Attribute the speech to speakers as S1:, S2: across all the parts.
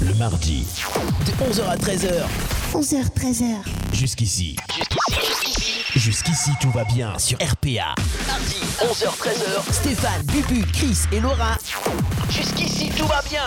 S1: le mardi. De 11h à 13h.
S2: 11h, 13h.
S1: Jusqu'ici. Jusqu'ici, tout va bien sur RPA. Mardi, 11h-13h, Stéphane, Bubu, Chris et Laura. Jusqu'ici, tout va bien.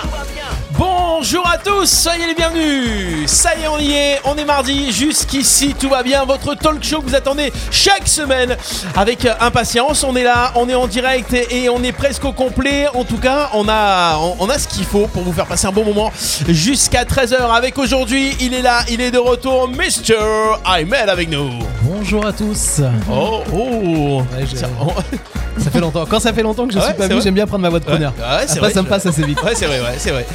S3: Bonjour à tous, soyez les bienvenus Ça y est, on y est, on est mardi, jusqu'ici tout va bien, votre talk show que vous attendez chaque semaine avec euh, impatience, on est là, on est en direct et, et on est presque au complet, en tout cas on a, on, on a ce qu'il faut pour vous faire passer un bon moment jusqu'à 13h avec aujourd'hui, il est là, il est de retour, Mr. Aymed avec nous
S4: Bonjour à tous.
S3: Oh, oh
S4: Ouais, j'ai-
S3: Ça- on-
S4: Ça fait longtemps. Quand ça fait longtemps que je
S3: Ah
S4: suis
S3: ouais,
S4: pas
S3: c'est
S4: venu,
S3: vrai
S4: j'aime bien prendre ma voix de preneur.
S3: Ouais, Ah ouais, c'est
S4: Après,
S3: vrai,
S4: ça me
S3: je-
S4: passe assez vite.
S3: Ouais, c'est vrai, ouais, c'est vrai.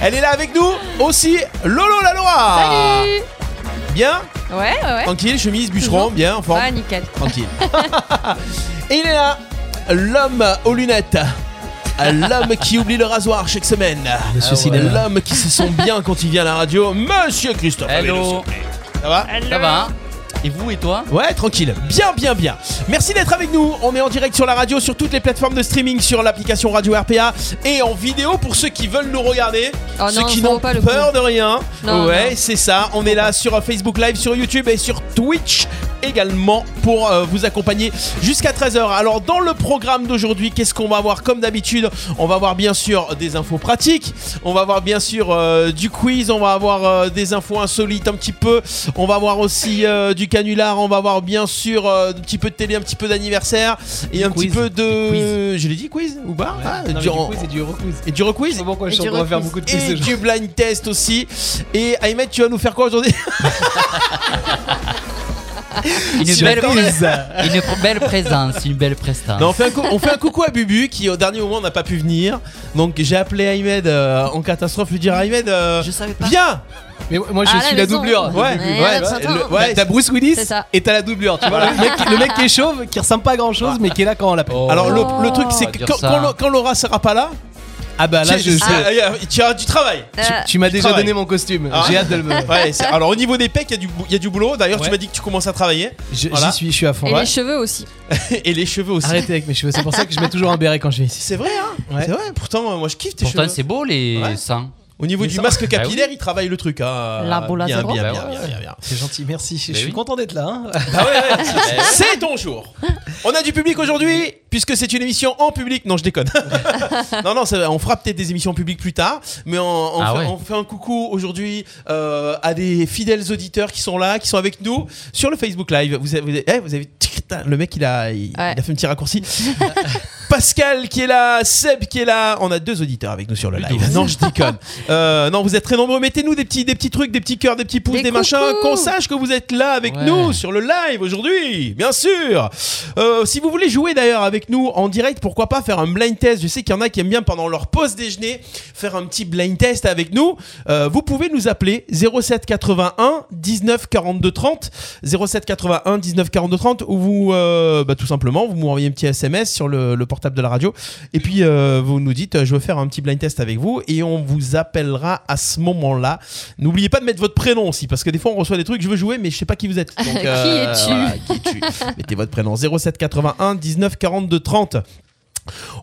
S3: Elle est là avec nous aussi, Lolo la Loire.
S5: Salut
S3: Bien,
S5: Ouais, ouais, ouais.
S3: tranquille, chemise, bûcheron,
S5: Toujours.
S3: bien, en forme,
S5: Ouais, nickel.
S3: tranquille. Et il est là, l'homme aux lunettes. L'homme qui oublie le rasoir chaque semaine.
S4: Monsieur Cinéma.
S3: L'homme qui se sent bien quand il vient à la radio, Monsieur Christophe. Avello, s'il
S6: Hello,
S3: vous plaît. Ça va
S6: ça va Et vous et toi
S3: Ouais, tranquille. Bien, bien, bien. Merci d'être avec nous. On est en direct sur la radio, sur toutes les plateformes de streaming, sur l'application Radio RPA et en vidéo pour ceux qui veulent nous regarder.
S5: Oh
S3: ceux
S5: non,
S3: qui
S5: ça
S3: n'ont
S5: vaut pas le
S3: peur de rien.
S5: Non,
S3: ouais,
S5: non.
S3: c'est ça. On est là sur euh, Facebook Live, sur YouTube et sur Twitch également pour euh, vous accompagner jusqu'à 13h. Alors dans le programme d'aujourd'hui, qu'est-ce qu'on va avoir comme d'habitude On va avoir bien sûr des infos pratiques, on va avoir bien sûr euh, du quiz, on va avoir euh, des infos insolites un petit peu, on va avoir aussi euh, du canular, on va avoir bien sûr euh, un petit peu de télé, un petit peu d'anniversaire et un
S4: quiz,
S3: petit peu
S4: des
S3: de... Je l'ai dit quiz ou pas Ah,
S4: Non, mais
S3: du-
S4: du
S3: en-
S4: quiz et du requiz.
S3: Et du
S4: Je
S3: requiz
S4: sais pas pourquoi je
S2: Et
S4: suis en
S2: du
S4: train de faire
S2: requiz.
S4: beaucoup de quiz
S3: et
S4: ce jour.
S3: du blind test aussi. Et Ahmed, tu vas nous faire quoi aujourd'hui
S6: Une
S4: Sur
S6: belle,
S4: quiz.
S6: une pr- belle présence, une belle prestance.
S3: Non, on, fait un cou- on fait un coucou à Bubu qui au dernier moment n'a pas pu venir. Donc j'ai appelé Ahmed euh, en catastrophe, lui dire Ahmed, euh,
S6: je savais pas.
S3: viens
S4: Mais moi, je
S5: Ah,
S4: suis
S5: la
S4: la
S5: maison.
S4: doublure.
S3: Ouais, ouais,
S5: Ouais,
S3: ouais,
S5: attends,
S3: le-
S5: attends.
S3: ouais,
S4: T'as Bruce Willis
S5: C'est ça.
S4: et t'as la doublure. Tu vois, le mec, le mec qui est chauve, qui ressemble pas à grand chose, mais qui est là quand on l'appelle.
S3: Alors le,
S5: Oh.
S3: le truc c'est que
S6: Dire
S3: quand,
S6: ça.
S3: quand Lo- quand Laura sera pas là,
S4: ah bah là,
S3: tu-
S4: je sais.
S3: ah, euh, tu as du travail.
S5: Euh,
S4: Tu- Tu m'as déjà
S3: travaille.
S4: donné mon costume.
S3: Ah.
S4: J'ai hâte de le.
S3: Ouais, c'est- alors au niveau des pecs, il y a du bou- il y, a du boulot. D'ailleurs, tu
S4: Ouais.
S3: m'as dit que tu commences à travailler.
S4: Je-
S3: Voilà.
S4: J'y suis, je suis à fond.
S5: et
S4: Ouais.
S5: les cheveux aussi.
S3: Et les cheveux aussi.
S4: Arrêtez avec mes cheveux. C'est pour ça que je mets toujours un béret quand je viens ici.
S3: C'est vrai, hein
S4: Ouais.
S3: C'est vrai. Pourtant, euh, moi je kiffe tes
S6: Pourtant,
S3: cheveux.
S6: c'est beau les
S3: Ouais.
S6: 100.
S3: Au niveau
S4: Mais
S3: du
S4: ça-
S3: masque
S6: Bah oui.
S3: capillaire, il travaille le truc. hein.
S5: La boule à
S3: bien,
S5: zéro.
S3: bien,
S6: Bah
S3: bien,
S6: ouais.
S3: bien, bien, Bah bien.
S4: C'est gentil, merci. Je
S6: Mais
S4: suis
S6: oui.
S4: content d'être là. hein.
S3: Ah ouais, ouais, c'est- c'est ton jour. On a du public aujourd'hui, puisque c'est une émission en public. Non, je déconne. non, non, ça- on fera peut-être des émissions en public plus tard, mais on, on
S6: Ah
S3: fait,
S6: ouais.
S3: on fait un coucou aujourd'hui euh, à des fidèles auditeurs qui sont là, qui sont avec nous sur le Facebook Live. Vous avez, vous avez- eh, vous avez- putain, le mec, il a, il,
S5: Ouais.
S3: il a fait un petit raccourci. Pascal qui est là, Seb qui est là. On a deux auditeurs avec nous sur le live. Non, je déconne. Euh, non, vous êtes très nombreux. Mettez-nous des petits, des petits trucs, des petits cœurs, des petits pouces, des,
S5: Des
S3: machins,
S5: coucous.
S3: qu'on sache que vous êtes là avec
S6: Ouais.
S3: nous sur le live aujourd'hui, bien sûr. Euh, si vous voulez jouer d'ailleurs avec nous en direct, pourquoi pas faire un blind test. Je sais qu'il y en a qui aiment bien pendant leur pause déjeuner faire un petit blind test avec nous. Euh, vous pouvez nous appeler 07 81 19 42 30 07 81 19 42 30 ou vous euh, bah, tout simplement vous m'envoyez un petit SMS sur le, le portable de la radio et puis euh, vous nous dites euh, je veux faire un petit blind test avec vous et on vous appellera à ce moment-là. N'oubliez pas de mettre votre prénom aussi parce que des fois on reçoit des trucs je veux jouer mais je sais pas qui vous êtes. Donc,
S5: Qui es-tu
S3: qui es-tu Mettez votre prénom 07 81 19 42 30.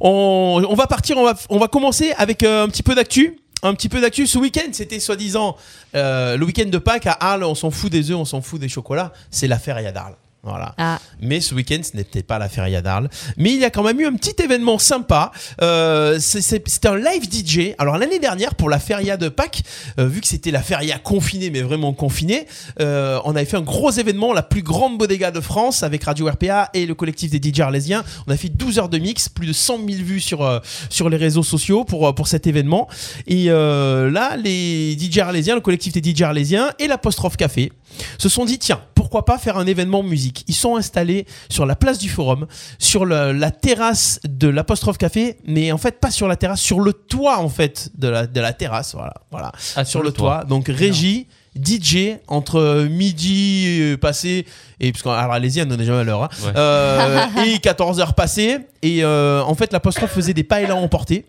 S3: On, on va partir, on va, on va commencer avec euh, un petit peu d'actu. Un petit peu d'actu. Ce week-end, c'était soi-disant euh, le week-end de Pâques à Arles. On s'en fout des œufs, on s'en fout des chocolats. C'est la feria d'Arles. Voilà.
S5: Ah,
S3: Mais ce week-end, ce n'était pas la feria d'Arles. Mais il y a quand même eu un petit événement sympa. Euh, c'est- c'est- C'était un live DJ. Alors l'année dernière, pour la feria de Pâques, euh, vu que c'était la feria confinée, mais vraiment confinée, euh, on avait fait un gros événement, la plus grande bodega de France, avec Radio RPA et le collectif des DJ arlésiens. On a fait 12 heures de mix, plus de 100 000 vues sur, euh, sur les réseaux sociaux pour, euh, pour cet événement. Et euh, là, les DJ arlésiens, le collectif des DJ arlésiens et l'apostrophe café se sont dit, tiens, pourquoi pas faire un événement musique Ils sont installés sur la place du forum, sur le- la terrasse de l'apostrophe café, mais en fait pas sur la terrasse, sur le toit en fait de la, de la terrasse, voilà. voilà
S6: Ah,
S3: sur le toit. Donc régie, DJ entre midi euh, passé et parce qu'en alors, allez-y, on est jamais à l'heure. hein.
S6: Ouais.
S3: Euh, et 14 heures passées et euh, en fait l'apostrophe faisait des paellas emportés.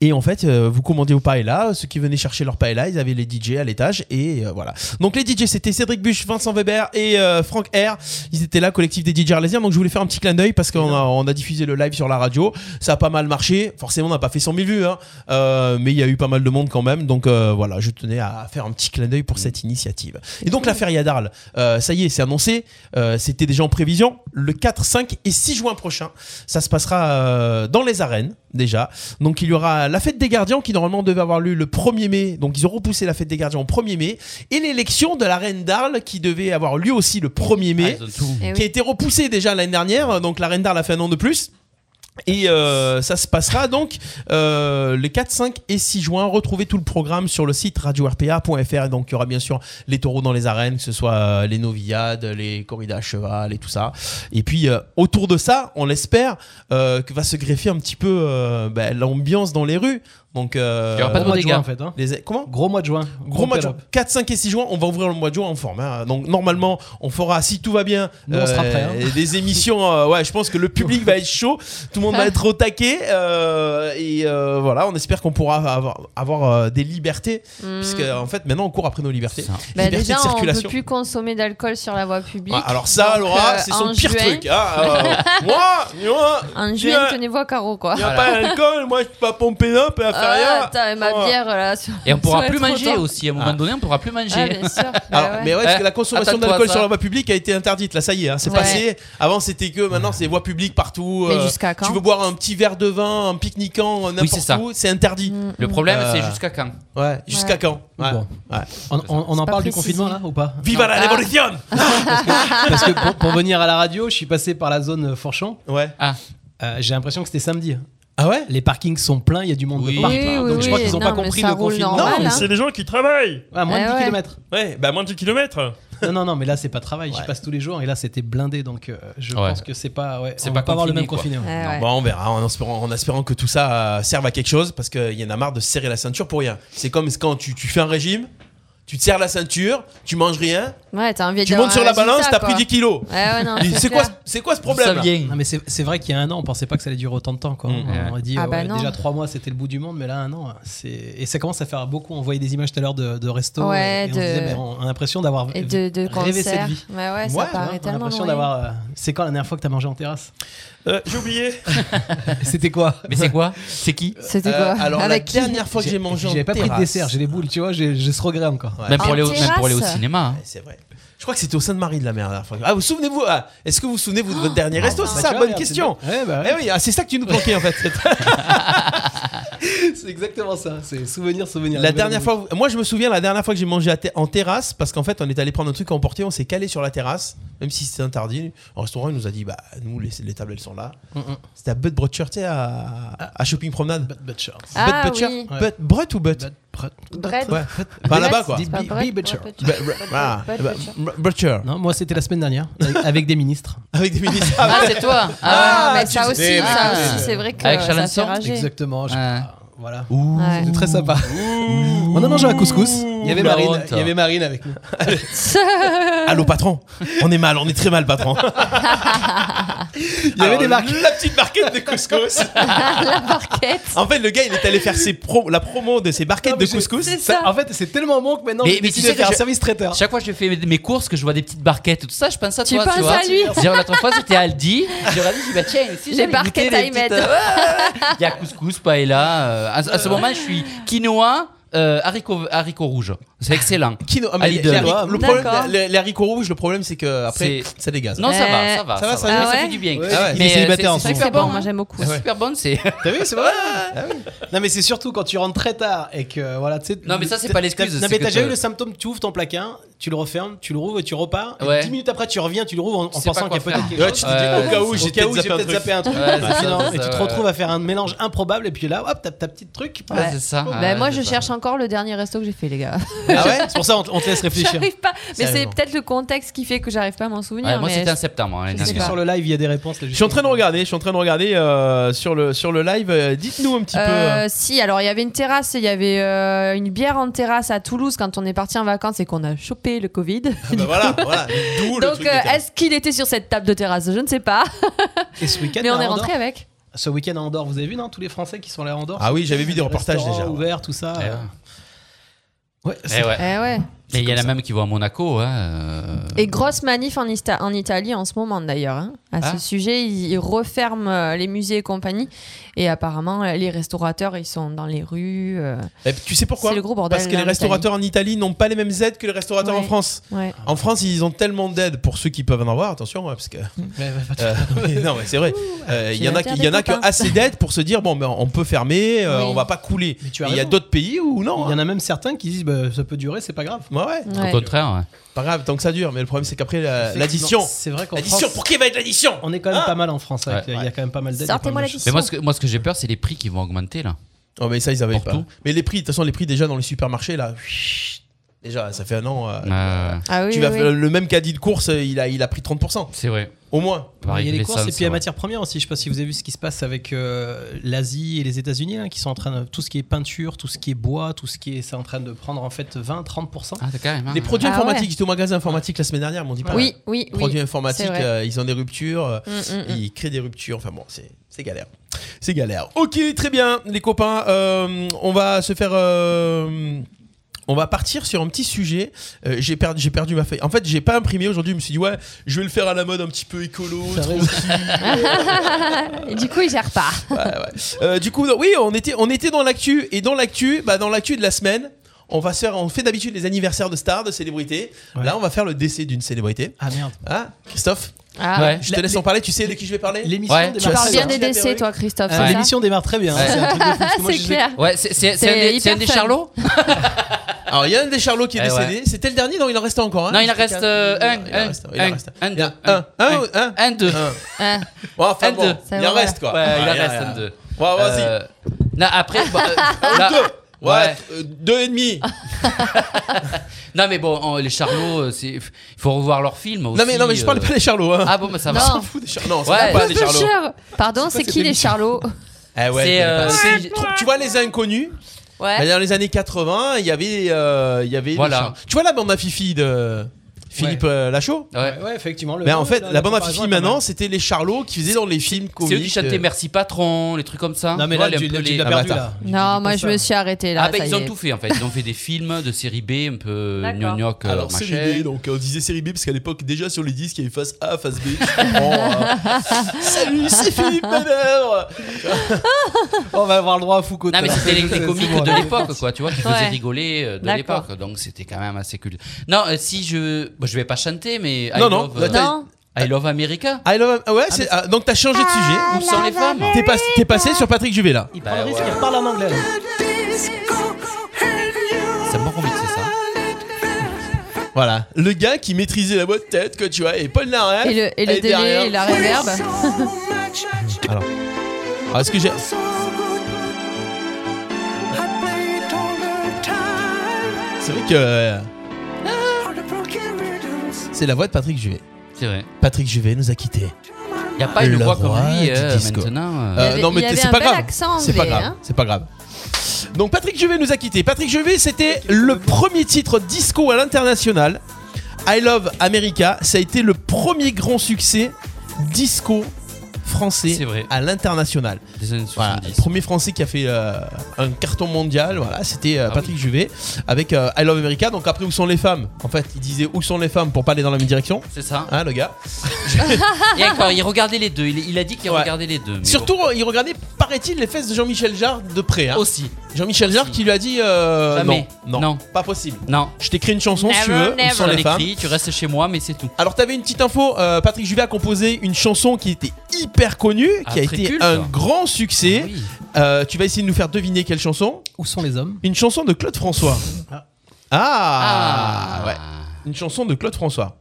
S3: Et en fait, euh, vous commandez au paella. Ceux qui venaient chercher leur paella, ils avaient les DJ à l'étage. Et euh, voilà. Donc les DJ, c'était Cédric Buche, Vincent Weber et euh, Franck R. Ils étaient là, collectif des DJ arlésiens. Donc je voulais faire un petit clin d'œil parce qu'on a, on a diffusé le live sur la radio. Ça a pas mal marché. Forcément, on n'a pas fait 100 000 vues. hein. Euh, mais il y a eu pas mal de monde quand même. Donc euh, voilà, je tenais à faire un petit clin d'œil pour cette initiative. Et donc la feria d'Arles, euh, ça y est, c'est annoncé. Euh, C'était déjà en prévision. Le 4, 5 et 6 juin prochain, ça se passera euh, dans les arènes déjà. Donc il y aura la fête des gardiens qui normalement devait avoir lieu le 1er mai. Donc ils ont repoussé la fête des gardiens au 1er mai. Et l'élection de la reine d'Arles qui devait avoir lieu aussi le 1er mai
S2: Eh
S3: qui a
S2: oui.
S3: été repoussé déjà l'année dernière. Donc la Reine d'Arles a fait un an de plus. Et euh, ça se passera donc euh, les 4, 5 et 6 juin. Retrouvez tout le programme sur le site radio-rpa.fr. Et Donc il y aura bien sûr les taureaux dans les arènes, que ce soit euh, les noviades, les corridas à cheval et tout ça. Et puis euh, autour de ça, on l'espère, euh, que va se greffer un petit peu euh, ben, l'ambiance dans les rues. Donc euh,
S6: Il y aura pas de
S4: Gros mois de
S6: dégâts.
S4: juin en fait. hein.
S3: les- comment
S4: Gros mois de juin.
S3: Gros mois de juin.
S4: période.
S3: 4, 5 et 6 juin, on va ouvrir le mois de juin en forme. hein. Donc normalement, on fera, si tout va bien,
S4: Nous, on sera prêts, hein.
S3: des Euh, émissions. euh, ouais, je pense que le public va être chaud, tout le monde va être au taquet. euh, et euh, voilà, on espère qu'on pourra avoir, avoir, euh, des libertés,
S2: Mm.
S3: puisque en fait, maintenant, on court après nos libertés.
S6: Ça.
S2: Bah,
S3: liberté
S2: déjà,
S3: de
S2: on ne peut
S3: circulation.
S2: plus consommer d'alcool sur la voie publique.
S3: Ouais, alors ça,
S2: Donc,
S3: Laura,
S2: euh,
S3: c'est son
S2: en
S3: pire
S2: juin-
S3: truc. hein. Euh, moi, moi,
S2: En
S3: Il y
S2: juin,
S3: a-
S2: tenez-vous à carreau, quoi.
S3: il n'y a
S6: Voilà.
S3: pas d'alcool, moi, je peux pas pomper up et à faire
S2: Ah,
S3: rien.
S2: attends, ma
S3: Oh.
S2: bière là. sur-
S6: Et on pourra
S2: sur
S6: plus
S2: le
S6: manger
S2: trottoir.
S6: aussi. À un moment
S3: Ah.
S6: donné, on pourra plus manger.
S2: Ah, bien sûr. Bah
S3: Alors,
S2: ouais.
S3: mais ouais, parce que
S6: Eh,
S3: la consommation
S6: attends-toi à
S3: d'alcool
S6: ça.
S3: sur la voie publique a été interdite. Là, ça y est, hein, c'est
S2: Ouais.
S3: passé. Avant, c'était que maintenant, c'est voie publique partout.
S2: Mais
S3: euh,
S2: jusqu'à quand
S3: Tu veux boire un petit verre de vin, un pique-niquant, euh, n'importe
S6: c'est ça.
S3: où, c'est interdit.
S2: Mm,
S6: Le
S2: mm.
S6: problème,
S3: Euh.
S6: c'est jusqu'à quand
S3: Ouais. Jusqu'à quand Ouais.
S4: Bon.
S3: Ouais.
S4: On, on- on en
S2: pas
S4: parle du
S2: précisé.
S4: confinement là ou pas
S3: Viva la
S2: Ah.
S3: révolution
S4: Parce que pour, pour venir à la radio, je suis passé par la zone euh, Forchamp.
S3: Ouais.
S6: Ah.
S4: Euh, J'ai l'impression que c'était samedi.
S3: Ah ouais
S4: Les parkings sont pleins, il y a du monde
S6: Oui.
S4: de partout.
S2: Oui, oui,
S4: Ah, donc je crois
S2: oui,
S4: qu'ils n'ont
S2: non,
S4: pas
S2: mais
S4: compris
S2: ça
S4: le
S2: roule
S4: confinement.
S2: normal, hein.
S3: des gens qui travaillent.
S4: Ah, moins de
S2: Eh
S4: 10
S2: ouais.
S4: km.
S3: Ouais, bah moins de 10 km.
S4: Non, non, non, mais là c'est pas travail.
S3: Ouais.
S4: Je passe tous les jours et là c'était blindé, donc euh, je
S6: Ouais.
S4: pense que c'est pas, ouais,
S6: C'est
S4: on
S6: pas
S4: va pas avoir le
S6: confiné,
S4: même
S6: quoi.
S4: confiné. ouais.
S2: Ouais, Eh ouais.
S3: Bon, on verra en espérant, en espérant que tout ça euh, serve à quelque chose parce qu'il y en a marre de se serrer la ceinture pour rien. C'est comme quand tu, tu fais un régime, tu te serres la ceinture, tu manges rien,
S2: Ouais, t'as envie
S3: tu
S2: de
S3: montes sur la balance,
S2: t'as
S3: t'as pris 10 kilos.
S2: Ouais, Eh ouais, non.
S3: C'est quoi, ce- c'est quoi ce problème
S6: Ça
S3: là
S6: vient.
S4: Non, mais c'est c'est vrai qu'il y a un an, on pensait pas que ça allait durer autant de temps. Quoi.
S3: Mm.
S4: On aurait dit
S2: Ah
S4: euh,
S2: bah
S4: ouais,
S2: non.
S4: déjà trois mois, c'était le bout du monde, mais là un an, c'est et ça commence à faire beaucoup. On voyait des images tout à l'heure de, de resto,
S2: Ouais,
S4: et, et on
S2: de-
S4: se disait, mais on a l'impression d'avoir
S2: Et de, de cancer.
S4: rêvé cette vie.
S2: Ouais, ouais, ça
S3: Ouais,
S2: paraît
S4: Hein, on a
S2: tellement
S4: l'impression
S2: loin.
S4: d'avoir. euh, C'est quand la dernière fois que t'as mangé en terrasse
S3: J'ai oublié.
S4: C'était quoi
S6: Mais c'est quoi C'est qui
S2: C'était quoi
S3: Euh, alors
S2: Avec
S3: la
S2: qui
S3: dernière fois que j'ai mangé en
S4: J'avais pas pris de
S3: terrasse-
S4: dessert, j'ai les boules, tu vois, j'ai j'ai ce regret encore.
S3: Ouais.
S6: même pour,
S2: En
S6: aller au, même pour aller au
S2: terrasse.
S6: cinéma. hein.
S3: Ouais, c'est vrai. Je crois que c'était au sein de Marie de la Mer la dernière fois. Ah, vous souvenez-vous ah, Est-ce que vous vous souvenez vous, de votre dernier resto
S4: Bah,
S3: C'est
S4: tu
S3: ça,
S4: vois,
S3: bonne
S4: regarde,
S3: question.
S4: c'est- Ouais, bah,
S3: Eh oui, ah, c'est ça que tu nous manquais en fait.
S4: c'est exactement ça. C'est souvenir, souvenir.
S3: La
S4: Nouvelle
S3: dernière
S4: boucle.
S3: fois, moi je me souviens la dernière fois que j'ai mangé à te- en terrasse parce qu'en fait on est allé prendre un truc à emporter, on s'est calé sur la terrasse, même si c'était interdit. Au restaurant, il nous a dit bah nous les, les tables elles sont là.
S4: Mm, mm.
S3: C'était à Bud Brutcher, tu sais, à, à Shopping Promenade.
S4: But- Butcher.
S2: Ah,
S3: Bud Butcher,
S2: oui.
S4: Ouais.
S3: Bud- Brut ou Bud
S4: But- Brut-
S2: Brett.
S3: Ouais, Enfin là-bas quoi.
S4: Dis-
S2: Pas
S4: Be-
S2: Brett,
S4: Be Butcher.
S2: Brett
S3: Bah,
S2: Butcher.
S3: br- voilà.
S2: Bud
S3: Bah,
S2: Butcher.
S3: br- Butcher
S4: Non, moi c'était la semaine dernière, avec, avec des ministres.
S3: avec des ministres. Ah,
S6: Ah, c'est toi
S2: Ah,
S3: Ah,
S2: mais
S3: tu
S2: ça
S3: sais-
S2: aussi,
S6: Ah.
S2: ça aussi, c'est vrai que
S6: Avec
S2: ça fait
S6: Chalençon,
S2: rager.
S4: Exactement. je-
S6: Ouais.
S4: Voilà.
S3: Ouh.
S2: Ouais.
S4: C'était très sympa.
S3: Oh
S4: On a mangé un couscous. Il y avait
S6: Ouh, la
S4: Marine,
S6: honte.
S4: il y avait Marine avec nous.
S3: Allô patron, on est mal, on est très mal patron.
S4: Il y avait des marques.
S3: La petite barquette de couscous.
S2: La barquette.
S3: en fait, le gars, il est allé faire ses pro- la promo de ses barquettes
S4: Non, mais
S3: de couscous.
S2: C'est
S4: Ça,
S2: ça.
S4: en fait, c'est tellement bon que maintenant
S6: Mais-
S4: j'ai
S6: mais tu sais
S4: décidé de
S6: que
S4: faire un
S6: je-
S4: service traiteur.
S6: Chaque fois que je fais mes- mes courses, que je vois des petites barquettes et tout ça, je pense à
S2: Tu
S6: toi.
S2: penses
S6: tu vois.
S2: à lui.
S6: Genre, l'autre fois, c'était Aldi. J'ai regardé, j'ai dit, bah tiens, si
S2: Les
S6: j'allais
S2: barquettes
S6: goûter
S2: à
S6: les
S2: y
S6: petites- euh,
S2: mettre.
S6: Ouais. Il y a couscous, paella. euh, à, à ce moment, je suis quinoa, euh, haricots, haricots rouges. C'est excellent.
S3: Kino- ah, mais
S6: À
S3: les,
S6: Lidl.
S3: les haricots- le
S2: D'accord.
S3: problème, les, les haricots rouges, le problème, c'est que après, ça dégage.
S6: Non, ça va, ça va.
S3: Ça va, ça
S2: va.
S6: fait du bien.
S4: Ouais,
S3: Ah ouais.
S4: il est
S6: euh,
S4: célibataire en
S2: C'est vrai que Euh, c'est
S4: ce moment.
S6: super
S2: bon,
S6: bon.
S2: moi
S6: hein.
S2: j'aime beaucoup.
S6: C'est super bon, c'est.
S4: T'as vu, c'est vrai. Non, mais c'est surtout quand tu rentres très tard et que voilà, tu sais.
S6: Non, mais ça, c'est
S4: t'as-
S6: pas l'excuse,
S4: t'as-
S6: c'est
S4: Non, mais
S6: que
S4: t'as déjà
S6: t'as-
S4: eu le symptôme, tu ouvres ton placard, tu le refermes, tu le rouvres et tu repars. Et
S6: Ouais.
S4: 10 minutes après, tu reviens, tu le rouvres en, en
S6: Tu sais pas
S4: pensant qu'il
S6: quoi
S4: y a peut-être
S6: faire.
S4: quelque
S3: Ouais,
S4: chose.
S3: tu te
S6: Ouais,
S3: dis, au
S6: ouais,
S3: cas où,
S4: Au
S3: j'ai
S4: cas
S3: peut-être
S4: où j'ai
S3: zappé un
S4: peut-être
S3: truc.
S4: zappé un truc.
S6: Ouais, c'est
S4: Et
S6: ça,
S4: puis non,
S6: ça,
S4: et tu te
S6: ouais.
S4: retrouves à faire un mélange improbable et puis là, hop, t'as ta petite truc.
S2: Ouais.
S6: Ouais, c'est ça.
S2: Bah,
S6: ouais,
S2: moi
S6: c'est
S2: je
S6: ça.
S2: cherche encore le dernier resto que j'ai fait les gars.
S4: Ah ouais C'est pour ça on te- on te laisse réfléchir.
S2: J'arrive pas. Mais c'est
S4: Sérieusement.
S2: peut-être le contexte qui fait que j'arrive pas à m'en souvenir.
S6: Ouais, moi,
S2: mais
S6: c'était en
S2: je-
S6: septembre. hein, l'année
S2: je sais
S4: Est-ce que
S6: dernière.
S2: pas.
S4: sur le live, il y a des réponses là,
S3: Je suis en train de regarder, je suis en train de regarder euh, sur, le, sur le live. euh, Dites-nous un petit
S2: Euh, si, alors il y avait une terrasse, il y avait euh, une bière en terrasse à Toulouse quand on est parti en vacances et qu'on a chopé le Covid.
S3: peu. Bah voilà, voilà. D'où le
S2: Donc
S3: truc de
S2: euh,
S3: terrasse.
S2: est-ce qu'il était sur cette table de terrasse Je ne sais pas.
S4: Et ce week-end,
S2: Mais on est
S4: à
S6: hein.
S4: Andorre
S2: rentré avec.
S4: Ce week-end à Andorre, vous avez vu, non Tous les Français qui sont là à Andorre.
S3: Ah oui, j'avais vu des reportages
S4: Restaurants
S3: déjà. ouais.
S4: ouverts, tout ça.
S6: Eh
S4: euh, Ouais,
S6: Eh
S4: c'est-
S6: ouais.
S2: Eh ouais.
S6: Mais il y en a même qui vont à Monaco. hein, euh,
S2: Et grosse manif en, Ista- en Italie en ce moment d'ailleurs. hein. À
S6: Ah.
S2: ce sujet, ils, ils referment euh, les musées et compagnie. Et apparemment, euh, les restaurateurs, ils sont dans les rues. euh,
S3: Eh, Tu sais pourquoi
S2: C'est le gros bordel.
S3: Parce que
S2: là,
S3: les
S2: en Italie.
S3: restaurateurs en Italie n'ont pas les mêmes aides que les restaurateurs en
S2: Ouais.
S3: France.
S2: Ouais.
S3: En France, ils ont tellement d'aides pour ceux qui peuvent en avoir, attention, hein, parce que.
S4: Ouais, ouais, pas de-
S3: Euh, oui, non, mais c'est vrai. Euh, Il y en a,
S2: j'ai
S3: qui- il y en a
S2: interdit,
S3: qui ont
S2: copain.
S3: assez d'aides pour se dire bon, ben, on peut fermer, euh,
S2: Oui.
S3: on va pas couler.
S4: Mais tu
S3: Et
S4: as
S3: Il y a
S4: raison.
S3: d'autres pays où non.
S4: Il y en
S3: hein.
S4: a même certains qui disent bah, ça peut durer, c'est pas grave.
S3: Ouais, ouais.
S6: Au
S2: Ouais.
S6: contraire. ouais.
S3: Pas grave, tant que ça dure. Mais le problème, c'est qu'après la-
S4: Effectivement,
S3: l'addition.
S4: C'est vrai qu'en
S3: L'addition,
S4: France,
S3: pour qui va être l'addition
S4: on est quand même
S3: Ah.
S4: pas mal en France. avec-
S6: Ouais.
S4: Il y a quand même pas mal d'aides.
S2: Sortez-moi la
S6: Mais
S2: ficelle.
S6: moi, ce que, moi, ce que j'ai peur, c'est les prix qui vont augmenter là.
S3: Oh, mais ça, ils avaient
S6: Pour
S3: pas.
S6: tout.
S3: Mais les prix, de toute façon, les prix déjà dans les supermarchés, là. chut, Déjà, ça fait un an. euh,
S6: Euh,
S2: Ah oui,
S3: Tu
S2: oui,
S3: vas
S2: oui.
S3: faire le même caddie de course, euh, il a, il a pris 30%,
S6: c'est vrai.
S3: au moins.
S6: Pareil
S4: Il y a
S6: que
S4: les courses et
S6: l'essence,
S4: puis la
S6: ouais.
S4: matière première aussi. Je sais pas si vous avez vu ce qui se passe avec euh, l'Asie et les États-Unis, là, qui sont en train de. Tout ce qui est peinture, tout ce qui est bois, tout ce qui est. C'est en train de prendre en fait 20-30%.
S6: Ah, t'as carrément.
S3: Les
S6: hein.
S3: produits
S2: Ah ouais.
S3: informatiques, j'étais au magasin informatique la semaine dernière, ils m'ont dit pas.
S2: Oui, oui,
S3: Les
S2: oui.
S3: produits informatiques,
S2: c'est vrai.
S3: euh, ils ont des ruptures, euh,
S2: Mm, mm, mm.
S3: ils créent des ruptures, enfin bon, c'est c'est galère. C'est galère. Ok, très bien, les copains, euh, on va se faire. euh, on va partir sur un petit sujet. Euh, j'ai perdu, j'ai perdu ma feuille. En fait, j'ai pas imprimé aujourd'hui. Je me suis dit ouais, je vais le faire à la mode, un petit peu écolo,
S4: Ça va,
S2: Et du coup, ils gèrent pas.
S3: Euh, du coup, non, oui, on était, on était dans l'actu et dans l'actu, bah, dans l'actu de la semaine, on va se faire, on fait d'habitude les anniversaires de stars, de célébrités.
S4: Ouais.
S3: Là, on va faire le décès d'une célébrité.
S4: Ah merde.
S3: Ah, Christophe,
S2: Ah.
S6: Ouais.
S3: je te
S4: La-
S3: laisse
S4: les-
S3: en parler. Tu sais de qui je vais parler
S4: L'émission
S6: Ouais,
S2: Tu
S4: démarre
S2: parles
S4: très
S2: bien
S4: bien.
S2: des
S3: Marcel,
S2: décès, toi, Christophe,
S4: Euh,
S2: c'est ça
S4: L'émission démarre très bien. hein. C'est un truc de fou, parce que moi,
S2: C'est
S4: je-
S2: clair.
S6: Ouais, c'est- c'est c'est
S2: C'est
S6: un des- c'est un,
S2: hyper
S6: des
S2: fun.
S6: Charlots
S3: Alors, il y en a un des Charlots qui est
S6: Eh
S3: décédé. C'était le dernier, non Il en reste encore. hein
S6: Non, il en reste euh,
S3: Il
S6: un.
S3: en
S6: Un,
S3: reste, il en
S6: un,
S3: reste.
S6: un,
S3: Il y
S6: deux.
S3: a un, un, ou- un.
S6: un, deux.
S3: Un.
S2: Ah.
S3: Bon, enfin,
S6: Un,
S3: bon,
S6: deux.
S2: Ça
S3: il
S2: va,
S3: en reste quoi.
S6: Ouais, il en
S3: Ouais,
S6: reste
S3: ouais,
S6: un,
S3: ouais.
S6: deux.
S3: Ouais, vas-y.
S6: Euh, Non, après. bah, euh, là-
S3: Deux. Ouais,
S6: Ouais.
S3: euh, deux et demi.
S6: Non, mais bon, on- les Charlots, euh, c'est- il faut revoir leurs films aussi.
S3: Non mais non mais je parle
S6: euh.
S3: pas des Charlots. Hein.
S6: Ah bon, bah ça
S2: Non.
S6: va.
S3: On s'en fout des Charlots. Non, on s'en
S6: Ouais.
S3: fout pas des Charlots.
S2: Pêcheur. Pardon, c'est qui les Charlots
S3: Eh ouais, je
S6: C'est,
S3: connais
S6: euh,
S3: pas.
S6: c'est-
S3: Tu trou- tu vois les inconnus Bah,
S2: Ouais.
S3: Dans les années 80, il y avait, euh, il y avait
S6: Voilà.
S3: les chants. Tu vois la bande à Fifi de Philippe euh, Lachaud
S6: Ouais.
S4: Ouais, effectivement. le-
S3: ben, en fait,
S4: là,
S3: la bande à
S4: comparaison
S3: Fifi
S4: est pas mal.
S3: maintenant, c'était les Charlots qui faisaient dans les films
S6: C'est eux
S3: comiques.
S6: qui chantaient
S3: euh,
S6: Merci Patron, les trucs comme ça.
S4: Non, mais
S6: Tu vois,
S4: là,
S6: les-
S4: tu
S6: un peu
S4: tu
S6: les-
S3: Ah,
S4: l'as perdu
S3: bâtard.
S4: là. Tu
S2: Non,
S4: dis
S2: moi
S4: pas
S2: je
S4: ça.
S2: me suis arrêtée là.
S6: ah, bah
S2: ça
S6: ils
S2: y
S6: ont
S2: est.
S6: tout fait en fait. Ils ont fait des films de série B, un peu
S2: D'accord.
S6: gnognoc, euh,
S3: alors série
S6: machin.
S3: B, donc on disait série B parce qu'à l'époque déjà sur les disques il y avait face A, face B. Je comprends, euh, Salut, c'est Philippe Manœuvre.
S7: Ah,
S4: On va avoir le droit à Foucault.
S6: Non, mais
S4: tout à
S6: c'était
S4: l'heure.
S6: les, les comiques de l'époque, quoi, tu vois, qui
S2: Ouais.
S6: faisaient rigoler euh, de
S2: D'accord.
S6: l'époque. Donc c'était quand même assez cool. Non, euh, si je. Bon, je vais pas chanter, mais. I
S3: Non, non,
S6: love, euh,
S3: attends.
S2: Non,
S6: I love America.
S3: I love- ah ouais, c'est- ah, donc t'as changé de
S6: Où
S3: sujet.
S6: sont les femmes
S3: T'es pas- t'es passé sur Patrick Juvet là.
S4: Il prend
S6: Bah,
S4: le risque, il parle en anglais. là.
S6: Ça m'a envie, c'est ça.
S3: Voilà, le gars qui maîtrisait la voix de tête que tu vois et Paul Naref.
S2: et le, et le
S3: elle est derrière.
S2: délai et la réverbe.
S3: Alors, Ah, est-ce que j'ai C'est vrai que euh, c'est la voix de Patrick Juvet.
S6: C'est vrai.
S3: Patrick Juvet nous a quittés.
S6: Il n'y a pas une
S3: Le
S6: voix comme
S3: roi
S6: lui
S3: du
S6: euh,
S3: disco.
S6: maintenant.
S2: Euh,
S6: euh.
S2: Il y avait- il y
S3: t'es-
S2: avait
S3: c'est
S2: un
S3: pas
S2: bel
S3: grave.
S2: accent
S3: C'est pas
S2: anglais,
S3: grave.
S2: hein.
S3: C'est pas grave. Donc Patrick Juvet nous a quittés. Patrick Juvet, c'était le premier titre disco à l'international. I Love America, ça a été le premier grand succès disco
S6: C'est
S3: français
S6: vrai.
S3: à l'international.
S6: Des années
S3: Voilà,
S6: 70.
S3: le premier français qui a fait euh, un carton mondial, voilà, c'était euh,
S6: Ah
S3: Patrick Juvet avec euh, I Love America. Donc après où sont les femmes En fait, il disait où sont les femmes pour pas aller dans la même direction.
S6: C'est ça.
S3: Hein, le gars.
S6: Et encore, il regardait les deux. Il, il a dit qu'il
S3: Ouais.
S6: regardait les deux. mais
S3: Surtout, il regardait, paraît-il, les fesses de Jean-Michel Jarre de près. hein.
S6: bon. aussi.
S3: Jean-Michel Jarre qui lui a dit euh,
S6: Jamais.
S3: non, non,
S6: Non.
S3: pas possible.
S6: Non.
S3: Je t'écris une chanson si tu
S2: Never,
S3: veux,
S2: never.
S3: sans
S6: J'en
S3: les femmes.
S6: écrit, tu restes chez moi, mais c'est tout.
S3: Alors t'avais une petite info, euh, Patrick Juvet a composé une chanson qui était hyper connue,
S6: Ah,
S3: qui a
S6: très
S3: été
S6: culte.
S3: un grand succès.
S6: Ah oui.
S3: Euh, tu vas essayer de nous faire deviner quelle chanson
S4: Où sont les hommes
S3: Une chanson de Claude François. Ah,
S4: Ah.
S3: ouais. Une chanson de Claude François.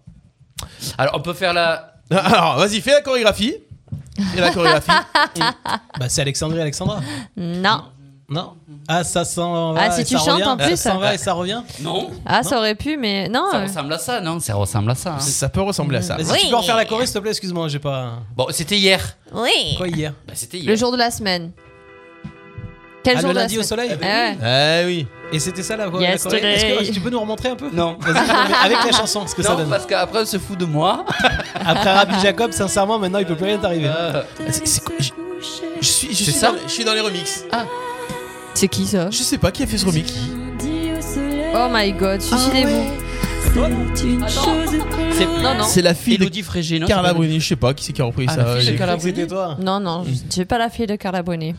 S6: Ah. Alors, on peut faire la.
S3: Alors vas-y, fais la chorégraphie. Fais la chorégraphie.
S4: Bah, c'est Alexandrie et Alexandra.
S2: Non.
S4: Non. Ah, ça s'en va.
S2: Ah, si
S4: et
S2: tu
S4: ça
S2: chantes
S4: revient.
S2: en plus.
S4: Ça s'en va et ça revient.
S6: Non.
S2: Ah, ça aurait pu, mais non.
S6: Ça
S2: euh,
S6: ressemble à ça, non Ça ressemble à ça. hein.
S3: Ça peut ressembler à ça.
S4: Vas-y,
S2: Oui.
S4: tu peux refaire la choré, s'il te plaît Excuse-moi, j'ai pas.
S6: Bon, c'était hier.
S2: Oui.
S4: Quoi hier
S6: Bah, c'était
S2: Le
S6: hier.
S2: jour de la semaine. Quel
S4: Ah,
S2: jour
S4: le
S2: de la
S4: lundi au
S2: semaine
S4: soleil
S2: Eh ouais.
S3: Eh oui.
S4: Et c'était ça la, la
S2: Yesterday.
S4: choré Est-ce que, est-ce que tu peux nous remontrer un peu
S6: Non.
S4: Vas-y, non, mais avec la chanson, ce que ça
S6: Non,
S4: donne.
S6: parce qu'après, on se fout de moi.
S4: Après Rabbi Jacob, sincèrement, maintenant il peut plus rien t'arriver.
S6: Euh,
S3: Ah, C'est- c'est quoi- Je suis, je
S6: C'est
S3: suis
S6: ça
S3: dans, je suis dans les remixes.
S2: C'est qui ça
S3: Je sais pas qui a fait ce remix.
S2: Oh my
S4: Ah,
S2: god, suicidez-vous.
S6: C'est-
S2: Non, non.
S3: C'est la fille de
S6: Elodie Frégé, non
S3: Carla
S6: c'est pas-
S3: Bruni, je sais pas qui c'est qui a repris
S6: Ah,
S3: ça.
S6: la fille de
S3: J'ai-
S6: Carla Bruni.
S4: C'était toi.
S2: Non, non,
S3: Hmm.
S2: je- j'ai pas la fille de Carla Bonnet.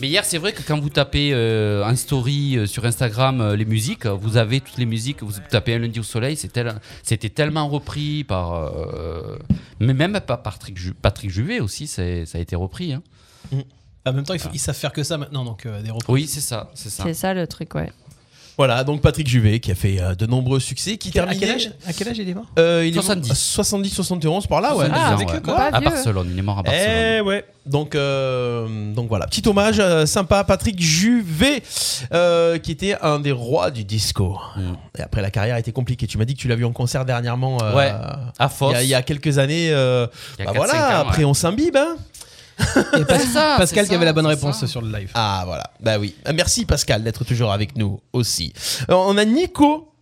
S6: Mais hier, c'est vrai que quand vous tapez euh, en story euh, sur Instagram euh, les musiques, euh, vous avez toutes les musiques. Vous tapez un lundi au soleil, c'est tel- c'était tellement repris par. euh, mais même par Patrick, Ju- Patrick Juvet aussi, c'est- ça a été repris. hein.
S4: Mm. En même temps, ils, f- ils savent faire que ça maintenant, donc euh, des reprises.
S6: Oui, c'est ça, c'est ça.
S3: Ah.
S2: C'est ça le truc, ouais.
S3: Voilà, donc Patrick Juvet qui a fait euh, de nombreux succès, qui
S4: À
S3: terminait.
S4: quel âge À quel âge il est mort
S3: Euh, il est mort-
S6: 70.
S3: 70, 71 par là, ouais. Bah,
S6: 70
S4: Ah,
S6: ans,
S4: avec
S6: ouais.
S4: eux, quoi.
S6: À
S2: Pas vieux.
S6: Barcelone, il est mort à Barcelone.
S3: Eh ouais. Donc, euh, donc voilà, petit hommage euh, sympa à Patrick Juvet, euh, qui était un des rois du disco.
S6: Mm.
S3: Et après, la carrière a été compliquée. Tu m'as dit que tu l'as vu en concert dernièrement. euh,
S6: Ouais. À
S3: Il
S6: Fos.
S3: y a- il y, a quelques années. euh,
S6: il y a
S3: bah
S6: 4-5
S3: voilà,
S6: ans, ouais.
S3: après on s'imbibe. hein.
S6: C'est ça, c'est
S4: Pascal qui
S6: ça,
S4: avait la bonne
S6: c'est
S4: réponse
S6: ça.
S4: sur le live.
S3: Ah voilà, bah oui. Euh, Merci Pascal d'être toujours avec nous aussi. Euh, on a Nico.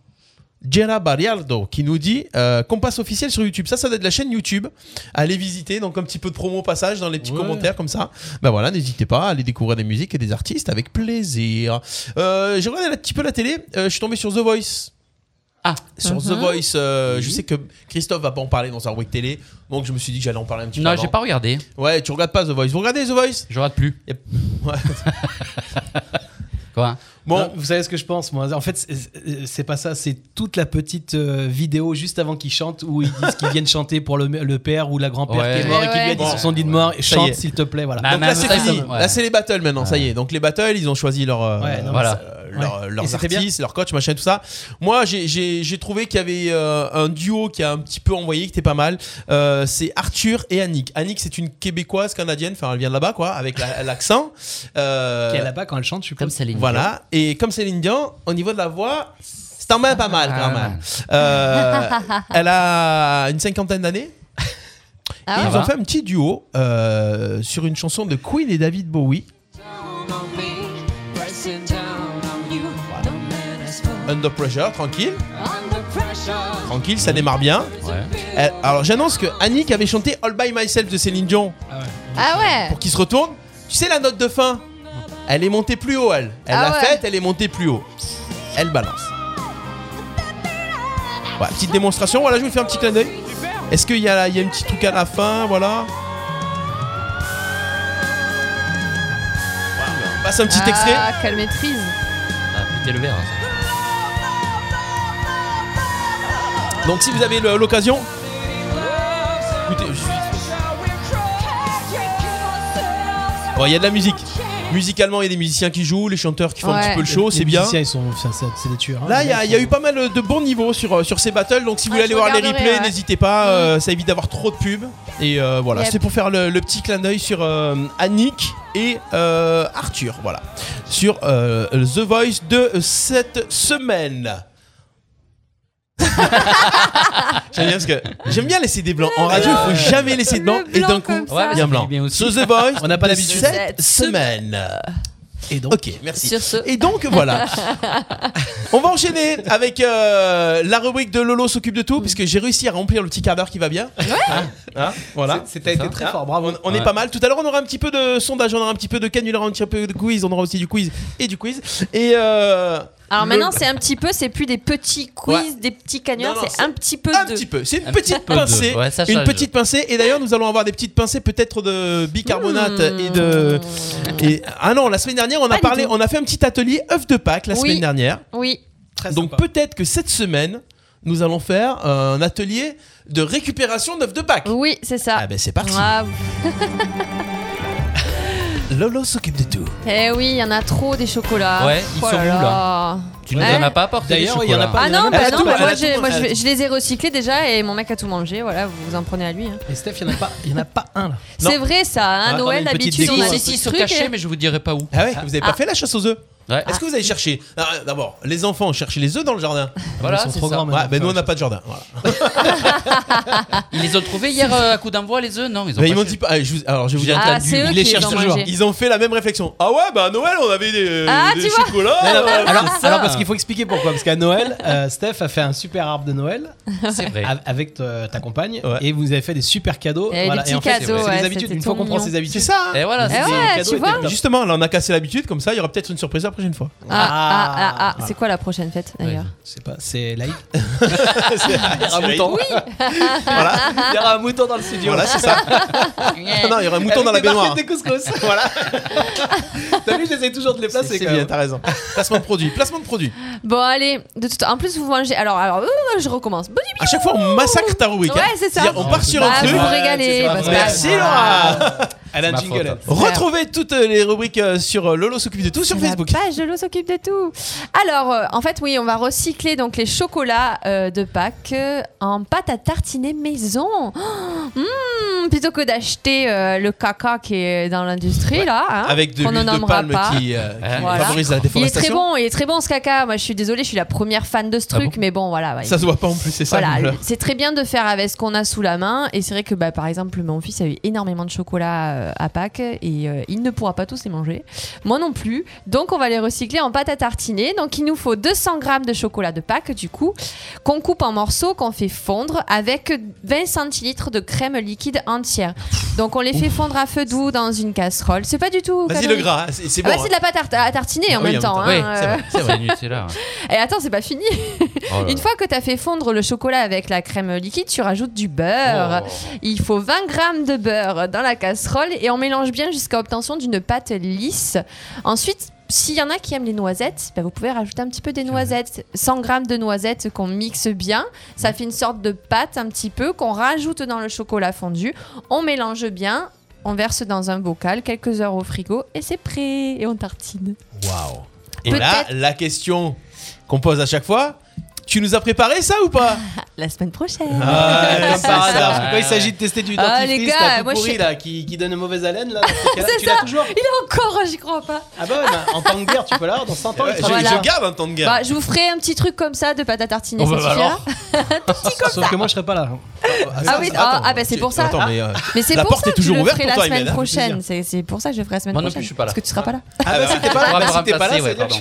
S3: Gera Barriardo qui nous dit euh, passe officiel sur YouTube. Ça, ça doit être la chaîne YouTube. Allez visiter, donc un petit peu de promo au passage dans les petits
S4: Ouais.
S3: commentaires comme ça. Ben voilà, n'hésitez pas à aller découvrir des musiques et des artistes avec plaisir. Euh, J'ai regardé un petit peu la télé, euh, je suis tombé sur The Voice.
S6: Ah.
S3: Sur The
S2: Mhm.
S3: Voice, euh,
S6: Oui.
S3: je sais que Christophe va pas en parler dans sa rubrique télé, donc je me suis dit que j'allais en parler un petit peu.
S6: Non,
S3: avant.
S6: j'ai pas regardé.
S3: Ouais, tu regardes pas The Voice. Vous regardez The Voice
S6: Je rate plus.
S3: Yep.
S6: Quoi
S3: Bon,
S4: Non, vous savez ce que je pense, moi. En fait, c'est- c'est pas ça. C'est toute la petite euh, vidéo juste avant qu'ils chantent où ils disent qu'ils viennent chanter pour le, le père ou la grand-père
S6: Ouais.
S4: qui est mort et qui lui a
S2: Ouais,
S4: dit
S3: ouais.
S4: sur son lit de mort
S3: Ça y est.
S4: chante s'il te plaît. Voilà.
S6: Bah,
S3: Donc
S6: mais
S3: là
S6: en même
S3: c'est
S6: temps,
S3: fini.
S6: ça me- ouais.
S3: Là c'est les battles maintenant, ça y est. Donc les battles, ils ont choisi leur, euh,
S4: Ouais, non, mais
S6: Voilà.
S3: euh, leur-
S4: ouais. Et
S3: leurs
S4: c'était bien.
S3: artistes, leurs coachs, machin, tout ça. Moi j'ai- j'ai j'ai trouvé qu'il y avait euh, un duo qui a un petit peu envoyé, qui était pas mal. Euh, c'est Arthur et Annick. Annick c'est une québécoise canadienne, enfin elle vient de là-bas quoi, avec la- l'accent. Euh,
S4: Qui est là-bas quand elle chante, je suis
S6: Comme Céline.
S3: voilà. Et comme Céline Dion, au niveau de la voix, c'est en même pas mal
S6: Ah,
S3: quand même. Euh, elle a une cinquantaine d'années.
S2: Ah
S3: et
S6: ouais
S3: ils
S6: Ça
S3: ont
S6: va.
S3: fait un petit duo euh, sur une chanson de Queen et David Bowie. Under Pressure, tranquille. Tranquille, ça démarre bien.
S6: Ouais.
S3: Elle- alors j'annonce que Annick avait chanté All By Myself de Céline Dion
S2: Ah ouais
S3: pour qu'il se retourne. Tu sais la note de fin Elle est montée plus haut, elle. Elle
S2: Ah
S3: l'a
S2: ouais.
S3: faite, elle est montée plus haut. Elle balance. Voilà, petite démonstration. Voilà, je vous fais un petit clin d'œil. Est-ce qu'il y a, il y a un petit truc à la fin Voilà. Voilà, on passe un petit extrait.
S2: Ah, quelle maîtrise
S6: Ah, péter le
S3: hein,
S6: verre. ça.
S3: Donc si vous avez le- l'occasion. Écoutez, je- Bon, il y a de la musique. Musicalement, il y a des musiciens qui jouent, les chanteurs qui font un
S2: Ouais.
S3: petit peu le show,
S4: Les
S3: c'est bien.
S4: musiciens, Ils sont, enfin, c'est c'est des tueurs. hein.
S3: Là, il y, a-
S4: Les
S3: il y a
S4: mecs,
S3: eu pas mal de bons niveaux sur, euh, sur ces battles, donc si vous
S2: Ah,
S3: voulez
S2: je
S3: aller voir les
S2: regarderai,
S3: replays,
S2: ouais. Mm.
S3: n'hésitez pas, euh, ça évite d'avoir trop de pubs. Et euh, voilà,
S2: Yep.
S3: c'est pour faire le, le petit clin d'œil sur euh, Annick et euh, Arthur, voilà, sur euh, The Voice de cette semaine. j'aime bien parce que j'aime bien laisser des blancs en radio, il faut jamais laisser de blancs
S2: Le
S3: et
S2: blanc
S3: d'un coup,
S2: comme ça.
S6: Ouais,
S3: il y a un blanc.
S6: Bien aussi.
S3: Sur The Voice,
S4: On n'a pas
S3: de
S4: l'habitude.
S3: cette
S2: Cette
S3: semaine.
S4: Et donc,
S3: Ok, merci.
S2: Sur ce,
S3: Et donc voilà. On va enchaîner avec euh, la rubrique de Lolo s'occupe de
S2: Mm.
S3: tout, puisque j'ai réussi à remplir le petit quart d'heure qui va bien. Hein Hein voilà.
S4: c'est- t'as été très fort, bravo.
S3: On est pas mal. Tout à l'heure, on aura un petit peu de sondage, on aura un petit peu de canular, un petit peu de quiz, on aura aussi du quiz et du quiz. Et euh,
S2: alors
S3: le-
S2: maintenant c'est un petit peu, c'est plus des petits quiz,
S3: Ouais.
S2: des petits canulars,
S3: Non, non,
S2: c'est un petit peu
S3: un
S2: de.
S3: petit peu, c'est une
S6: Un
S3: petite
S6: peu de-
S3: pincée,
S6: ouais, ça
S3: une
S6: change.
S3: petite pincée. Et d'ailleurs, nous allons avoir des petites pincées peut-être de bicarbonate et de. Et, ah non, la semaine dernière, on
S2: Hmm. Pas
S3: a
S2: du
S3: parlé,
S2: tout.
S3: on a fait un petit atelier œuf de Pâques la
S2: Oui.
S3: semaine dernière.
S2: Oui.
S3: Donc peut-être que cette semaine, nous allons faire un atelier de récupération d'œufs de Pâques.
S2: Oui, c'est
S3: Ah
S2: ça.
S3: ben c'est parti.
S2: Bravo.
S3: Lolo s'occupe de tout.
S2: Eh oui, il y en a trop des chocolats.
S6: Ouais, ils
S2: Oh
S6: sont où, là
S2: là
S6: Tu nous
S2: Ouais.
S6: en as pas apporté des
S4: D'ailleurs, il y en a
S6: chocolats.
S4: pas.
S2: Ah non,
S4: il y en a
S2: bah
S4: même
S2: non,
S4: pas.
S2: bah
S3: elle a
S2: moi,
S3: tout
S2: j'ai- moi,
S3: mangé.
S2: je, je les ai recyclés déjà et mon mec a tout mangé. Voilà, vous vous en prenez à lui. hein.
S4: Et Steph, il n'y en a pas- il n'y en a pas un là.
S2: C'est vrai ça,
S4: Ah,
S2: hein,
S4: attendez,
S2: Noël
S4: une petite
S2: d'habitude on
S4: déco,
S2: a
S3: hein.
S4: un
S2: des
S6: Si,
S4: peu.
S6: si,
S2: petits
S6: se
S2: trucs.
S6: cacher,
S2: et-
S4: Ah.
S6: mais je vous dirai pas où.
S3: Ah ouais, vous avez pas fait la chasse aux œufs
S6: Ouais.
S3: Est-ce que vous avez cherché Ah, D'abord, les enfants cherchez les œufs dans le jardin.
S6: Voilà,
S4: Ils sont
S6: c'est
S4: trop
S6: ça.
S4: grands,
S3: Ouais,
S4: maintenant,
S3: ben nous on
S4: faut
S3: n'a pas de jardin. voilà.
S6: Ils les ont trouvés hier euh, à coup d'envoi, les œufs Non, ils ont
S3: Mais
S6: pas
S3: ils m'ont
S6: cherché.
S3: dit pas. ah, je vous- alors je vais vous
S6: J'ai
S3: dire,
S2: Ah,
S6: entendu,
S2: c'est eux
S3: ils
S2: qui
S3: les
S2: les
S3: cherchent
S2: ont
S3: toujours.
S2: mangés.
S3: Ils ont fait la même réflexion. Ah ouais, bah à Noël on avait des,
S2: Ah,
S3: des
S2: tu vois.
S3: chocolats.
S4: Alors,
S3: euh,
S4: alors,
S6: c'est ça.
S4: alors, parce qu'il faut expliquer pourquoi. Parce qu'à Noël, euh, Steph a fait un super arbre de Noël
S6: C'est vrai.
S4: a- avec euh, ta compagne
S3: Ouais.
S4: et vous avez fait des super cadeaux.
S2: Et des petits
S4: c'est-
S2: cadeaux,
S4: c'est
S2: ouais,
S4: des habitudes.
S2: c'était
S4: Une fois
S2: trop
S4: qu'on prend
S2: mignon.
S4: ses habitudes,
S3: C'est ça. hein.
S6: Et voilà,
S2: Eh
S6: c'est-
S2: ouais.
S4: les cadeaux
S2: tu
S4: étaient
S2: vois.
S4: top.
S3: Justement, là on a cassé l'habitude, comme ça il y aura peut-être une surprise la prochaine fois.
S2: Ah, ah, ah, ah. C'est quoi la prochaine fête
S6: Ouais.
S2: d'ailleurs
S4: Je sais pas, c'est live.
S3: Oui. voilà,
S4: Il y aura un mouton dans le studio.
S3: voilà c'est ça. non, il y aura un mouton dans la baignoire.
S4: voilà. T'as vu, j'essaie toujours de les placer.
S3: C'est bien, t'as raison. Placement de produit, placement de produit.
S2: Bon, allez, de tout... en plus, vous mangez. Alors, alors euh, je recommence. Bon,
S3: À chaque fois, on massacre ta rubrique.
S2: Ouais,
S3: hein.
S2: c'est ça.
S3: C'est-à-dire, On part sur un
S2: Bah,
S3: truc.
S2: vous vous régalez.
S4: c'est pas
S2: parce que-
S4: vrai.
S3: Merci Laura.
S4: Elle a un
S6: ma
S4: jingle.
S6: faute.
S4: elle.
S3: Retrouvez toutes les rubriques euh, sur euh, Lolo s'occupe de tout sur
S2: La
S3: Facebook.
S2: page de l'eau s'occupe de tout. Alors, euh, en fait, oui, on va recycler donc les chocolats euh, de Pâques euh, en pâte à tartiner maison. Oh, mm, plutôt que d'acheter euh, le caca qui est dans l'industrie là, hein,
S3: Avec de
S2: qu'on ne
S3: l'huile de
S2: nommera
S3: palme
S2: pas.
S3: qui, euh, qui
S6: Voilà.
S3: favorise la
S2: Il est
S3: déforestation.
S2: très bon, il est très bon ce caca. Moi, je suis désolée, je suis la première fan de ce
S6: Ah
S2: truc,
S6: bon
S2: mais bon, voilà. ouais.
S3: Ça se voit pas en plus, c'est ça.
S2: Voilà,
S3: le malheur.
S2: c'est très bien de faire avec ce qu'on a sous la main. Et c'est vrai que, bah, par exemple, mon fils a eu énormément de chocolat euh, à Pâques et euh, il ne pourra pas tous les manger. Moi non plus. Donc, on va les recycler en pâte à tartiner. Donc, il nous faut 200 grammes de chocolat de Pâques, du coup, qu'on coupe en morceaux, qu'on fait fondre avec 20 centilitres de crème liquide entière. Donc, on les fait fondre à feu doux dans une casserole. C'est pas du tout.
S3: Vas-y le
S2: calorique.
S3: gras, hein, c'est c'est
S2: Ah
S3: bon.
S2: ouais, c'est de la pâte à tart- à tartiner en,
S3: Ah oui,
S2: même temps.
S6: Oui,
S2: hein,
S6: c'est
S2: euh.
S6: vrai. C'est vrai, Nutella.
S2: Et attends, c'est pas fini.
S6: Oh là
S2: Une fois que tu as fait fondre le chocolat avec la crème liquide, tu rajoutes du
S6: là.
S2: beurre.
S6: Oh.
S2: Il faut 20 grammes de beurre dans la casserole et on mélange bien jusqu'à obtention d'une pâte lisse. Ensuite, s'il y en a qui aiment les noisettes, bah, vous pouvez rajouter un petit peu des noisettes. 100 grammes de noisettes qu'on mixe bien.
S6: Mm.
S2: Ça fait une sorte de pâte un petit peu qu'on rajoute dans le chocolat fondu. On mélange bien. On verse dans un bocal quelques heures au frigo et c'est prêt. Et on tartine.
S3: Waouh. Et là, la question qu'on pose à chaque fois, tu nous as préparé ça ou pas
S2: La semaine prochaine.
S3: Ah,
S4: Comme par
S3: c'est ça.
S4: hasard. Quand il s'agit de tester du
S2: Ah,
S4: dentifrice,
S2: les gars,
S4: t'as tout
S2: moi, je
S4: pourri,
S2: sais-
S4: là, qui, qui donne une mauvaise haleine, là, dans ce cas-là,
S2: C'est
S4: tu l'as
S2: ça.
S4: toujours.
S2: Il est encore, j'y crois pas.
S4: Ah bah ouais, bah, en temps de guerre, tu peux l'avoir, dans 100 ans,
S3: Ouais,
S4: il
S3: je,
S4: sera
S2: Voilà.
S3: je garde un temps de guerre.
S2: Bah, je vous ferai un petit truc comme ça de pâte à tartiner,
S3: Oh,
S2: ça
S3: bah, bah,
S2: suffira.
S3: alors.
S4: Sauf que moi, je serais pas là.
S2: ah oui, ah, ah, bah, c'est pour ça.
S3: Attends, mais, euh,
S2: Mais c'est
S3: La
S2: pour
S3: porte
S2: ça
S3: est
S2: que je
S3: toujours
S2: le
S3: ouverte
S2: ferai
S3: pour
S2: la
S3: toi,
S2: semaine
S3: Imelda, avec
S2: prochaine. C'est c'est pour ça que je le ferai la semaine
S6: Moi non
S2: prochaine.
S6: plus, je suis pas là.
S2: Parce que tu seras pas là.
S4: Ah bah, si t'es pas là,
S6: On va me
S4: bah, si t'es pas là,
S6: remplacer, ouais,
S4: c'est
S6: pardon.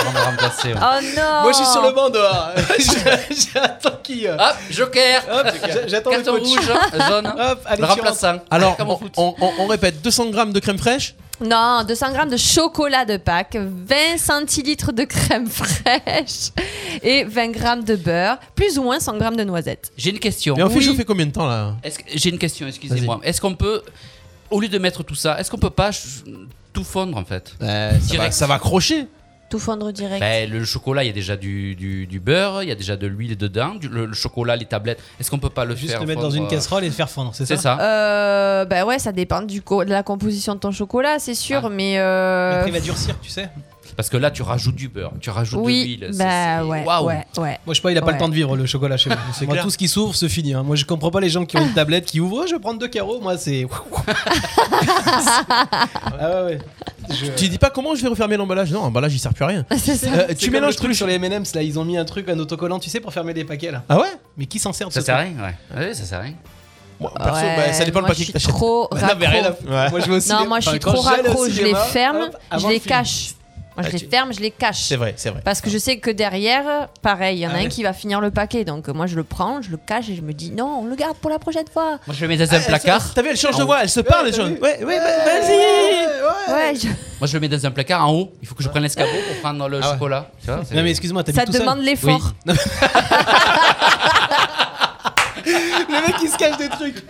S6: On va me remplacer, ouais.
S2: Oh non
S4: Moi, je suis sur le banc dehors. J'attends qui. euh,
S6: Hop, joker
S4: Hop, j'attends le
S6: Carton
S4: coach.
S6: rouge, hein, jaune.
S4: Hop, allez,
S6: Le
S4: tu rentres.
S6: remplaçant.
S3: Alors,
S6: Comme au
S3: on,
S6: foot.
S3: on- on- on répète 200 grammes de crème fraîche.
S2: Non, 200 grammes de chocolat de Pâques, 20 centilitres de crème fraîche et 20 grammes de beurre, plus ou moins 100 grammes de noisettes.
S6: J'ai une question.
S3: Mais on fait
S6: Oui.
S3: chauffer combien de temps là
S6: Est-ce que- J'ai une question, excusez-moi. Est-ce qu'on peut, au lieu de mettre tout ça, est-ce qu'on peut pas ch- tout fondre en fait
S3: ça va,
S6: Direct.
S3: ça va accrocher.
S2: Tout fondre direct.
S6: Ben, le chocolat, il y a déjà du, du, du beurre, il y a déjà de l'huile dedans, du- le, le chocolat, les tablettes. Est-ce qu'on peut pas le
S4: Juste
S6: faire
S4: le mettre dans
S6: fondre,
S4: une
S6: euh,
S4: casserole et le faire fondre, c'est ça
S6: C'est ça.
S2: Euh, bah ouais, ça dépend du co- de la composition de ton chocolat, c'est sûr,
S6: Ah.
S2: mais. euh,
S4: Après, il va durcir, tu sais.
S6: Parce que là, tu rajoutes du beurre, tu rajoutes
S2: oui,
S6: de l'huile. c'est-
S2: bah
S6: c'est-
S2: ouais,
S6: waouh.
S2: ouais, ouais.
S4: Moi, je sais pas, il a pas
S2: Ouais.
S4: le temps de vivre le chocolat chez moi.
S3: C'est
S4: Moi,
S3: clair.
S4: tout ce qui s'ouvre se finit. hein. Moi, je comprends pas les gens qui ont une tablette qui ouvre. Je vais prendre deux carreaux. Moi, c'est. ah ouais, ouais. Je-
S3: Tu dis pas comment je vais refermer l'emballage Non, l'emballage il sert plus à rien.
S2: C'est ça.
S3: Euh,
S4: C'est
S3: tu
S4: comme
S3: mélanges
S4: le truc
S3: tout
S4: sur les M&M's là. Ils ont mis un truc, un autocollant, tu sais, pour fermer les paquets là.
S3: Ah ouais
S4: Mais qui s'en sert de
S6: Ça
S4: ce
S6: sert à
S4: truc
S6: rien, ouais. Oui, ça sert à rien.
S3: Moi, perso,
S2: Ouais,
S3: bah, ça dépend le
S2: moi,
S3: paquet
S2: je
S3: que
S2: suis
S3: t'achètes. Bah,
S2: trop
S3: Non, mais rien à
S2: raccro.
S3: foutre. Ouais.
S4: Moi, je vais aussi.
S2: Non, moi je suis trop raccro, je les ferme, je les cache. Moi je
S3: Ah,
S2: les
S3: tu-
S2: ferme, je les cache.
S3: C'est vrai, c'est vrai.
S2: Parce que je sais que derrière, pareil, il y en a
S4: Ah ouais.
S2: un qui va finir le paquet. Donc euh, moi je le prends, je le cache et je me dis non, on le garde pour la prochaine fois.
S6: Moi, je le mets dans un
S3: Ah,
S6: placard.
S3: T'as vu, elle change de voix, elle se parle,
S4: t'as
S3: elle change.
S4: vu
S3: Ouais, ouais, bah, vas-y
S2: Ouais, je-
S6: Moi, je le mets dans un placard en haut. Il faut que je prenne l'escabeau pour prendre
S3: Ah
S6: le chocolat. Tu vois, c'est-
S4: Non mais excuse-moi, t'as
S2: ça
S4: tout seul.
S2: demande l'effort.
S4: Le mec il se cache des trucs.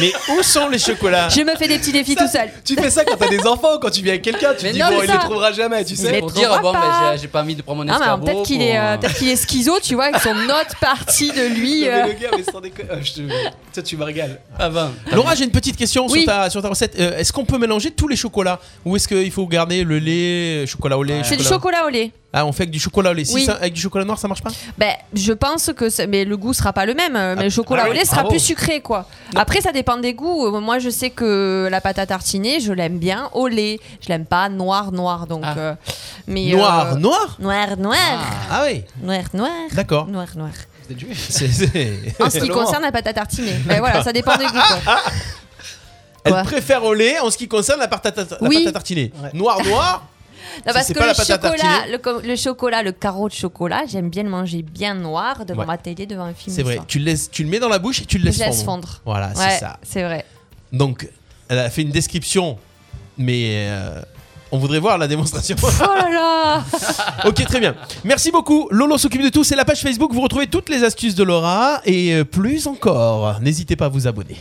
S3: Mais où sont les chocolats
S2: Je me fais des petits défis tout seul.
S4: Tu fais ça quand t'as des enfants, ou quand tu viens avec quelqu'un, tu
S6: Mais
S4: te dis
S6: non,
S4: bon,
S2: mais
S4: il
S2: ça-
S4: les trouvera jamais, tu sais.
S2: les
S6: pour dire,
S2: trouvera
S6: bon, ben,
S2: pas.
S6: j'ai- j'ai pas envie de prendre mon
S2: Non, Ah, mais
S6: escabeau.
S2: alors, peut-être qu'il est,
S6: pour,
S2: euh,
S6: euh,
S2: peut-être qu'il est schizo, tu vois, avec son autre partie de lui. euh.
S4: Mais le gars, mais sans déconner. Ah, je te- Toi, tu me régales.
S6: Ah ben,
S3: Laura, j'ai une petite question
S2: Oui.
S3: sur, ta, sur ta recette. Euh, est-ce qu'on peut mélanger tous les chocolats Ou est-ce qu'il faut garder le lait, chocolat au lait
S2: C'est du
S3: chocolat-
S2: chocolat au lait.
S3: Ah, on fait avec du chocolat au lait. Si
S2: Oui.
S3: ça- avec du chocolat noir, ça marche pas
S2: Ben, je pense que c'est- mais le goût sera pas le même. euh, Mais le chocolat
S3: ah
S2: au
S3: oui,
S2: lait sera
S3: bravo.
S2: plus sucré, quoi. Après, ça dépend des goûts. Euh, Moi, je sais que la pâte à tartiner, je l'aime bien au lait. Je l'aime pas noir, noir. Donc, euh, mais
S3: Ah. Noir,
S2: euh,
S3: noir
S2: noir, noir,
S3: Ah oui,
S2: noir, noir,
S3: d'accord.
S2: noir, noir.
S4: Vous êtes juif
S3: C'est- c'est-
S2: En ce qui
S3: Laurent,
S2: concerne la pâte à tartiner, ben voilà, ça dépend des goûts.
S3: Ah,
S2: quoi.
S3: Elle
S2: quoi
S3: préfère au lait en ce qui concerne la pâte à, ta- la
S2: Oui.
S3: pâte à tartiner.
S4: Ouais.
S3: Noir, noir.
S2: Non,
S3: Si
S2: parce
S3: c'est
S2: que
S3: pas
S2: le
S3: la pâte à
S2: chocolat,
S3: tartiner.
S2: le, co- le chocolat, le carreau de chocolat, j'aime bien le manger bien noir devant
S3: Ouais.
S2: ma télé, devant un film.
S3: c'est
S2: le
S3: vrai.
S2: soir.
S3: Tu le, laisses, tu le mets dans la bouche et tu le laisses
S2: Je Mmh, laisse
S3: fondre.
S2: fondre.
S3: Voilà,
S2: Ouais,
S3: c'est ça.
S2: c'est vrai.
S3: Donc, elle a fait une description, mais euh, on voudrait voir la démonstration.
S2: Oh là là
S3: ok, très bien. Merci beaucoup. Lolo s'occupe de tout. C'est la page Facebook. Vous retrouvez toutes les astuces de Laura et euh, plus encore. N'hésitez pas à vous abonner.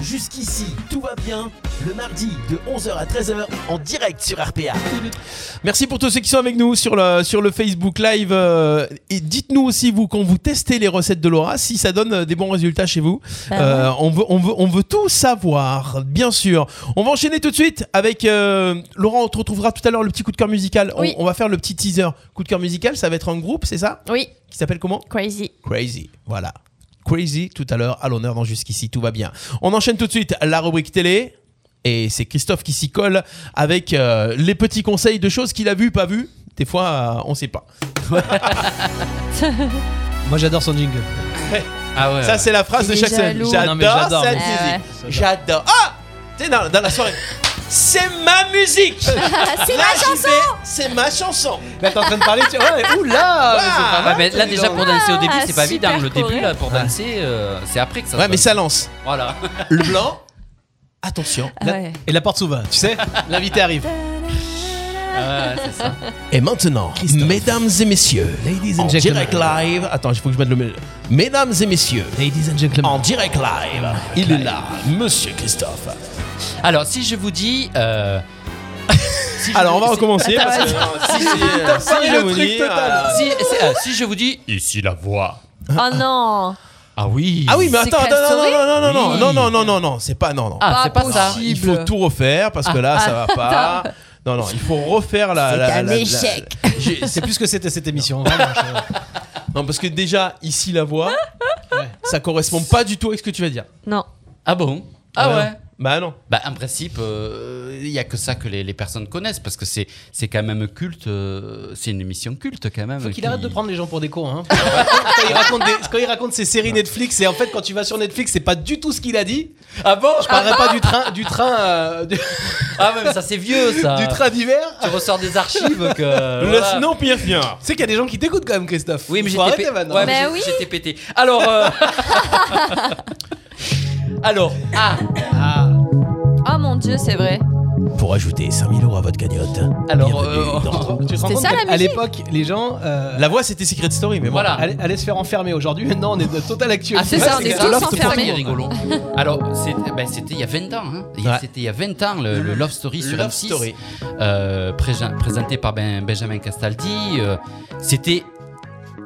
S1: Jusqu'ici, tout va bien. Le mardi de 11h à 13h en direct sur RPA.
S3: Merci pour tous ceux qui sont avec nous sur le, sur le Facebook Live. euh, et dites-nous aussi, vous, quand vous testez les recettes de Laura, si ça donne euh, des bons résultats chez vous.
S2: Bah
S3: Euh, on, veut, on, veut, on veut tout savoir, bien sûr. On va enchaîner tout de suite avec... euh, Laurent, on te retrouvera tout à l'heure le petit coup de cœur musical. On-
S2: Oui.
S3: On, va faire le petit teaser. Coup de cœur musical, ça va être un groupe, c'est ça
S2: Oui,
S3: Qui s'appelle comment
S2: crazy.
S3: Crazy, voilà. Crazy tout à l'heure, à l'honneur dans Jusqu'ici, tout va bien. On enchaîne tout de suite la rubrique télé. Et c'est Christophe qui s'y colle avec euh, les petits conseils de choses qu'il a vues, pas vues. Des fois, euh, on sait pas.
S4: Moi j'adore son jingle.
S6: Ah ouais.
S3: Ça, c'est la phrase
S2: Il
S3: de
S2: est
S3: chaque semaine.
S2: jaloux.
S4: Non, mais
S3: J'adore
S4: j'adore,
S3: cette
S4: mais-
S2: Ah
S3: musique. J'adore. Ah Tu sais, dans, dans la soirée. C'est ma musique
S2: c'est
S3: Là, j'y vais, C'est ma chanson
S4: Là t'es en train de parler, tu ouais, oula mais c'est pas
S6: Ah,
S4: mal,
S6: mais là
S4: dis
S6: déjà
S4: donc.
S6: pour danser au début c'est pas
S2: Ah, super
S6: évident le
S2: choré.
S6: début là pour danser euh, c'est après que ça
S3: Ouais,
S6: se
S3: mais
S6: danse.
S3: ça lance.
S6: voilà
S3: Le blanc. Attention.
S4: La-
S2: Ouais.
S4: Et la porte s'ouvre, tu sais L'invité arrive.
S6: Ah, c'est ça
S3: Et maintenant,
S4: Christophe.
S3: mesdames et messieurs,
S4: Ladies
S3: en direct live. Attends, il faut que je mette le. Mesdames et messieurs,
S4: Ladies and gentlemen.
S3: en direct live, il est là, Monsieur Christophe.
S6: alors si je vous dis euh, si je-
S3: Alors, on va
S6: si-
S3: recommencer. parce que- Oh, si- si je vous dis, euh,
S6: si, si- ah, si je vous dis ici la voix
S2: Oh non
S6: ah oui
S3: Ah oui, mais
S2: C'est
S3: attends, attends, non,
S2: Crève-Souris
S3: non, non, non,
S6: Oui.
S3: non, non, non, non, non, non, c'est pas, non, non.
S6: ah
S2: Pas
S6: c'est pas ça Ah,
S2: possible.
S3: Il faut tout refaire parce que là, ça va pas. Non, non, il faut refaire la.
S2: C'est
S3: la-
S2: un
S3: la- la-
S2: échec.
S3: J'ai-
S4: C'est plus ce que c'était cette émission. vraiment, je-
S3: Non, parce que déjà, ici, la voix,
S4: Ouais.
S3: ça correspond pas du tout avec ce que tu vas dire.
S2: Non.
S6: ah bon ah ouais
S3: Bah non.
S6: Bah, en principe, euh, il y a que ça que les, les personnes connaissent parce que c'est c'est quand même culte. euh, c'est une émission culte quand même.
S4: Faut qu'il
S6: qui-
S4: arrête de prendre les gens pour des cons. hein. Quand il raconte des- quand il raconte ses séries Netflix, et en fait, quand tu vas sur Netflix, c'est pas du tout ce qu'il a dit.
S6: Ah bon
S4: Je parlerai pas du train, du train, euh, du,
S6: Ah ouais, mais ça c'est vieux ça.
S4: du train d'hiver.
S6: Tu ressors des archives que. euh,
S3: Le
S6: voilà.
S3: snow pierre
S4: Tu sais qu'il y a des gens qui t'écoutent quand même, Christophe.
S6: Oui,
S4: Faut
S6: mais j'étais
S4: arrêter
S6: pé-
S4: maintenant.
S6: ouais,
S2: Mais
S6: j'ai-
S2: Bah oui.
S6: j'étais pété. Alors. euh, Alors. Ah. Ah.
S2: Oh mon dieu, c'est vrai.
S1: Pour ajouter 5000 euros à votre cagnotte.
S3: hein.
S6: Alors.
S1: bienvenue dans-
S6: euh,
S4: Tu te rends
S2: C'était
S4: compte
S2: ça, la
S4: qu'à à
S2: musique
S4: l'époque, les gens euh,
S3: La voix, c'était Secret Story, mais bon.
S6: Voilà.
S4: allaient, allaient se faire enfermer. Aujourd'hui, maintenant, on est de totale
S6: Ah,
S4: actualité.
S2: c'est ça, on est
S4: grave.
S2: tous
S4: Loft
S2: enfermés.
S4: pour tout le
S6: C'est
S4: monde.
S6: rigolo. Alors, c'est- ben, c'était il y a 20 ans. hein. Il-
S3: Ouais.
S6: C'était il y a 20 ans, le, le Love Story sur
S3: Love
S6: M6.
S3: Story.
S6: euh, pré- présenté par Ben- Benjamin Castaldi. euh, C'était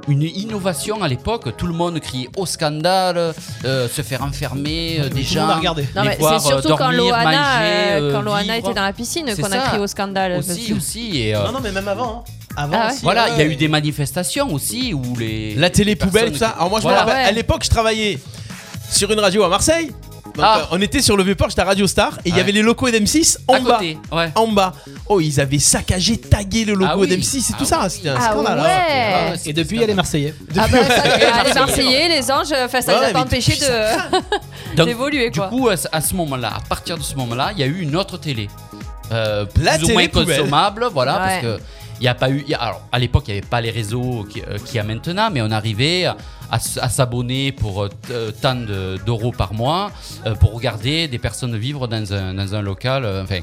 S6: une innovation à l'époque. Tout le monde criait au scandale, euh, se faire enfermer, euh, des
S4: Tout le monde a
S6: gens.
S4: regardé.
S2: Non,
S6: Les
S2: mais c'est
S6: voir, euh,
S2: surtout quand
S6: dormir,
S2: Loana,
S6: manger,
S2: euh,
S6: euh,
S2: quand Loana
S6: vivre.
S2: était dans la piscine
S6: C'est
S2: qu'on a
S6: ça.
S2: crié au scandale.
S6: Aussi,
S2: parce
S6: aussi. Et, euh,
S4: Non, non, mais même avant. hein. Avant
S2: Ah ouais.
S4: aussi,
S6: voilà, il y a
S4: ouais.
S6: eu des manifestations aussi où les.
S3: La télé
S6: les
S3: poubelle,
S6: personnes
S3: tout ça.
S6: qui-
S3: Alors moi, je
S6: Voilà.
S3: me rappelle,
S2: Ouais.
S3: à l'époque, je travaillais sur une radio à Marseille. Donc,
S6: Ah.
S3: euh, on était sur le vieux port, j'étais à Radio Star, et il y
S6: Ouais.
S3: avait les locaux d'M6 en
S6: à
S3: bas.
S6: côté. Ouais.
S3: En bas. Oh, ils avaient saccagé, tagué le logo
S6: Ah oui.
S3: d'M6 et tout
S6: Ah
S3: ça.
S6: oui.
S3: C'était un
S2: que- Ah
S3: scandale. hein.
S2: ouais
S4: Et depuis, il y a les Marseillais.
S2: Ah bah ça, euh, les Marseillais, les anges, enfin ça
S3: Ouais,
S2: les a
S3: mais
S2: pas empêchés de-
S6: Donc,
S2: d'évoluer
S6: Du
S2: quoi.
S6: coup, à ce- à ce moment-là, à partir de ce moment-là, il y a eu une autre télé. Euh, plus
S3: La
S6: ou
S3: télé
S6: moins
S3: poubelle.
S6: consommable, voilà,
S2: Ouais.
S6: parce que il n'y a pas eu. il y a- alors, à l'époque, il n'y avait pas les réseaux qui- euh, qu'il y a maintenant, mais on arrivait à, à s- à s'abonner pour euh, t- euh, tant de- d'euros par mois euh, pour regarder des personnes vivre dans un, dans un local. euh, enfin,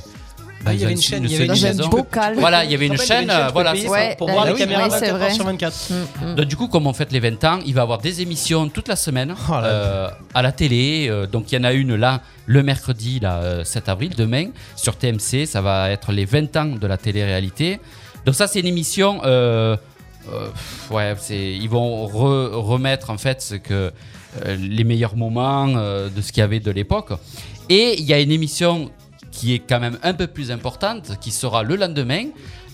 S4: Bah, Ah, il y
S6: ils ont
S4: avait une chaîne, il y avait
S6: seule
S4: une
S2: dans un
S4: saison.
S2: bocal.
S6: Voilà, il y avait une
S4: Quand même, il y avait
S6: chaîne, euh,
S4: tu
S6: voilà.
S4: peux payer
S6: c'est
S2: ça.
S6: ça.
S2: Ouais,
S4: pour
S2: là,
S4: voir les
S2: oui,
S4: caméras
S2: ouais, c'est
S4: 24 heures
S2: vrai.
S4: sur 24.
S6: Mm.
S4: Euh,
S6: Donc, du coup, comme on fête les 20 ans, il va y avoir des émissions toute la semaine
S3: Oh là là.
S6: euh, à la télé. Euh, donc, il y en a une là, le mercredi, là, euh, 7 avril, demain, sur TMC. Ça va être les 20 ans de la télé-réalité. Donc, ça, c'est une émission. euh, euh, pff, ouais, c'est- ils vont re- remettre en fait ce que, euh, les meilleurs moments euh, de ce qu'il y avait de l'époque. Et il y a une émission qui est quand même un peu plus importante, qui sera le lendemain,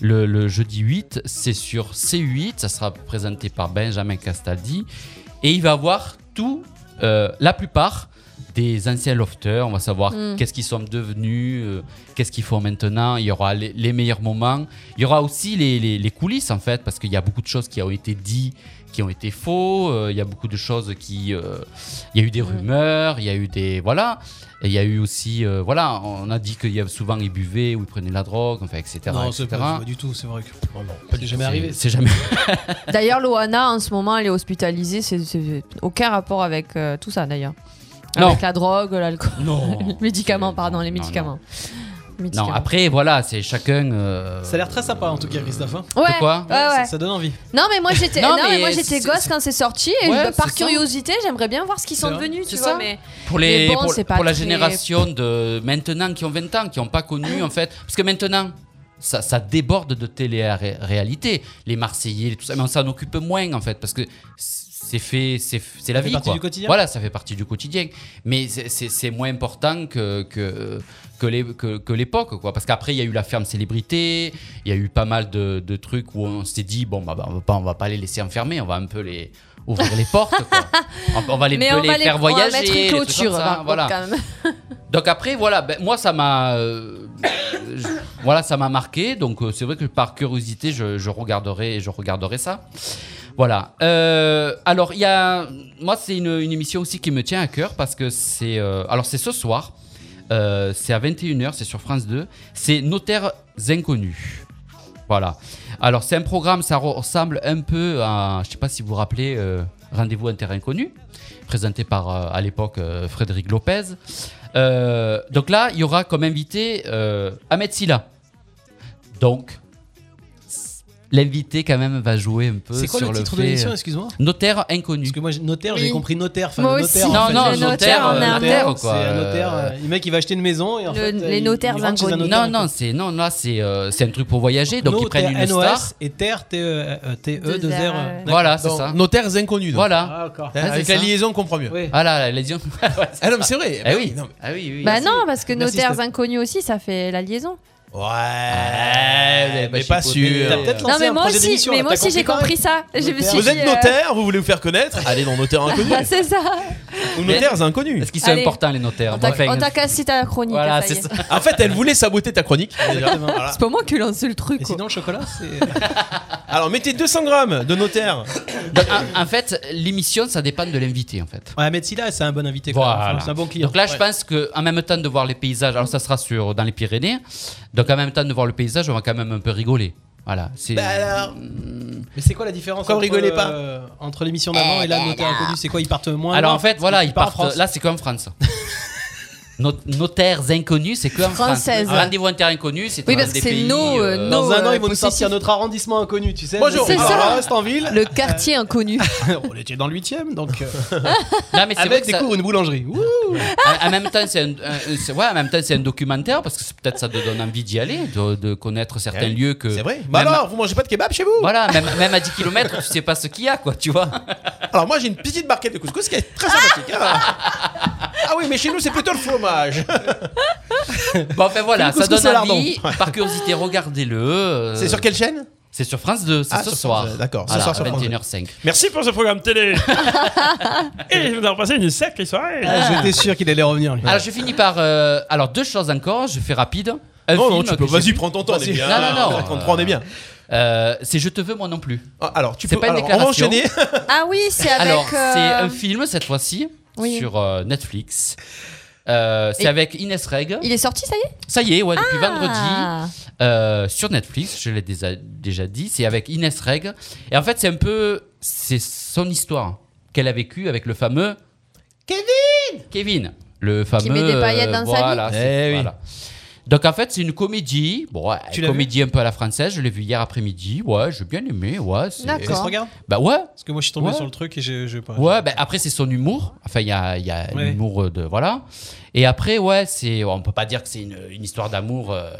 S6: le, le jeudi 8. C'est sur C8, ça sera présenté par Benjamin Castaldi. Et il va voir tout, euh, la plupart des anciens lofters. On va savoir
S2: Mm.
S6: qu'est-ce qu'ils sont devenus, euh, qu'est-ce qu'ils font maintenant. Il y aura les, les meilleurs moments. Il y aura aussi les, les- les coulisses, en fait, parce qu'il y a beaucoup de choses qui ont été dites qui ont été faux, euh, il y a beaucoup de choses qui... euh, il y a eu des rumeurs, il y a eu des... Voilà. Et il y a eu aussi... euh, voilà, on a dit qu'il y a souvent ils buvaient ou ils prenaient la drogue, enfin, etc.
S4: Non,
S6: etc.
S4: c'est pas, pas du tout, c'est vrai que. Oh non, c'est jamais arrivé.
S6: C'est jamais...
S2: D'ailleurs, Loana, en ce moment, elle est hospitalisée. C'est c'est aucun rapport avec euh, tout ça, d'ailleurs.
S6: Non.
S2: Avec la drogue, l'alcool.
S6: Non.
S2: les médicaments,
S6: C'est-
S2: pardon, les
S6: non, non.
S2: médicaments.
S6: Non,
S2: Médicaments.
S6: après, voilà, c'est chacun... euh,
S4: Ça a l'air très sympa en tout cas, Christophe. hein.
S2: Ouais,
S6: De quoi
S2: ouais,
S4: Ça-
S2: ouais.
S4: Ça donne envie.
S2: Non, mais moi j'étais non,
S6: Non,
S2: mais
S6: mais
S2: moi, j'étais
S6: c'est-
S2: gosse
S6: c'est-
S2: quand c'est sorti et
S6: Ouais,
S2: je- par
S6: c'est ça.
S2: curiosité, j'aimerais bien voir ce qu'ils sont
S4: C'est vrai.
S2: devenus, tu
S6: C'est
S2: vois.
S6: ça.
S2: Mais...
S6: Pour, les,
S2: Mais bon,
S6: pour,
S2: c'est pas
S6: pour la
S2: très-
S6: génération de maintenant qui ont 20 ans, qui n'ont pas connu en fait. Parce que maintenant, ça, ça déborde de télé-réalité. Les Marseillais, tout ça. Mais on s'en occupe moins en fait. Parce que c'est fait, c'est c'est la
S4: fait
S6: vie.
S4: partie
S6: quoi.
S4: du quotidien.
S6: Voilà, ça fait partie du quotidien. Mais c'est- c'est c'est moins important que. que que les- que- que l'époque, quoi. Parce qu'après, il y a eu la ferme célébrité, il y a eu pas mal de, de trucs où on s'est dit, bon, bah, bah, on, va pas, on va pas les laisser enfermer, on va un peu les ouvrir les portes, quoi. On, on va les,
S2: mais
S6: peu
S2: on
S6: les
S2: va les
S6: faire
S2: on va
S6: voyager.
S2: mettre une
S6: les trucs comme
S2: clôture,
S6: ça,
S2: par contre,
S6: voilà.
S2: quand même.
S6: Donc après, voilà, ben, moi ça m'a, euh, je- voilà, ça m'a marqué. Donc euh, c'est vrai que par curiosité, je, je regarderai, je regarderai ça. Voilà. Euh, alors il y a, moi c'est une, une émission aussi qui me tient à cœur parce que c'est, euh, alors c'est ce soir, euh, c'est à 21h, c'est sur France 2, c'est Notaires inconnus. Voilà. Alors c'est un programme, ça ressemble un peu à, je sais pas si vous vous rappelez, euh, Rendez-vous à un terrain inconnu, présenté par euh, à l'époque euh, Frédéric Lopez. Euh, donc là, il y aura comme invité euh, Ahmed Silla. Donc, l'invité quand même va jouer un peu
S4: C'est quoi
S6: sur
S4: le
S6: le,
S4: titre de
S6: fait- euh,
S4: l'émission, excuse-moi
S6: Notaire inconnu.
S4: Parce que moi, j'ai- notaire,
S2: Oui.
S4: j'ai compris notaire, enfin
S2: Moi
S4: le
S2: aussi.
S4: notaire.
S6: Non,
S4: en fait.
S6: non,
S4: Le
S6: notaire,
S2: euh, notaire,
S6: quoi.
S4: C'est un notaire. euh, Le mec, il va acheter une maison et en
S2: Le-
S4: fait.
S2: les
S4: il-
S2: notaires
S4: il rentre chez un
S2: inconnus.
S6: Non,
S4: notaire.
S6: non, c'est non, là c'est euh, c'est un truc pour voyager. Donc ils
S4: Notaire,
S6: prennent une
S4: NOS,
S6: star.
S4: et terre, E, euh,
S2: Deux euh, R, ouais.
S4: T-E-2-R.
S6: Voilà, c'est
S3: Dans
S6: ça.
S3: Notaires inconnus. donc.
S6: Voilà.
S4: Ah, d'accord.
S6: Ah,
S3: Avec
S6: c'est
S3: la
S6: ça.
S3: liaison, on comprend mieux.
S4: Oui.
S6: Ah là, les gens.
S3: Ah non, mais c'est vrai.
S6: Ah oui.
S3: Non, mais-
S6: Ah oui, oui.
S2: bah non, parce que
S4: Merci,
S2: notaires
S4: Steph.
S2: inconnus aussi, ça fait la liaison.
S6: vous
S3: Ouais,
S6: avez
S3: mais
S6: pas
S3: pas
S6: chipoté.
S3: sûr.
S4: T'as peut-être
S2: Non,
S4: lancé
S2: Ah, mais
S4: un
S2: moi
S4: projet
S2: aussi,
S4: d'émission,
S2: mais
S4: là,
S2: moi
S4: t'as
S2: aussi j'ai compris
S4: pareil.
S2: ça. Je me suis
S4: Notaire.
S3: Vous
S2: dit,
S3: êtes
S2: euh,
S3: notaire, hein, vous voulez vous faire connaître Allez dans Notaires inconnus.
S2: bah, c'est ça.
S3: Ou Notaires inconnus.
S6: Parce qu'ils sont
S2: Allez.
S6: importants les notaires.
S2: On t'a
S6: Enfin,
S2: on t'a cassé ta chronique.
S6: Voilà,
S2: ça y
S6: c'est
S2: est.
S6: ça.
S3: En fait, elle voulait saboter ta chronique.
S4: Exactement.
S3: Voilà.
S2: C'est pas moi qui lance le truc.
S4: Et
S2: quoi.
S4: sinon, le chocolat, c'est.
S3: Alors mettez 200 grammes de notaire.
S6: Donc, en, en fait, l'émission ça dépend de l'invité en fait.
S4: Ouais, mais Silla, c'est un bon invité. quand même.
S6: Voilà.
S4: Enfin, C'est un bon client.
S6: Donc là, je
S4: Ouais.
S6: pense que en même temps de voir les paysages, alors ça sera sur dans les Pyrénées. Donc en même temps de voir le paysage, on va quand même un peu rigoler. Voilà. C'est
S4: Ben,
S3: Bah alors,
S6: euh,
S4: Mais c'est quoi la différence
S3: Pourquoi
S4: entre,
S3: vous rigolez
S4: euh,
S3: pas
S4: entre l'émission d'avant et là, notaire inconnu C'est quoi Ils partent moins
S6: Ah, bah, Alors
S4: loin
S6: en fait, voilà,
S4: Ils
S6: ils
S4: partent
S6: partent.
S4: en France.
S6: Là, c'est qu'en France. Not- notaires inconnus, c'est que en France.
S2: Française.
S6: Rendez-vous inter inconnu, c'est
S2: Oui,
S6: dans
S2: parce
S6: des
S2: que c'est
S6: pays,
S2: nos, euh, nos-
S4: Dans un an, ils vont nous
S2: possessif.
S4: sortir notre arrondissement inconnu, tu sais.
S3: Bonjour.
S2: C'est
S4: Alors, euh,
S2: ça.
S4: On reste en ville.
S2: Le quartier inconnu.
S4: On était dans le 8ème, donc. euh,
S6: Non, mais c'est vrai
S4: Avec
S6: que
S4: des
S6: ça-
S4: cours, une boulangerie. Ouh.
S6: en- en même temps, c'est un, un- c'est- ouais, en même temps, c'est un documentaire parce que c'est- peut-être ça te donne envie d'y aller, de, de connaître certains
S3: Ouais.
S6: lieux que.
S3: C'est vrai. Bah
S6: même-
S3: alors, vous mangez pas de kebab chez vous
S6: Voilà, même, même à 10 km, tu sais pas ce qu'il y a, quoi, tu vois.
S3: Alors moi j'ai une petite barquette de couscous qui est très sympathique. Ah, Ah oui, mais chez nous c'est plutôt le fromage.
S6: Bon, enfin voilà,
S3: C'est le
S6: ça
S3: couscous
S6: donne
S3: à
S6: envie.
S3: lardon.
S6: Par curiosité, regardez-le. euh,
S3: C'est sur quelle chaîne
S6: C'est sur France 2, c'est
S3: Ah,
S6: ce
S3: sur France
S6: soir.
S3: 2, d'accord, ce
S6: Voilà,
S3: soir sur France 2.
S6: 21h05.
S5: Merci pour ce programme télé. Et vous avez passé une sacrée soirée.
S4: Ah, J'étais sûr qu'il allait revenir. lui.
S6: Alors je finis par euh, alors deux choses encore. Je fais rapide. Un
S3: Non, non,
S6: film
S3: tu peux.
S6: que j'ai
S3: Vas-y,
S6: vu.
S3: prends ton temps. On est
S6: Vas-y.
S3: bien.
S6: Non, non, non.
S3: 33, on est bien.
S6: Euh, c'est Je te veux moi non plus.
S3: Ah, Alors tu
S6: C'est
S3: peux.
S6: pas une
S3: alors, on va
S6: déclaration.
S3: enchaîner.
S2: Ah oui, c'est avec.
S6: alors
S2: euh,
S6: c'est un film cette fois-ci
S2: oui.
S6: sur euh, Netflix. Euh, c'est
S2: Et-
S6: avec Inès Reg.
S2: Il est sorti, ça y est
S6: Ça y est, ouais, depuis vendredi
S2: Ah.
S6: euh, sur Netflix. Je l'ai déjà, déjà dit. C'est avec Inès Reg. Et en fait, c'est un peu c'est son histoire qu'elle a vécue avec le fameux Kevin, le fameux.
S2: met des paillettes dans sa vie.
S6: voilà, c'est- voilà. Donc en fait, c'est une comédie. Bon, ouais,
S4: Eh Tu l'as
S6: comédie un peu à la française. Je l'ai vu hier après-midi. Ouais, j'ai bien aimé. Ouais, c'est-
S2: D'accord.
S4: Ça se regarde
S6: Bah ouais.
S4: Parce que moi, je suis tombé
S6: Ouais.
S4: sur le truc et je je sais pas.
S6: Ouais, bah, après c'est son humour. Enfin, il y a, il y a
S4: Ouais.
S6: l'humour de voilà. Et après, ouais, c'est, on peut pas dire que c'est une, une histoire d'amour euh,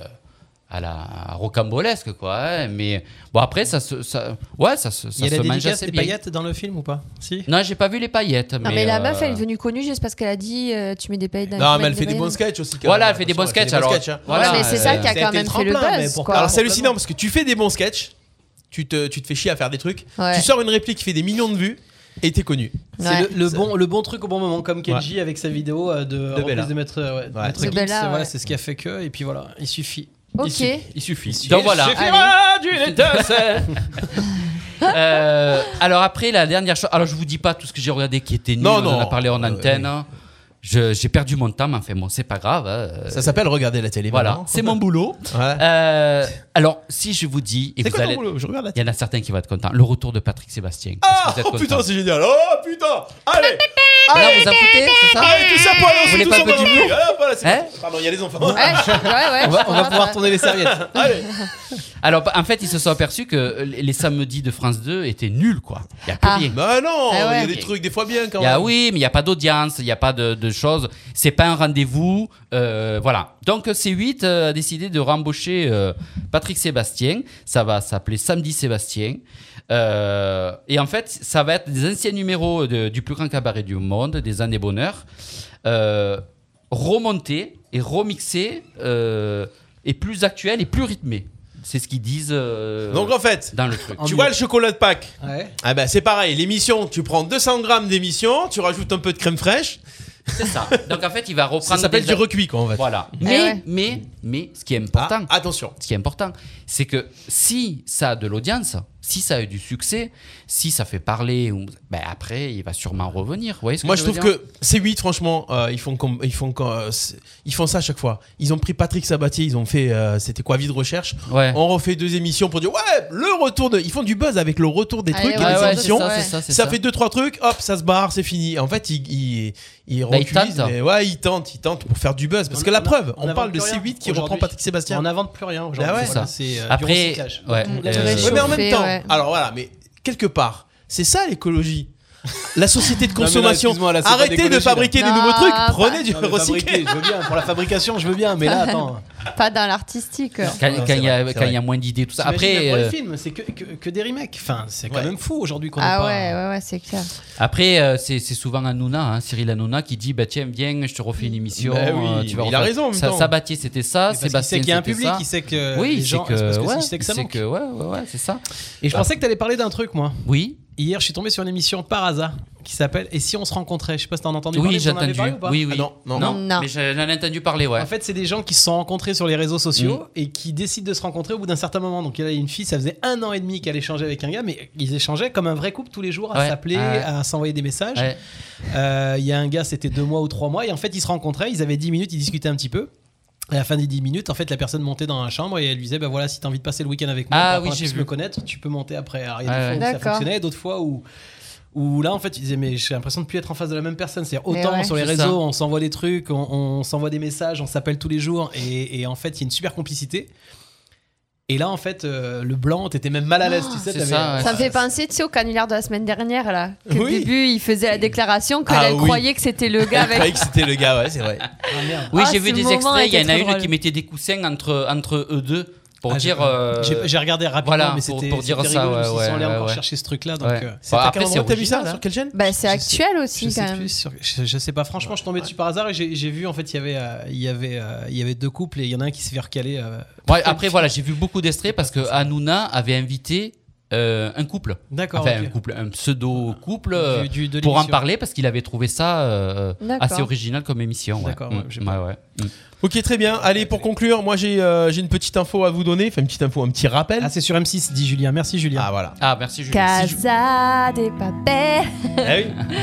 S6: à la à rocambolesque, quoi. hein. Mais bon, après, ça se, ça, ouais, ça,
S4: Il
S6: se-
S4: y
S6: ça
S4: a
S6: se
S4: la
S6: mange
S4: dédicace
S6: assez
S4: des
S6: bien.
S4: paillettes dans le film ou pas Si
S6: Non, j'ai pas vu les paillettes.
S2: Non, mais la
S6: euh,
S2: meuf, elle est devenue connue juste parce qu'elle a dit euh, Tu mets des paillettes dans
S3: Non,
S2: tu
S3: Ah, mais
S2: mets
S3: elle fait des bons
S2: paillettes.
S3: sketchs aussi. quand
S6: Voilà,
S3: même.
S6: elle fait des bons
S3: Attention,
S6: sketchs.
S3: des
S6: Alors,
S3: sketchs, hein.
S6: voilà,
S2: Ouais, mais c'est ça qui a
S4: été
S2: quand même
S4: le
S2: fait le
S4: tremplin,
S2: buzz.
S4: mais pour
S2: quoi.
S4: pas-
S3: Alors c'est hallucinant parce que tu fais des bons sketchs, tu te, tu te fais chier à faire des trucs,
S2: Ouais.
S3: tu sors une réplique qui fait des millions de vues et t'es connu.
S4: C'est
S2: Ouais.
S4: le, le bon, le bon truc au bon moment, comme Kenji avec sa vidéo euh, de, reprise
S3: Bella.
S4: de Maître, ouais, de
S3: Ouais.
S4: Maître
S2: De
S4: Gims,
S2: Bella,
S4: voilà,
S2: ouais.
S4: c'est ce qui a fait que, et puis voilà, il suffit.
S6: il
S2: Ok.
S6: suffit. Il suffit.
S4: Il
S6: Donc voilà.
S2: suffira
S6: d'une étincelle. Euh, alors après la dernière chose, alors je vous dis pas tout ce que j'ai regardé qui était nul,
S3: Non,
S6: on en
S3: non.
S6: a parlé en
S3: Euh,
S6: antenne. hein. Je- J'ai perdu mon temps, mais enfin bon, c'est pas grave. hein.
S3: Ça s'appelle regarder la télé.
S6: voilà,
S3: maintenant.
S6: c'est mon boulot.
S3: Ouais.
S6: Euh, alors si je vous dis, et
S3: C'est
S6: vous
S3: quoi ton
S6: allez-
S3: boulot Je regarde la
S6: il y en a certains qui vont être contents. Le retour de Patrick Sébastien. Est-ce que
S3: Ah
S6: vous êtes
S3: oh, putain
S6: contents
S3: c'est génial. Oh putain. Allez.
S6: Là, vous en foutez, c'est ça
S3: Allez tout ça pour
S6: Vous
S3: aller
S6: voulez
S3: tous
S6: pas un
S3: en
S6: peu
S3: bas.
S6: d'humour
S3: Ah, voilà, c'est
S6: Hein
S3: bon. Pardon, il y a les enfants.
S2: Ouais, je- ouais, ouais, je
S4: On va, on va
S2: comprends,
S4: pouvoir
S2: ouais.
S4: tourner les serviettes.
S3: Allez.
S6: Alors en fait, ils se sont aperçus que les les samedis de France 2 étaient nuls, quoi. Il y a plus
S2: Ah.
S6: rien.
S3: Bah non, il
S2: Ah ouais.
S3: y a des trucs des fois bien quand
S6: Il y a-
S3: même.
S6: Eh oui, mais il n'y a pas d'audience, il n'y a pas de, de choses. C'est pas un rendez-vous. euh, voilà. Donc C8 euh, a décidé de rembaucher euh, Patrick Sébastien. Ça va s'appeler Samedi Sébastien. Euh, et en fait, ça va être des anciens numéros de- du plus grand cabaret du monde, des années bonheur, euh, remontés et remixés euh, et plus actuels et plus rythmés. C'est ce qu'ils disent euh,
S3: Donc en fait,
S6: dans le truc.
S4: en
S3: tu
S4: mieux.
S3: vois le chocolat de Pâques
S4: Ouais.
S3: Ah bah c'est pareil, l'émission, tu prends 200 grammes d'émission, tu rajoutes un peu de crème fraîche,
S6: C'est ça. Donc en fait, il va reprendre.
S3: ça s'appelle du
S6: des-
S3: recuit quoi en fait.
S6: Voilà.
S2: Eh
S6: Mais,
S2: ouais.
S6: mais, mais, ce qui est
S3: Ah,
S6: important,
S3: attention.
S6: ce qui est important, c'est que si ça a de l'audience, si ça a eu du succès, si ça fait parler, ou- ben après, il va sûrement revenir. Vous voyez ce que
S3: Moi je
S6: veux
S3: trouve
S6: dire
S3: que C8 franchement, euh, ils font comme ils font comme, euh, c'est- ils font ça à chaque fois. Ils ont pris Patrick Sabatier, ils ont fait euh, c'était quoi vie de recherche.
S6: Ouais.
S3: On refait deux émissions pour dire ouais, le retour de ils font du buzz avec le retour des
S2: Ah,
S3: trucs
S2: ouais,
S3: et
S6: Ouais,
S3: des
S6: ouais, c'est
S3: émissions.
S6: ça,
S2: ouais.
S6: c'est ça, c'est
S3: ça,
S6: ça.
S3: fait deux trois trucs, hop, ça se barre, c'est fini. En fait, ils ils ils
S6: Bah, ils
S3: reculisent,
S6: tentent.
S3: mais ouais, ils tentent, ils tentent pour faire du buzz parce
S4: On-
S3: que la
S4: on-
S3: preuve,
S4: on
S3: on, parle de
S4: n'invente plus
S3: C8 qui
S4: rien
S3: reprend
S4: aujourd'hui.
S3: Patrick Sébastien.
S4: On n'invente plus rien aujourd'hui.
S3: Bah ouais.
S4: Voilà,
S6: C'est
S4: c'est euh, du
S6: Après,
S4: recyclage.
S6: ouais.
S2: Mmh.
S6: euh,
S2: Ouais,
S3: Ouais, mais en même
S2: Chauffer,
S3: temps,
S2: ouais.
S3: alors voilà, mais quelque part, c'est ça l'écologie. La société de
S4: mais là,
S3: consommation.
S4: excuse-moi, là, c'est pas
S3: Arrêtez de
S4: d'écologie, là.
S3: fabriquer des
S2: Non,
S3: nouveaux trucs.
S2: pas-
S3: Prenez du
S4: Non, mais
S3: recyclé.
S4: fabriquer, je veux bien. Pour la fabrication, je veux bien, mais là, attends.
S2: Pas dans l'artistique.
S6: Quand
S3: Ouais,
S6: quand
S3: c'est
S6: il y a-
S3: vrai, c'est
S6: quand il y a moins d'idées, tout ça.
S4: T'imagines,
S6: Après,
S4: pour
S6: euh,
S4: les films, c'est que, que, que des remakes. Enfin, c'est quand
S3: Ouais.
S4: même fou aujourd'hui qu'on ait
S2: Ah
S4: pas-
S2: ouais, ouais, ouais, c'est clair.
S6: après euh, c'est c'est souvent Hanouna, hein, Cyril Hanouna, qui dit bah, Tiens, viens, je te refais une émission.
S3: Bah oui,
S6: euh, tu vas
S3: il a
S6: refaire-
S3: raison en même
S6: Ça-
S3: temps.
S6: Sabatier, c'était ça.
S4: Mais parce qu'il
S6: Sébastien,
S4: sait qu'il y a un
S6: c'était
S4: public,
S6: ça.
S4: il sait que
S6: Oui,
S4: les
S6: il sait
S4: gens,
S6: que.
S4: parce que
S6: ouais,
S4: il sait que ça
S6: il sait
S4: manque.
S6: que- ouais, ouais, ouais, c'est ça.
S4: Et je pensais que t'allais parler d'un truc, moi.
S6: Oui,
S4: Hier, je suis tombé sur une émission par hasard qui s'appelle Et si on se rencontrait Je sais pas si t'en as entendu parler.
S6: oui,
S4: t'en
S6: j'ai
S4: avais
S6: entendu.
S4: parlé ou pas
S6: Oui, oui.
S3: Ah non, non,
S2: non.
S6: Mais j'en ai entendu parler, ouais. Mm.
S4: En fait, c'est des gens qui se sont rencontrés sur les réseaux sociaux et qui décident de se rencontrer au bout d'un certain moment. Donc, il y a une fille, ça faisait un an et demi qu'elle échangeait avec un gars, mais ils échangeaient comme un vrai couple tous les jours, à
S6: Ouais, Ah
S4: s'appeler,
S6: ouais.
S4: à s'envoyer des messages.
S6: Ouais.
S4: Euh, Il y a un gars, c'était deux mois ou trois mois, et en fait, ils se rencontraient, ils avaient 10 minutes, ils discutaient un petit peu. Et à la fin des 10 minutes, en fait, la personne montait dans la chambre et elle lui disait Bah voilà, si t'as envie de passer le week-end avec moi,
S6: Ah
S4: pour
S6: oui,
S4: qu'on
S6: j'ai
S4: puisse
S6: vu.
S4: me connaître, tu peux monter après. Alors, il y a
S6: Ouais,
S4: des fois où
S6: ouais.
S4: ça
S2: D'accord.
S4: fonctionnait, d'autres fois où. Où là, en fait, ils disaient, mais j'ai l'impression de plus être en face de la même personne. C'est-à-dire,
S2: Mais
S4: autant
S2: ouais.
S4: sur les
S6: C'est
S4: réseaux,
S6: ça.
S4: on s'envoie des trucs, on, on s'envoie des messages, on s'appelle tous les jours. Et, et en fait, il y a une super complicité. Et là, en fait, euh, le blanc, t'étais même mal à
S3: Ah,
S4: l'aise, tu sais.
S6: c'est
S4: t'avais-
S6: ça, ouais.
S2: Ça me fait penser, tu sais, au canulaire de la semaine dernière, là. Que
S3: Oui.
S2: Bubu, il faisait la déclaration que
S3: Ah
S2: elle
S3: oui.
S2: croyait que c'était le gars
S3: Je
S2: avec.
S3: croyais que c'était le gars, ouais, c'est vrai.
S4: Ah, merde.
S6: Oui,
S2: Ah,
S6: j'ai
S2: ce
S6: vu des
S2: moment
S6: extraits. Il y en
S2: était
S6: a
S2: trop
S6: une
S2: drôle.
S6: qui mettait des coussins entre, entre eux deux pour
S4: Ah, j'ai-
S6: dire. euh,
S4: J'ai- J'ai regardé rapidement,
S6: voilà,
S4: mais
S6: pour-
S4: c'était
S6: pour dire
S4: c'était
S6: ça,
S4: rigolo,
S6: ouais,
S4: je me suis dit,
S6: ouais,
S4: on allait
S6: ouais,
S4: encore
S6: ouais.
S4: chercher ce truc-là. Donc,
S6: ouais.
S4: euh,
S3: C'est
S6: Bah,
S3: à
S6: après,
S3: quel
S6: c'est
S3: moment t'as vu ça
S6: original,
S3: là
S6: hein.
S3: Sur quelle chaîne
S2: Bah, c'est
S4: Je sais-
S2: actuel
S4: je,
S2: aussi,
S4: sais
S2: quand même.
S4: plus sur- je- je sais pas, franchement, je tombais dessus par hasard et j'ai j'ai vu en fait il y avait euh, il y avait euh, il y avait deux couples et il y en a un qui s'est fait recaler. euh,
S6: ouais, après, voilà, j'ai vu beaucoup d'extraits parce que Hanouna avait invité euh, un couple.
S4: D'accord.
S6: Enfin,
S4: ok.
S6: un couple, un pseudo-couple. euh,
S4: Du- du- de
S6: Pour en
S4: l'émission.
S6: parler, parce qu'il avait trouvé ça euh,
S2: D'accord.
S6: assez original comme émission. ouais.
S4: D'accord, ouais,
S6: Mm,
S4: j'ai pas-
S6: ouais, ouais. Mm.
S3: Ok, très bien. Allez, pour conclure, moi j'ai euh, j'ai une petite info à vous donner, enfin une petite info, un petit rappel.
S4: Ah, c'est sur M6, dit Julien. Merci Julien.
S3: Ah voilà.
S6: Ah, merci, Julien. Si je-
S2: Casa des Papel.
S3: Ah oui.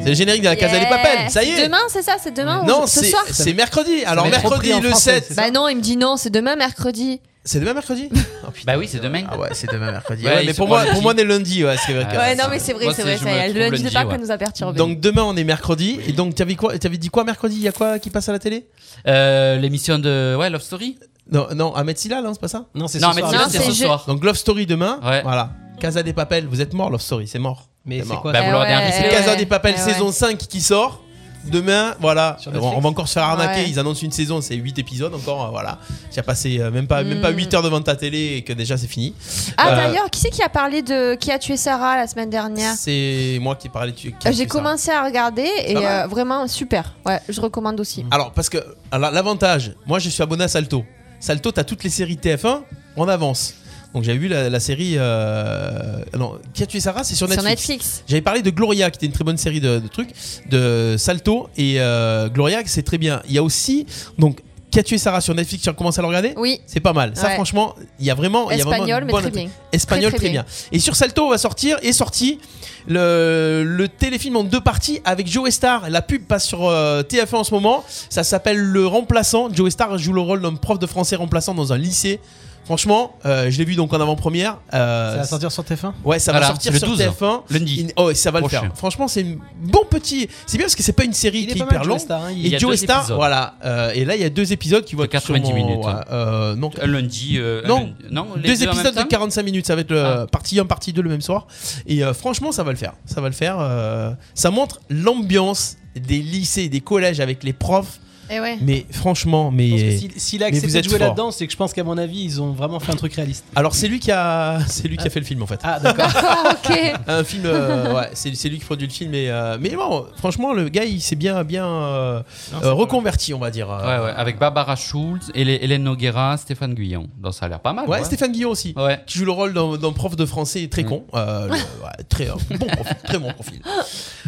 S3: C'est le générique de la Casa des Papel. Ça y est.
S2: Demain, c'est ça, c'est demain
S3: Non,
S2: ou ce
S3: c'est
S2: soir
S3: c'est mercredi. Alors
S4: va être
S3: mercredi
S4: repris en
S3: le
S4: français,
S3: 7.
S4: c'est ça
S2: Bah non, il me dit non, c'est demain mercredi.
S3: C'est demain mercredi Oh, putain.
S6: Bah oui, c'est demain.
S3: Ah ouais, c'est demain mercredi.
S6: Ouais,
S3: Ouais,
S6: ils
S3: mais
S6: se
S3: pour moi,
S6: prennent
S3: pour moi, on est lundi. Ouais, c'est vrai.
S6: Ah,
S3: que-
S2: Ouais,
S6: ouais,
S2: non,
S6: ça.
S2: mais c'est vrai,
S6: Moi,
S2: c'est
S6: c'est-
S2: vrai,
S6: je
S2: ça y
S6: me
S2: est.
S6: trouve
S2: Le lundi de
S6: lundi,
S2: Pâques
S6: ouais.
S2: nous a perturbés.
S3: Donc demain on est mercredi et donc t'avais quoi T'avais dit quoi mercredi Il y a quoi qui passe à la télé
S6: Euh, L'émission de ouais, Love Story
S3: Non, non, à Metzila, non, c'est pas ça
S4: Non, c'est
S6: Non,
S4: ce
S6: mais
S4: soir.
S2: Non,
S6: c'est
S2: c'est
S6: ce
S2: je-
S6: soir.
S3: Donc Love Story demain,
S6: Ouais.
S3: voilà. Casa des Papel, vous êtes mort Love Story, c'est mort.
S4: Mais c'est
S3: mort.
S4: quoi
S6: Bah,
S4: ça
S6: vous l'aurez
S2: Eh ouais,
S6: enregistré.
S2: ouais,
S3: Casa
S2: ouais.
S3: des Papel
S2: Eh ouais.
S3: saison 5 qui sort. demain, voilà, on,
S4: Netflix.
S3: on va encore se faire arnaquer.
S2: Ouais.
S3: Ils annoncent une saison, c'est 8 épisodes encore, euh, voilà. Tu as passé euh, même pas, même pas
S2: Mm.
S3: 8 heures devant ta télé et que déjà c'est fini.
S2: Ah
S3: Euh,
S2: d'ailleurs, qui c'est qui a parlé de qui a tué Sarah la semaine dernière
S3: C'est moi qui ai parlé. tu- qui ai
S2: Euh,
S3: fait
S2: J'ai
S3: ça.
S2: commencé à regarder et
S3: pas mal.
S2: euh, vraiment super. Ouais, je recommande aussi.
S3: Alors, parce que alors, l'avantage, moi je suis abonné à Salto. Salto, t'as toutes les séries TF1 en avance. Donc j'avais vu la, la série. euh, Non, qui a tué Sarah C'est sur
S2: Sur
S3: Netflix.
S2: Netflix.
S3: J'avais parlé de Gloria, qui était une très bonne série de, de trucs, de Salto. Et euh, Gloria, c'est très bien. Il y a aussi. Donc, qui a tué Sarah sur Netflix Tu recommences à le regarder
S2: Oui.
S3: C'est pas mal. Ça,
S2: Ouais.
S3: franchement, il y a vraiment. il y a vraiment une
S2: Espagnol, mais
S3: bonne
S2: très
S3: intrigue.
S2: bien.
S3: Espagnol,
S2: Très,
S3: très,
S2: très
S3: bien. Et sur Salto, on va sortir, est sorti le, le téléfilm en deux parties avec Joe Star. La pub passe sur euh, TF1 en ce moment. Ça s'appelle Le Remplaçant. Joe Star joue le rôle d'un prof de français remplaçant dans un lycée. Franchement, euh, je l'ai vu donc en avant-première. Euh,
S4: Ça va sortir sur TF1
S3: Ouais, ça va
S6: Voilà,
S3: sortir
S6: le
S3: sur
S6: 12,
S3: TF1.
S6: lundi.
S3: Il- Oh, ça va
S6: Prochain.
S3: le faire. Franchement, c'est un bon petit. C'est bien parce que c'est pas une série qui est
S4: pas mal,
S3: hyper
S4: Joe
S3: longue.
S4: Star, hein, il-
S6: Il y
S3: Et
S6: a
S3: Joe
S6: deux
S3: Star,
S6: épisodes.
S3: voilà. Euh, et là, il y a deux épisodes qui vont être sur
S6: 90
S3: mon-
S6: minutes, hein.
S3: ouais, euh, non,
S6: Un lundi. euh, un
S3: Non.
S6: lundi- non les
S3: deux
S6: deux en même
S3: épisodes de
S6: temps
S3: 45 minutes, ça va être le
S6: Ah.
S3: partie 1, partie 2 le même soir. Et euh, franchement, ça va le faire. Ça va le faire. euh, ça montre l'ambiance des lycées, des collèges avec les profs.
S2: Et ouais.
S3: Mais franchement,
S4: Je pense que
S3: mais
S4: s'il- S'il a
S3: mais vous
S4: accepté
S3: êtes
S4: de jouer
S3: fort.
S4: là-dedans, c'est que je pense qu'à mon avis, ils ont vraiment fait un truc réaliste.
S3: alors c'est lui qui a, c'est lui qui a fait le film en fait.
S4: Ah, d'accord.
S2: Ok.
S3: Un film, euh, ouais, c'est c'est lui qui produit le film. Et, euh, mais bon, franchement, le gars, il s'est bien, bien euh, euh, reconverti, on va dire.
S6: Ouais, ouais, avec Barbara Schulz, Hélé- Hélène Noguera, Stéphane Guyon. Donc ça a l'air pas mal. hein.
S3: Ouais, Stéphane Guillon aussi.
S6: Ouais. Mm.
S3: qui joue le rôle d'un d'un prof de français très con. Euh, le- ouais, très euh, bon profil, très bon profil.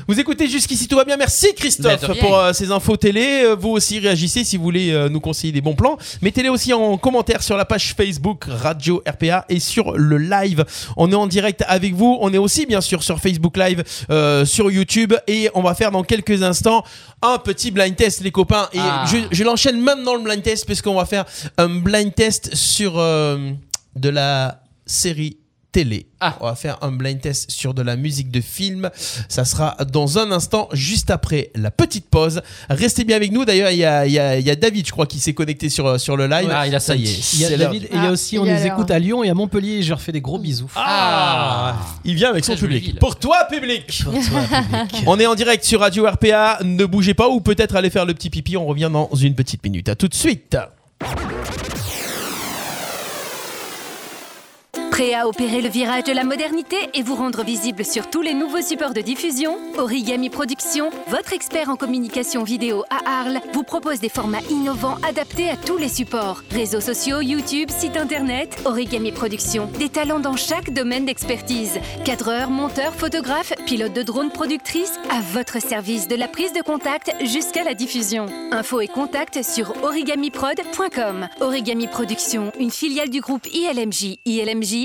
S3: Vous écoutez jusqu'ici, tout va bien. Merci Christophe
S6: Mais de rien.
S3: pour euh, ces infos télé. Euh, Vous aussi réagissez si vous voulez euh, nous conseiller des bons plans. Mettez-les aussi en commentaire sur la page Facebook Radio RPA et sur le live. On est en direct avec vous. On est aussi bien sûr sur Facebook Live, euh, sur YouTube et on va faire dans quelques instants un petit blind test les copains. Et
S6: Ah.
S3: je, je l'enchaîne maintenant le blind test parce qu'on va faire un blind test sur euh, de la série télé.
S6: Ah.
S3: On va faire un blind test sur de la musique de film. Ça sera dans un instant, juste après la petite pause. Restez bien avec nous. D'ailleurs, il y a, il y a- il y a David, je crois, qui s'est connecté sur, euh, sur le live.
S6: Ah, il a ça y est.
S4: Il y a
S3: C'est l'heure
S4: David et il y a
S2: Ah,
S4: aussi,
S2: il
S4: on
S2: y a
S4: les
S2: l'heure.
S4: écoute à Lyon et à Montpellier. Je leur fais des gros bisous.
S6: Ah,
S3: Il vient avec son
S6: Très jolie
S3: public.
S6: ville.
S3: Pour toi, public
S4: Pour toi, public.
S3: On est en direct sur Radio RPA. Ne bougez pas ou peut-être allez faire le petit pipi. On revient dans une petite minute. À tout de suite.
S8: Prêt à opérer le virage de la modernité et vous rendre visible sur tous les nouveaux supports de diffusion Origami Productions, votre expert en communication vidéo à Arles, vous propose des formats innovants adaptés à tous les supports. Réseaux sociaux, YouTube, site internet, Origami Productions, des talents dans chaque domaine d'expertise. Cadreur, monteur, photographe, pilote de drone, productrice, à votre service de la prise de contact jusqu'à la diffusion. Info et contact sur origamiprod.com. Origami Productions, une filiale du groupe ILMJ. ILMJ,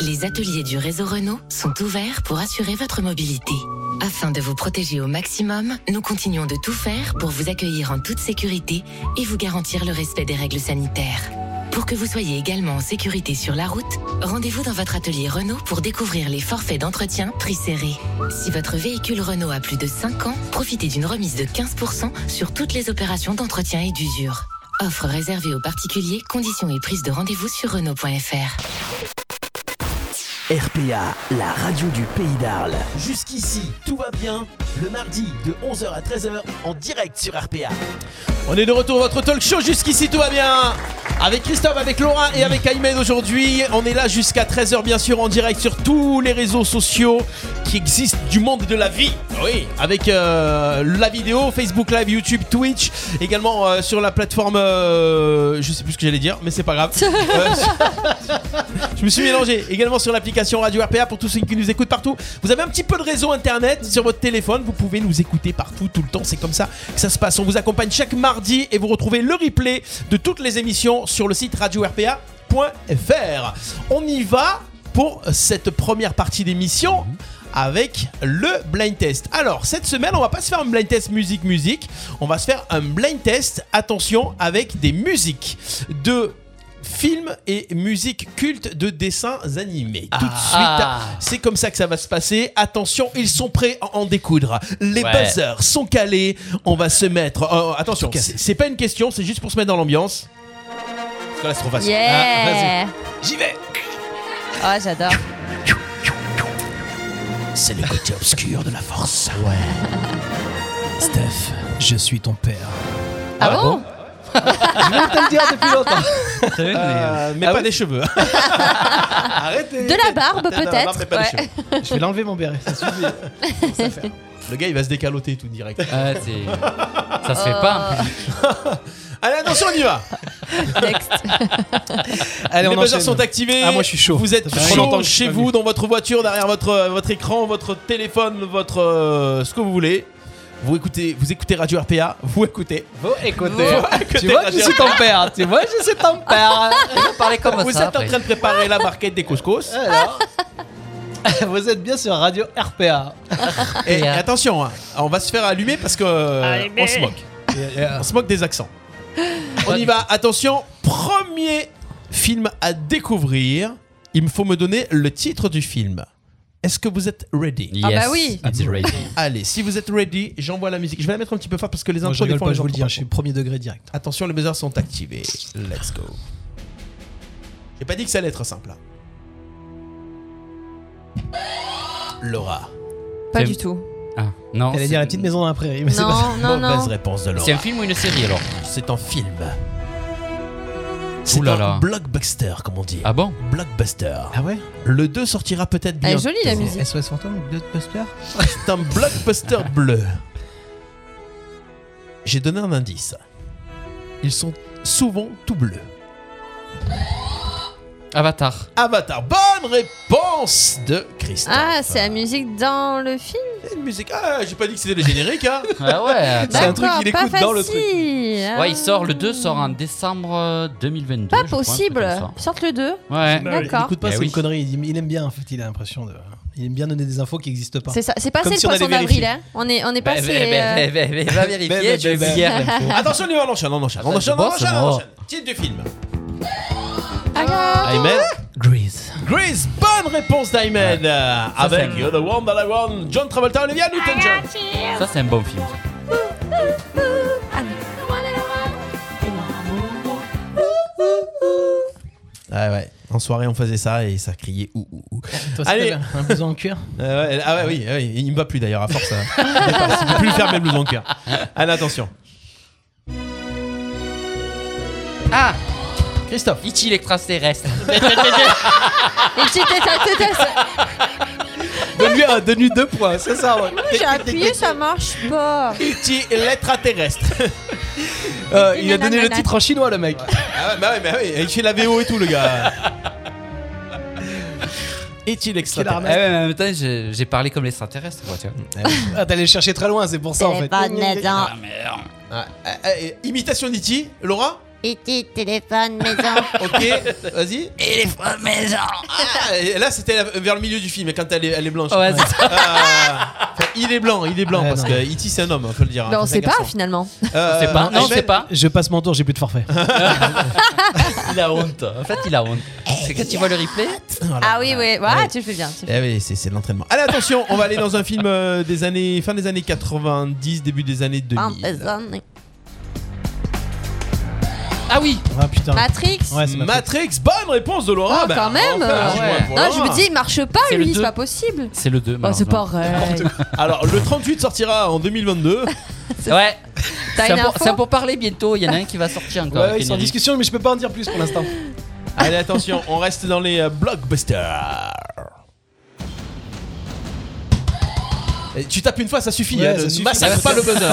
S9: Les ateliers du réseau Renault sont ouverts pour assurer votre mobilité. Afin de vous protéger au maximum, nous continuons de tout faire pour vous accueillir en toute sécurité et vous garantir le respect des règles sanitaires. Pour que vous soyez également en sécurité sur la route, rendez-vous dans votre atelier Renault pour découvrir les forfaits d'entretien prix serrés. Si votre véhicule Renault a plus de 5 ans, profitez d'une remise de 15% sur toutes les opérations d'entretien et d'usure. Offre réservée aux particuliers, conditions et prise de rendez-vous sur Renault.fr.
S1: RPA, la radio du pays d'Arles. Jusqu'ici, tout va bien. Le mardi de 11h à 13h en direct sur RPA.
S3: On est de retour à votre talk show. Jusqu'ici, tout va bien. Avec Christophe, avec Laura et avec Aymed aujourd'hui. On est là jusqu'à 13h, bien sûr, en direct sur tous les réseaux sociaux qui existent du monde de la vie. Oui. Avec euh, la vidéo, Facebook Live, YouTube, Twitch. Également euh, sur la plateforme. euh, je sais plus ce que j'allais dire, mais c'est pas grave. Euh, je me suis mélangé. Également sur l'application Radio RPA pour tous ceux qui nous écoutent partout. Vous avez un petit peu de réseau internet sur votre téléphone. Vous pouvez nous écouter partout, tout le temps. C'est comme ça que ça se passe. On vous accompagne chaque mardi et vous retrouvez le replay de toutes les émissions sur le site radio rpa.fr. On y va pour cette première partie d'émission avec le blind test. Alors, cette semaine, on va pas se faire un blind test musique-musique, on va se faire un blind test, attention, avec des musiques de films et musique culte de dessins animés. Tout de suite,
S1: Ah.
S3: c'est comme ça que ça va se passer. Attention, ils sont prêts à en découdre. Les
S1: Ouais.
S3: buzzers sont calés. On va se mettre. euh, attention,
S1: Tout cassé.
S3: c'est c'est pas une question, c'est juste pour se mettre dans l'ambiance. Parce que là, c'est trop facile. Ah, vas-y.
S2: Yeah
S3: J'y vais
S2: Ah, j'adore.
S1: C'est le côté obscur de la force.
S10: Ouais. Steph, je suis ton père.
S2: Ah bon
S10: Je voulais te le dire depuis longtemps.
S3: Euh,
S1: Ah
S3: mais pas des cheveux. Arrêtez.
S2: De la
S4: Ah,
S2: barbe,
S3: T'as de la barbe, mais
S2: peut-être.
S3: pas des
S2: Ouais.
S3: cheveux.
S4: Je vais l'enlever mon béret. Ça suffit.
S3: Le gars, il va se décaloter tout direct.
S6: Ah,
S1: ça se fait Oh. pas, en
S3: Allez, attention, on y va.
S1: Allez,
S3: Les
S1: on
S3: buzzers
S1: enchaîne.
S3: sont activés.
S1: Ah, moi, je suis chaud.
S3: Vous êtes
S1: Ça fait longtemps
S3: chaud
S1: que je suis
S3: chez
S1: pas
S3: vous,
S1: venu.
S3: dans votre voiture, derrière votre, euh, votre écran, votre téléphone, votre. euh, ce que vous voulez. Vous écoutez, vous écoutez Radio RPA, vous écoutez. Vous écoutez.
S10: Tu vois, je suis ton père. Tu vois, je suis ton père.
S6: parler
S10: comme
S3: Vous
S10: ça,
S3: êtes en
S10: après.
S3: train de préparer la barquette des couscous.
S4: Eh,
S1: Ah.
S10: Alors, vous êtes bien sur Radio RPA.
S3: Et, et attention, hein, on va se faire allumer parce que euh,
S10: Allumer.
S3: on se moque. on se moque des accents. On y va, attention, premier film à découvrir. Il me faut me donner le titre du film. Est-ce que vous êtes ready
S2: Ah Yes, bah oui.
S10: I'm ready.
S3: Allez, si vous êtes ready, j'envoie la musique. Je vais la mettre un petit peu fort parce que les
S4: Moi, je
S3: intros des
S4: rigole
S3: fois
S4: pas,
S3: les
S4: je vous le
S3: entend
S2: hein,
S4: dis,
S3: pas.
S4: je suis premier degré direct.
S3: Attention, les buzzers sont activés. Let's go. J'ai pas dit que ça allait être simple. hein. Laura.
S2: Pas du tout.
S6: Ah, non.
S4: T'allais
S6: c'est-
S4: dire la petite maison dans la prairie, mais c'est
S2: Non,
S4: pas
S2: non, non.
S3: Mauvaise réponse de Laura.
S6: C'est un film ou une série alors
S3: C'est un film. C'est
S6: Ouh là
S3: un
S6: là.
S3: blockbuster, comme on dit.
S6: Ah bon
S3: Blockbuster. Ah ouais Le 2 sortira peut-être
S2: Elle
S3: bien.
S2: est jolie la musique.
S10: SOS Fantôme ou Blockbuster
S3: C'est un blockbuster bleu. J'ai donné un indice. Ils sont souvent tout bleus.
S6: Avatar.
S3: Avatar. Bonne réponse de Christophe.
S2: Ah, c'est la musique dans le film
S3: Une musique. Ah, j'ai pas dit que c'était le générique, hein.
S6: Ah ouais.
S3: C'est un truc qu'il écoute dans le truc.
S6: Ouais, il sort le 2 sort en décembre euh, 2022.
S2: hein. Pas
S6: je crois, un truc
S2: possible.
S6: comme ça.
S2: Sorte le 2.
S6: Ouais.
S4: Il
S2: D'accord.
S4: écoute pas,
S6: Eh
S4: c'est
S6: oui.
S4: une connerie. Il, il aime bien, en fait, il a l'impression de. Il aime bien donner des infos qui n'existent pas.
S2: C'est ça. C'est passé
S4: Comme
S2: le
S4: si on allait
S2: poisson d'avril.
S4: vérifier.
S2: hein. On est, on est
S4: Bah,
S2: passé.
S4: bah, bah,
S2: euh,
S6: bah, bah, va vérifier,
S4: Bah, bah,
S6: tu
S4: bah,
S6: veux
S4: bah,
S6: dire.
S4: bah, bah.
S3: Attention, on y va, on enchaîne, on enchaîne, on enchaîne, on
S6: Bon,
S3: enchaîne,
S6: c'est
S3: on
S6: bon.
S3: enchaîne. Titre du film.
S2: Ah,
S3: Ahmed Grease. Grease, bonne réponse d'Ahmed. Euh, Avec
S6: c'est-
S3: You're the One That I Want, John Travolta, Olivia Newton-John.
S6: Ça, c'est un bon film.
S3: Ah ouais, en soirée on faisait ça et ça criait ou ou ou.
S4: Toi, c'est
S3: Allez,
S4: un blouson en cuir.
S3: Euh, ouais, ah ouais, oui, oui, il me va plus d'ailleurs à force. hein. Il peut plus le faire mes blousons en cuir. Allez, attention.
S6: Ah
S3: Christophe.
S6: Itchy l'extraterrestre.
S2: Et tu t'es- t'es- t'es- t'es-
S3: Donne-lui
S4: Ah,
S3: un- donne-lui deux points, c'est ça, ouais.
S2: J'ai appuyé, ça marche pas.
S3: Itchy, l'extraterrestre.
S4: Euh, il a donné le titre en chinois, le mec.
S3: Ah ouais, bah ouais, bah ouais, il fait la VO et tout, le gars. Est-il
S6: Ah ouais,
S3: extraterrestre
S6: mais en même temps, j'ai j'ai parlé comme l'extraterrestre, quoi, tu vois.
S4: Ah, t'allais chercher très loin, c'est pour ça, en fait.
S6: Ah, merde.
S3: Ah, ah, ah, et- Imitation d'Iti, Laura
S2: Iti, téléphone, maison.
S3: Ok, vas-y. Et les frères maison. là, c'était la- vers le milieu du film, et quand elle est, elle est blanche.
S2: Ouais, c'est
S3: Ah, enfin, il est blanc, il est blanc, parce que Iti, c'est un homme, faut le dire. hein,
S2: Non, on
S3: c'est un
S2: sait pas
S3: garçon.
S2: finalement.
S3: Euh,
S6: C'est pas. Non,
S3: Ahmed,
S6: c'est pas.
S4: Je passe mon tour, j'ai plus de forfait.
S6: Il a honte. En fait, il a honte.
S2: Eh,
S6: C'est quand tu vois le replay.
S2: Ah oui, oui. Voilà, tu le fais bien. tu le fais
S3: Eh oui, c'est c'est de l'entraînement. Allez, attention, on va aller dans un film euh, des années, fin des années 90, début des années 2000.
S2: bien.
S6: Ah oui
S4: Ah putain.
S2: Matrix
S3: Ouais, c'est Matrix. bonne réponse de Laura.
S2: Oh,
S3: Bah,
S2: quand même
S3: enfin, je vois pour
S2: Non, je
S3: Laura.
S2: me dis, il marche pas
S3: C'est le
S2: lui,
S3: deux.
S2: c'est pas possible.
S6: C'est le 2.
S2: Oh, c'est pas vrai.
S3: Alors, le 38 sortira en 2022.
S6: Ouais.
S2: T'as
S6: C'est
S2: une
S6: un pour-
S2: info
S6: c'est un pour parler bientôt. Il y en a un qui va sortir encore.
S4: Ouais,
S6: avec
S4: ils sont en
S6: Kennedy.
S4: discussion, mais je peux pas en dire plus pour l'instant.
S3: Allez, attention, on reste dans les euh, blockbusters. Et tu tapes une fois, ça suffit.
S6: Ouais,
S3: hein,
S6: ça
S3: ne
S6: suffit.
S3: massacre pas le buzzer.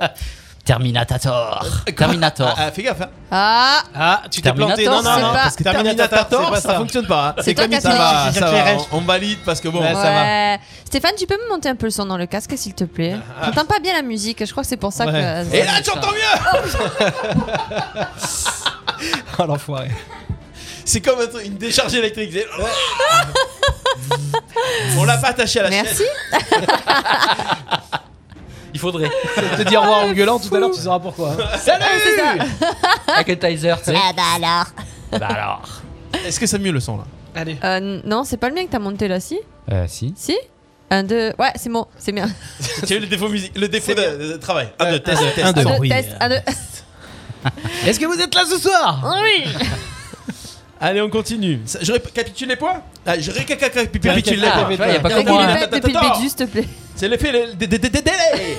S3: hein.
S6: Terminator. Terminator.
S3: Ah, fais gaffe. hein.
S2: Ah
S4: Ah, tu t'es planté.
S6: Terminator,
S4: Non, non,
S6: c'est
S4: non,
S6: pas-
S4: parce que Terminator, c'est
S3: Terminator,
S4: pas
S3: ça
S4: ça.
S3: fonctionne pas. hein.
S2: C'est toi
S3: comme
S2: qui as
S3: ça
S2: fait
S3: va,
S2: le
S3: ça
S2: chiffre.
S3: va, on, on valide parce que bon,
S2: Ouais. Stéphane, tu peux me monter un peu le son dans le casque, s'il te plaît
S3: Ah,
S2: J'entends pas bien la musique, je crois que euh, c'est pour ça
S4: Ouais.
S2: que.
S4: Et là, tu entends Oh l'enfoiré.
S3: C'est comme un truc- une décharge électrique. c'est- On l'a pas attaché à la chaîne.
S2: Merci.
S6: Il faudrait.
S4: te dire au revoir en gueulant tout à l'heure, tu sauras pourquoi. hein. Salut
S6: Avec le Tizer, tu sais.
S2: Ah bah alors.
S6: Bah alors.
S3: Est-ce que ça mieux le son là
S4: Allez.
S2: Euh, non, c'est pas le mien que t'as monté là, si
S6: Euh, si.
S2: Si Un, deux. Ouais, c'est bon, c'est bien.
S3: Tu as eu le défaut, musique, le défaut de, de travail. Euh,
S4: Ah,
S3: Un, deux, test, test.
S2: Un, deux, test, un, deux.
S4: Est-ce que vous êtes là ce soir
S2: Oui
S3: Allez, on continue. Ça- Je récapitule les points Ah, Je récapitule les
S6: Ah,
S3: points.
S6: tu vois, y a pas que
S3: Attends,
S6: moi.
S3: attends,
S2: Répète depuis le
S3: attends.
S2: début, s'il te plaît.
S3: hein. C'est l'effet le- dé- dé- dé- dé- délai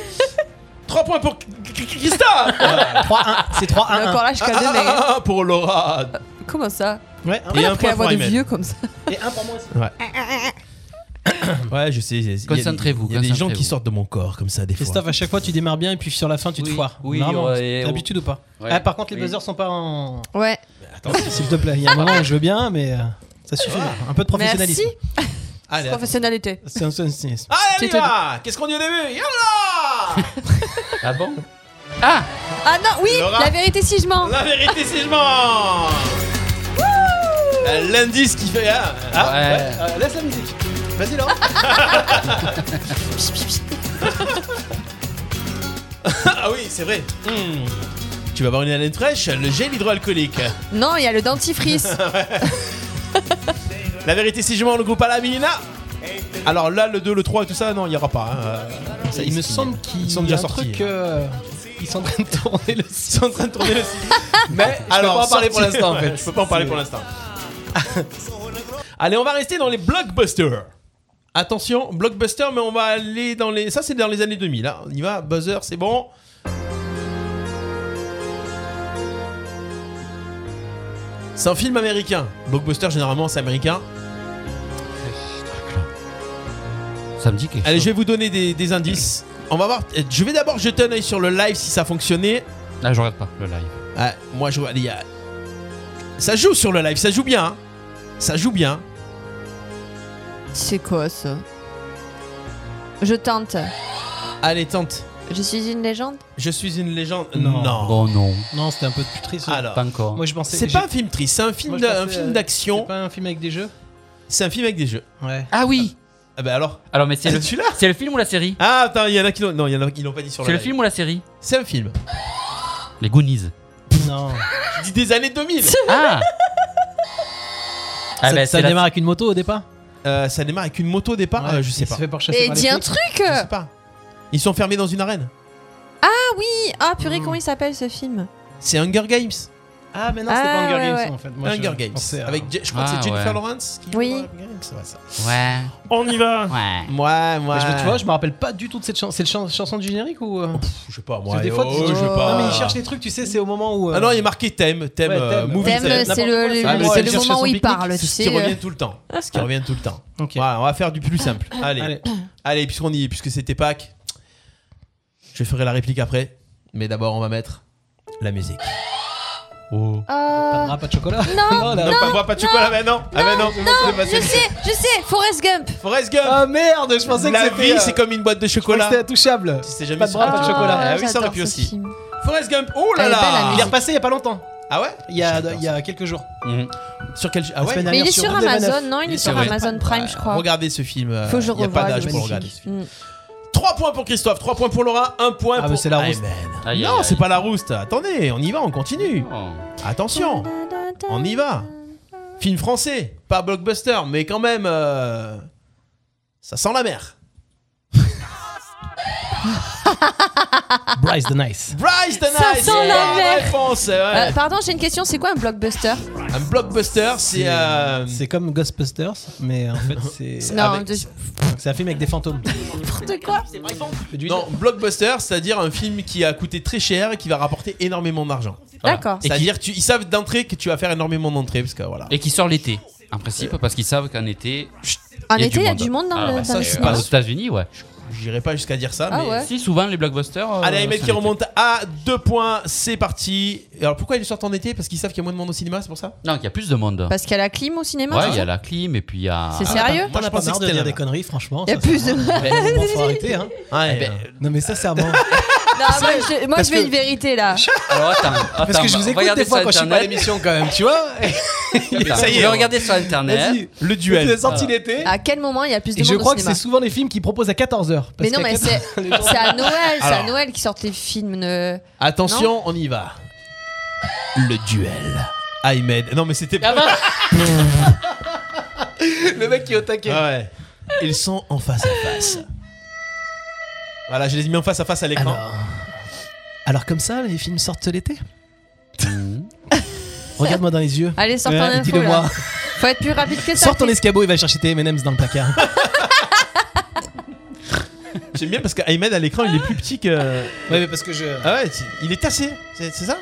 S3: 3 points pour K- K- K- Christophe Ah,
S4: 3-1, c'est 3-1.
S2: Mais encore là, je calme, mais-
S3: pour Laura
S2: Comment ça
S4: Ouais,
S2: Pourquoi
S3: Et
S2: il
S3: un
S2: a pris la
S3: point
S2: voix
S3: pour
S2: de
S3: Ayman.
S2: vieux comme ça
S4: Et un pour moi aussi.
S3: Ouais. Ouais, je sais. il y a- il y a des-
S6: Concentrez-vous,
S3: Il y a des gens
S6: concentrez-vous.
S3: qui sortent de mon corps comme ça des fois.
S4: Christophe, à chaque fois tu démarres bien et puis sur la fin tu te
S6: Oui,
S4: foires.
S6: oui,
S4: Vraiment,
S6: ouais,
S4: t'as
S6: ouais.
S4: l'habitude ou pas
S6: Ouais.
S4: Ah, Par contre, les
S6: Oui.
S4: buzzers sont pas en.
S2: Ouais.
S4: S'il te plaît, il y a un moment, je veux bien, mais euh, ça suffit.
S3: Ah.
S4: Un peu de professionnalisme.
S2: Merci.
S3: Allez, attends.
S2: Professionnalité.
S4: C'est un professionnalisme.
S3: Allez, on y va Qu'est-ce qu'on dit au début Yallah
S6: Ah bon
S2: Ah Ah non, oui
S3: Laura.
S2: La vérité si je mens
S3: La vérité, si je mens Oh. Euh, L'indice qui fait. Ah, ah,
S6: Ouais.
S3: ouais, euh, laisse la musique. Vas-y, Laura. ah oui, c'est vrai. Hmm. Tu vas avoir une haleine fraîche, le gel hydroalcoolique.
S2: Non, il y a le dentifrice.
S3: La vérité, si je mens, le groupe Alamina. Alors là, le 2, le 3 et tout ça, non, il n'y aura pas. hein. Euh, ça,
S4: Il me
S3: c'est-
S4: semble qu'ils
S3: Ils sont déjà
S4: un
S3: sortis.
S4: truc, euh, ils sont en train de tourner le site.
S3: Ils sont en train de tourner le site.
S4: Mais je peux pas en parler pour
S3: sorti-
S4: l'instant en
S3: Ouais,
S4: fait.
S3: Je peux pas en parler pour l'instant. Allez, on va rester dans les blockbusters. Attention, blockbuster, mais on va aller dans les. Ça, c'est dans les années 2000. hein. On y va, buzzer, c'est bon. C'est un film américain. Blockbuster, généralement, c'est américain.
S6: Ça me dit quelque
S3: Allez, je
S6: chose.
S3: vais vous donner des, des indices. On va voir. Je vais d'abord jeter un oeil sur le live si ça fonctionnait.
S6: Ah, je regarde pas le live.
S3: Ah, moi, je vois. allez, ah. Ça joue sur le live, ça joue bien. hein. Ça joue bien.
S2: C'est quoi ça Je tente.
S3: Allez, tente.
S2: Je suis une légende
S3: Je suis une légende.
S4: Non. Oh,
S3: Oh,
S6: Bon, non.
S4: Non, c'était un peu plus triste.
S3: Alors,
S6: Pas encore.
S4: Moi je pensais.
S3: c'est
S4: j'ai-
S3: pas un film triste, c'est un film
S4: moi, je
S3: d'a- un
S4: pensais,
S3: film
S4: euh,
S3: d'action.
S4: C'est pas un film avec des jeux
S3: C'est un film avec des jeux.
S4: Ouais.
S6: Ah oui
S3: Ah bah alors
S6: Alors, mais c'est le,
S3: Celui-là
S6: c'est le film ou la série
S3: Ah attends, il y en a qui l'ont non, il y en a qui l'ont pas dit sur
S6: C'est le
S3: live.
S6: film ou la série
S3: C'est un film.
S6: Les Goonies.
S4: Non.
S3: Je dis des années 2000.
S6: Ah
S4: ça
S6: Ah
S4: ça
S6: bah, c'est la-
S4: démarre avec une moto au départ
S3: Euh, ça démarre avec une moto au départ,
S4: Ouais,
S3: euh, je sais
S4: il
S3: pas.
S4: se fait pourchasser
S2: Mais
S4: par
S2: Eh,
S4: les
S2: dis un
S4: flics.
S2: truc
S3: Je sais pas. Ils sont fermés dans une arène.
S2: Ah oui Ah purée, comment il s'appelle ce film
S3: C'est Hunger Games.
S4: Hmm. Ah, mais non, c'est
S2: Ah,
S4: pas Hunger
S2: ouais,
S4: Games
S2: ouais.
S4: en fait. Moi, je
S3: Hunger Games.
S4: pensais à-
S3: Avec Je- je crois que
S6: Ah,
S3: c'est Jennifer
S6: ouais.
S3: Lawrence qui
S2: Oui.
S3: joue dans Hunger Games, ouais, ça.
S6: Ouais.
S5: On y va.
S6: Ouais.
S3: Moi, moi.
S4: Mais je me- tu vois, je me rappelle pas du tout de cette chanson. C'est le chan- chanson du générique ou. euh,
S3: je sais pas
S4: parce
S3: moi.
S4: que des fois,
S3: oh,
S4: tu-
S3: je sais pas.
S4: Non, mais ils cherchent les trucs, tu sais, c'est au moment où. euh,
S3: Ah non, il est marqué thème, thème,
S4: Ouais,
S3: euh,
S4: thème.
S3: movie
S2: Thème,
S3: theme.
S2: c'est le, le-
S4: Ah, mais
S2: c'est
S4: c'est
S2: le
S4: chercher
S2: moment
S4: son
S2: où il
S4: pique-nique,
S2: parle, tu
S3: Ce qui
S2: sais. euh.
S3: revient tout le temps. Ce qui revient tout le temps.
S4: Ok.
S3: Voilà, on va faire du plus simple. Allez,
S4: Allez.
S3: allez, puisqu'on y est, puisque c'était Pâques, je ferai la réplique après. Mais d'abord, on va mettre la musique.
S6: Oh.
S4: Pas
S2: Euh,
S4: de rap, pas de chocolat.
S2: Non,
S3: Non,
S4: Oh là là.
S3: pas, pas, pas de chocolat, mais non. Ah, mais non, c'est pas
S2: Je sais, je sais, Forrest Gump.
S3: Forrest Gump.
S4: Ah merde, je pensais que
S3: la
S4: c'était.
S3: vie,
S4: euh,
S3: c'est comme une boîte de
S4: je pensais que
S3: chocolat.
S4: C'était intouchable.
S3: Tu sais jamais
S4: Pas de
S3: sur-
S4: bras, pas de chocolat.
S3: Ah, oui, ça aurait
S2: j'adore
S3: pu
S2: ce
S3: aussi.
S2: film.
S3: Forrest Gump. Oh là
S2: Elle est belle, la
S3: là.
S4: Il est repassé il y a pas longtemps.
S3: Ah ouais
S4: Il y a,
S3: J'adore
S4: il y a quelques jours.
S6: Mhm.
S3: ça. Sur quel Ah
S4: La
S3: ouais.
S4: semaine
S2: Mais il est
S4: sur
S2: sur
S4: Amazon,
S2: Amazon, non Il
S3: il
S2: est
S3: est
S2: sur
S3: sur
S2: Amazon Prime, je crois.
S3: Regardez ce film. euh,
S2: Faut que je
S3: Il y a pas
S2: revoie,
S3: d'âge
S2: c'est
S3: pour
S4: magnifique.
S3: regarder ce film.
S2: Mm.
S3: 3 points pour Christophe, 3 points pour Laura, 1 point
S4: Ah,
S3: pour.
S4: mais c'est la rouste.
S3: Ayman.
S6: Aïe,
S3: non,
S6: aïe,
S3: c'est
S6: aïe.
S3: pas la rouste. Attendez, on y va, on continue.
S6: Oh.
S3: Attention, on y va. Film français, pas blockbuster, mais quand même. euh, Ça sent la mer.
S4: Bryce the Nice.
S3: Bryce the
S2: Ça
S3: Night
S2: sent la
S3: bonne
S2: mer.
S3: réponse, ouais.
S2: Euh, Pardon, j'ai une question, c'est quoi un blockbuster
S3: Un blockbuster, c'est. euh,
S4: C'est comme Ghostbusters, mais en fait, c'est.
S2: Non,
S3: avec-
S2: je-
S4: C'est un film avec des fantômes.
S2: n'importe quoi.
S3: Non, blockbuster, c'est-à-dire un film qui a coûté très cher et qui va rapporter énormément d'argent.
S2: D'accord.
S3: C'est-à-dire, tu- ils savent d'entrée que tu vas faire énormément d'entrées, parce que voilà.
S6: Et qui sort l'été, en principe, parce qu'ils savent qu'en été.
S2: En
S6: il y a
S2: été,
S6: du
S2: il y a
S6: monde.
S2: du monde dans
S6: Ah
S2: le
S6: ouais,
S2: dans
S3: ça,
S2: le
S3: je
S6: Euh,
S3: sais pas.
S2: cinéma.
S6: aux États-Unis, ouais.
S3: J'irai pas jusqu'à dire ça,
S2: Ah
S3: mais.
S2: ouais.
S6: Si, souvent les blockbusters. euh,
S3: Allez, Ahmed
S6: sont
S3: qui
S6: en été.
S3: remonte à 2 points, c'est parti. Et Alors pourquoi ils sortent en été Parce qu'ils savent qu'il y a moins de monde au cinéma, c'est pour ça
S6: Non, il y a plus de monde.
S2: Parce qu'il y a la clim au cinéma.
S6: Ouais,
S2: c'est
S6: il y
S2: ça
S6: a la clim et puis il y a.
S2: C'est sérieux
S3: Moi,
S4: Moi,
S3: je
S4: je
S3: pensais
S4: marre
S3: que c'était
S4: de dire
S3: la-
S4: des conneries, franchement.
S2: Il y a
S4: ça,
S2: plus
S4: c'est
S2: de-
S4: vraiment- vraiment, faut arrêter, hein.
S3: Ouais, euh,
S6: Eh ben,
S4: Non, mais sincèrement.
S2: Non, moi, je, moi,
S4: Parce
S2: je vais
S4: que-
S2: une vérité là.
S6: Alors attends, attends
S4: Parce que je vous écoute
S6: regardez
S4: des fois
S6: sur
S4: quand je suis pas à
S6: Internet.
S4: l'émission quand même, tu vois.
S6: Attends, je vais regarder sur Internet.
S3: Le
S4: duel. Vous sorti l'été.
S2: À quel moment il y a plus de
S4: Et
S2: monde
S4: je
S2: au
S4: crois que
S2: cinéma
S4: c'est souvent les films qui proposent à 14h.
S2: Mais non, mais c'est c'est à Noël, c'est à
S3: Alors.
S2: Noël qui sortent les films. ne-
S3: Attention,
S2: Non
S3: on y va. Le duel. Ahmed. Non, mais c'était pas.
S4: Le mec qui est au taquet.
S3: bah. Ah ouais. Ils sont en face à face. Voilà, je les ai mis en face à face à l'écran.
S4: Alors comme ça, les films sortent l'été Regarde-moi dans
S3: Euh,
S4: les yeux.
S2: Allez, sort ton
S4: Ouais,
S2: info.
S4: Dis-le-moi.
S2: là. Faut être plus rapide que ça.
S4: Sors ton escabeau et va chercher tes M&M's dans le placard.
S3: J'aime bien parce qu'Ahmed à l'écran, il est plus petit que.
S4: Ouais, mais parce que je.
S3: Ah ouais, c'est- il est tassé, c'est c'est ça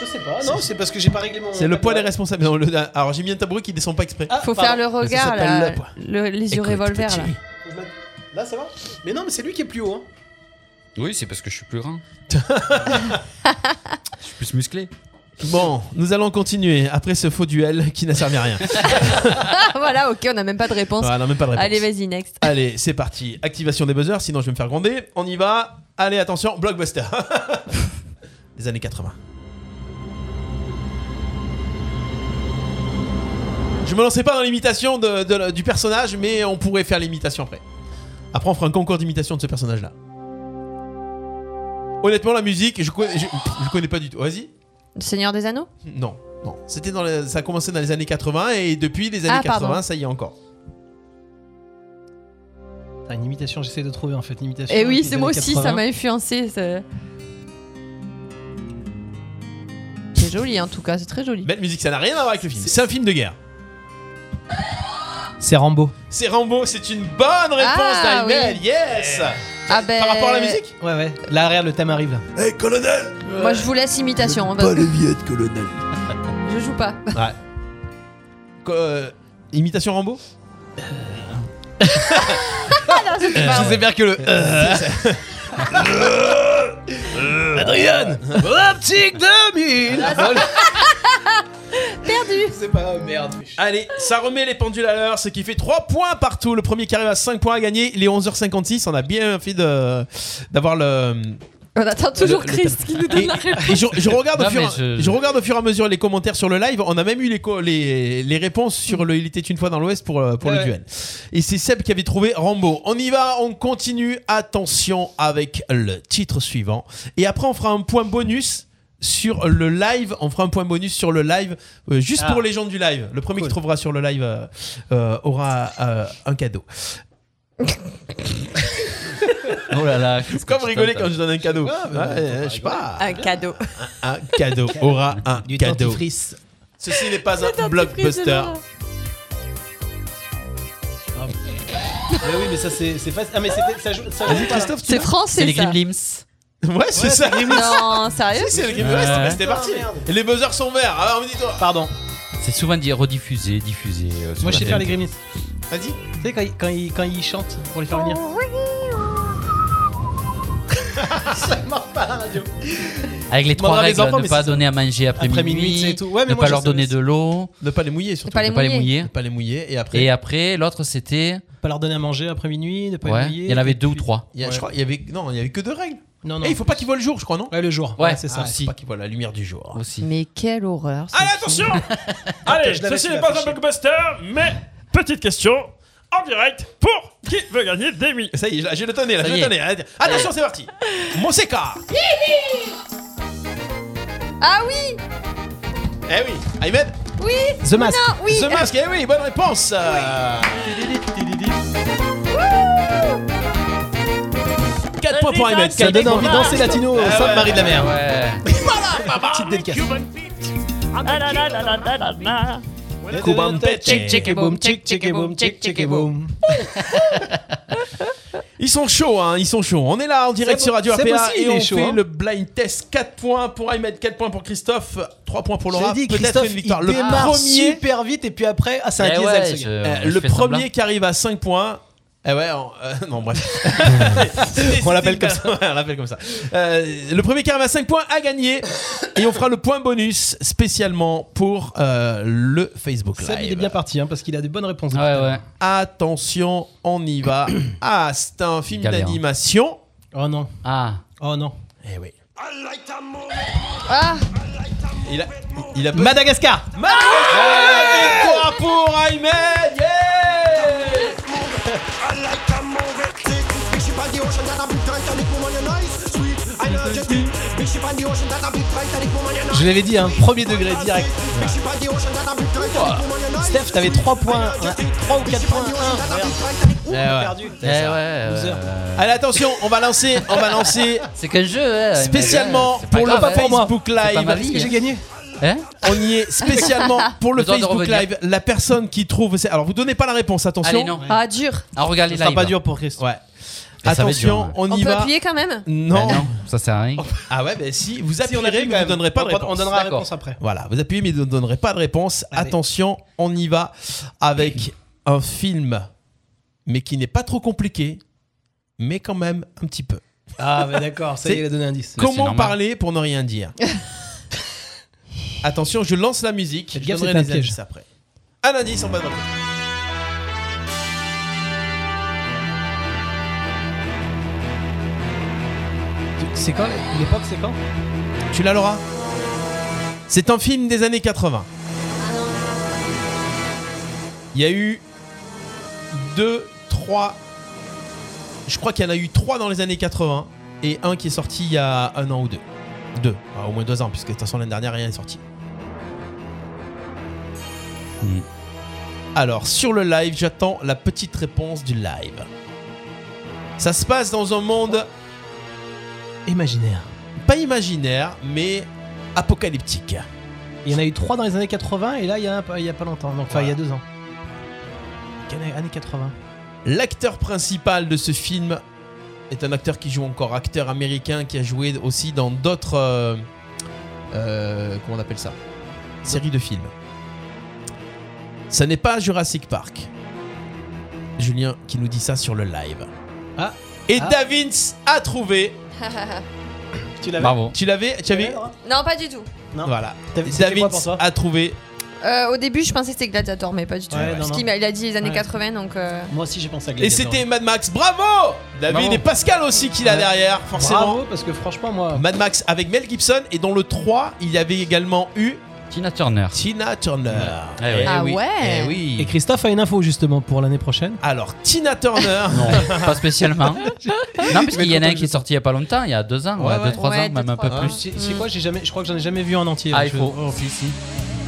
S4: Je sais pas, non, c'est parce que j'ai pas réglé mon.
S3: C'est le poil est responsable. Non, le- alors j'ai mis un tabouret qui descend pas exprès.
S2: Ah, Faut faire le regard
S3: s'appelle
S2: là,
S3: le poids.
S2: le- les yeux
S3: Écoute,
S2: revolver là.
S3: petit.
S4: Là, ça va Mais non, mais c'est lui qui est plus haut. hein.
S6: Oui, c'est parce que je suis plus grand. je suis plus musclé.
S3: Bon, nous allons continuer après ce faux duel qui n'a servi à rien.
S2: voilà, ok, on n'a même pas de réponse.
S3: Voilà, on a même pas de réponse.
S2: Allez, vas-y, next.
S3: Allez, c'est parti. Activation des buzzers, sinon je vais me faire gronder. On y va. Allez, attention, blockbuster. Des années 80. Je me lançais pas dans l'imitation de- de- du personnage, mais on pourrait faire l'imitation après. Après, on fera un concours d'imitation de ce personnage-là. Honnêtement, la musique, je, co- je, je connais pas du tout. Vas-y.
S2: Le Seigneur des Anneaux
S3: Non, non. C'était dans les- ça a commencé dans les années 80 et depuis les années
S2: Ah, pardon.
S3: 80, ça y est encore.
S4: T'as une imitation, j'essaie de trouver en fait une imitation.
S2: Eh oui,
S4: avec les
S2: c'est moi
S4: années
S2: aussi,
S4: 80.
S2: ça m'a influencé. ça. C'est joli en tout cas, c'est très joli.
S3: Belle musique, ça n'a rien à voir avec le film. C'est un film de guerre.
S4: C'est Rambo.
S3: C'est Rambo, c'est une bonne réponse
S2: Ah,
S3: d'Ahmed,
S2: oui.
S3: yes
S2: Ah ben.
S3: Par rapport à la musique
S4: Ouais, ouais. Là, regarde, le thème arrive là.
S3: Eh colonel
S2: euh, Moi, je vous laisse imitation. hein,
S3: Pas
S2: parce
S3: le billet de colonel.
S2: que Je joue pas.
S3: Ouais. Co- euh, imitation Rambo
S2: non, je sais pas.
S3: sais bien que le. euh.
S7: Euh.
S4: Adrien Optique 2000
S2: Ah, Perdu
S4: C'est pas oh, merde.
S3: Allez, ça remet les pendules à l'heure, ce qui fait 3 points partout. Le premier qui arrive à 5 points à gagner. Il est 11h56, on a bien fait de d'avoir le.
S2: On attend toujours Chris qui nous donne la réponse.
S3: Et je, je regarde au
S6: Non,
S3: fur
S6: mais
S3: et-
S6: je-
S3: je regarde au fur et à mesure les commentaires sur le live. On a même eu les, co- les, les réponses sur le Il était une fois dans l'Ouest pour, euh, pour
S4: Ouais,
S3: le
S4: ouais.
S3: duel. Et c'est Seb qui avait trouvé Rambo. On y va, on continue. Attention avec le titre suivant. Et après, on fera un point bonus sur le live. On fera un point bonus sur le live euh, juste
S4: Ah.
S3: pour les gens du live. Le premier
S4: Cool.
S3: qui trouvera sur le live euh, euh, aura euh, un cadeau.
S6: Oh là là.
S3: C'est comme rigoler quand je
S6: hein.
S3: donne un cadeau. Ouais, Je sais pas.
S2: Un cadeau.
S3: Un cadeau aura un
S4: Du
S3: cadeau.
S4: dentifrice.
S3: Ceci n'est pas un
S2: Chris de
S3: blockbuster.
S2: Laura.
S4: Ah. Mais oui, mais ça c'est c'est facile. Ah, mais c'était- ça joue, ça joue pas, là.
S3: Christophe, tu
S2: C'est français ça.
S3: Ouais, c'est ça.
S2: Non, sérieux
S3: C'est le Game Boy,
S6: Ouais.
S3: c'était parti.
S4: Ah, merde.
S3: Les buzzers sont verts. Alors, me dis-toi.
S4: Pardon.
S6: C'est souvent dit rediffuser, diffuser. euh, sur
S4: Moi, je sais
S6: la télé.
S4: faire les Gremlins.
S3: Vas-y.
S4: Tu sais, quand ils, quand, ils, quand ils chantent pour les faire venir. ça marche pas la radio.
S6: Avec les trois
S4: Demandera les
S6: règles,
S4: enfants,
S6: ne
S4: mais
S6: pas
S4: c'est ça.
S6: donner à manger après,
S4: Après minuit,
S6: minuit,
S4: c'est tout. Ouais, mais
S6: ne
S4: moi,
S6: pas
S4: je
S6: leur
S4: sais,
S6: donner
S4: mais
S6: de l'eau,
S3: Ne pas les mouiller surtout.
S2: Pas les
S6: ne pas les
S2: mouiller.
S6: mouiller.
S3: Ne pas les mouiller. Et après,
S6: Et après, l'autre c'était.
S4: Pas leur donner à manger après minuit, ne pas les
S6: Ouais,
S4: mouiller.
S6: il y en avait deux ou trois.
S3: il y a- je
S4: Ouais.
S3: crois, il y avait non, il y avait que deux règles.
S4: Non, non.
S3: Et il faut pas qu'ils voient le jour, je crois, non
S4: Ouais, le jour.
S6: Ouais,
S4: c'est
S3: Ah,
S4: ça.
S3: faut
S6: aussi.
S3: pas qu'ils voient la lumière du jour.
S6: Aussi.
S2: Mais quelle horreur. ce
S5: Allez,
S2: film.
S5: attention Allez,
S4: je l'avais
S5: ceci
S4: sur
S5: n'est
S4: la
S5: pas un
S4: fiche.
S5: blockbuster, mais petite question en direct pour qui veut gagner des millions.
S3: Ça y est, là, j'ai le tonné, là,
S6: Ça
S3: j'ai
S6: y
S3: le
S6: est.
S3: tonné. Arrête. Attention, c'est parti. Monseca.
S2: Ah oui
S3: Eh oui, Ahmed.
S2: Oui
S4: The Mask.
S2: Non, oui
S3: The Mask. Eh oui, bonne réponse. Euh, 4 points pour Ahmed.
S4: Ça
S3: quatre
S4: donne
S3: points.
S4: envie de danser latino au sein de Marie de la Mer.
S6: Ah Ouais.
S4: Petite dédicace.
S5: Ah là là là là là là là.
S3: Cuban Peche.
S4: Chick, chick et boom, chick, chick et boom, chick, chick et boom.
S3: Ils sont chauds, hein, ils sont chauds. On est là en direct
S4: C'est
S3: sur Radio
S4: po- c'est
S3: RPA
S4: possible,
S3: et
S4: il est
S3: on
S4: chaud,
S3: fait
S4: hein.
S3: le blind test. 4 points pour Ahmed, 4 points pour Christophe, 3 points pour Laura.
S4: Je l'ai dit,
S3: Peut-être
S4: Christophe,
S3: une victoire.
S4: il
S3: Le
S4: démarre
S3: premier,
S4: super vite et puis après, ah c'est un
S6: Eh
S4: diesel.
S6: ouais,
S4: ce
S6: je-
S4: gars.
S3: euh,
S6: je
S3: le
S6: fais semblant.
S3: premier qui arrive à 5 points. Eh ouais, on- euh, non, bref.
S4: On l'appelle comme
S3: ça. on l'appelle comme ça. Euh, le premier qui arrive à 5 points a gagné. Et on fera le point bonus spécialement pour euh, le Facebook Live.
S4: Seb, il est bien parti hein, parce qu'il a des bonnes réponses.
S6: Ouais, ouais.
S3: Attention, on y va. Ah, c'est un film
S6: Galère.
S3: d'animation.
S4: Oh non,
S6: Ah.
S4: oh non.
S3: Eh oui.
S2: Ah
S3: Il a, il a
S4: Madagascar
S3: Victoire pour Ahmed
S4: Je l'avais dit, hein, premier degré
S3: Ah,
S4: direct. Steph, t'avais 3 points, hein. 3 ou 4 points, 1.
S3: Eh
S4: perdu.
S3: Eh ouais,
S4: Loser.
S3: Allez attention, on va lancer, on va lancer.
S6: C'est qu'un jeu. Ahmed,
S3: spécialement
S6: hein, c'est pas
S3: pour le
S6: grave, hein,
S3: Facebook
S6: c'est pas
S3: Live.
S6: ma vie, Parce que hein. j'ai
S4: gagné.
S3: On y est spécialement pour le
S6: Le temps de
S3: Facebook
S6: revenir.
S3: Live. La personne qui trouve, c'est- alors vous donnez pas la réponse, attention.
S6: Allez, non.
S2: Ah, dur.
S6: Ah, regarde les
S3: Ce sera
S6: lives.
S3: pas dur pour Christ. Ouais.
S6: Et ça va être
S3: Attention,
S6: dur,
S3: on
S2: On
S3: y
S2: peut
S3: va.
S2: appuyer quand même
S3: Non.
S6: Bah non, ça sert à rien.
S3: Ah ouais, ben si, vous
S4: Si, on
S3: appuyerez,
S4: appuie
S3: mais
S4: quand
S3: vous
S4: même.
S3: donnerez pas de
S4: On- on
S3: réponse.
S4: donnera la
S3: D'accord.
S4: réponse après.
S3: Voilà, vous appuyez, mais vous ne donnerez pas de réponse.
S4: Allez.
S3: Attention, on y va avec un film, mais qui n'est pas trop compliqué, mais quand même un petit peu.
S4: Ah, bah d'accord, ça y est, il a donné un indice. Mais c'est
S3: Comment
S4: normal.
S3: parler pour ne rien dire Attention, je lance la musique. Je
S4: gaffe,
S3: donnerai
S4: c'est un
S3: les
S4: piège.
S3: indices après. Un indice en bas de votre-
S4: C'est quand L'époque, c'est quand
S3: Tu l'as, Laura C'est un film des années 80. Il y a eu deux, trois. Je crois qu'il y en a eu trois dans les années 80 et un qui est sorti il y a un an ou deux. Deux, Ah, au moins deux ans, puisque de toute façon l'année dernière rien n'est sorti. Alors sur le live, j'attends la petite réponse du live. Ça se passe dans un monde
S4: Imaginaire.
S3: pas imaginaire, mais apocalyptique.
S4: Il y en a eu 3 dans les années 80 et là, il y en a un peu- il y a pas longtemps. Donc, Enfin, il y a 2 ans. Années années 80.
S3: L'acteur principal de ce film est un acteur qui joue encore, acteur américain qui a joué aussi dans d'autres. euh, euh, comment on appelle ça Série de films. Ça n'est pas Jurassic Park. Julien qui nous dit ça sur le live.
S4: Ah.
S3: Et
S4: Ah.
S3: Davins a trouvé. Bah,
S4: Tu l'avais
S3: Tu l'avais Tu avais
S2: Non, pas du tout.
S3: Voilà.
S4: c'était quoi
S3: Davins
S4: pour toi
S3: a trouvé.
S2: Euh, au début, je pensais que c'était Gladiator, mais pas du tout.
S3: Ouais, non,
S2: Parce
S3: non.
S2: qu'il m'a- il a dit les années
S4: Ouais.
S2: 80, donc. euh,
S4: Moi aussi, j'ai pensé à
S3: Et
S4: Gladiator.
S3: c'était Mad Max. Bravo David
S4: Bravo.
S3: et Pascal aussi qui l'a
S4: Ouais.
S3: derrière, forcément.
S4: Bravo, parce que franchement, moi.
S3: Mad Max avec Mel Gibson et dans le 3 il y avait également eu
S6: Tina Turner.
S3: Tina Turner.
S6: Ah ouais.
S3: Eh
S6: Ah
S3: oui,
S6: ouais.
S3: eh oui.
S4: Et Christophe a une info justement pour l'année prochaine.
S3: Alors Tina Turner.
S6: Non, pas spécialement. non, parce qu'il y en a un qui est sorti il y a pas longtemps, il y a deux ans,
S4: Ouais,
S6: ouais,
S4: ouais.
S6: deux, trois
S4: Ouais,
S6: ans, Mm. même un peu plus.
S4: C'est c'est quoi J'ai jamais. Je crois que j'en ai jamais vu en entier.
S6: Ah, il
S4: Je-
S6: faut.
S4: oh.
S6: Si, si.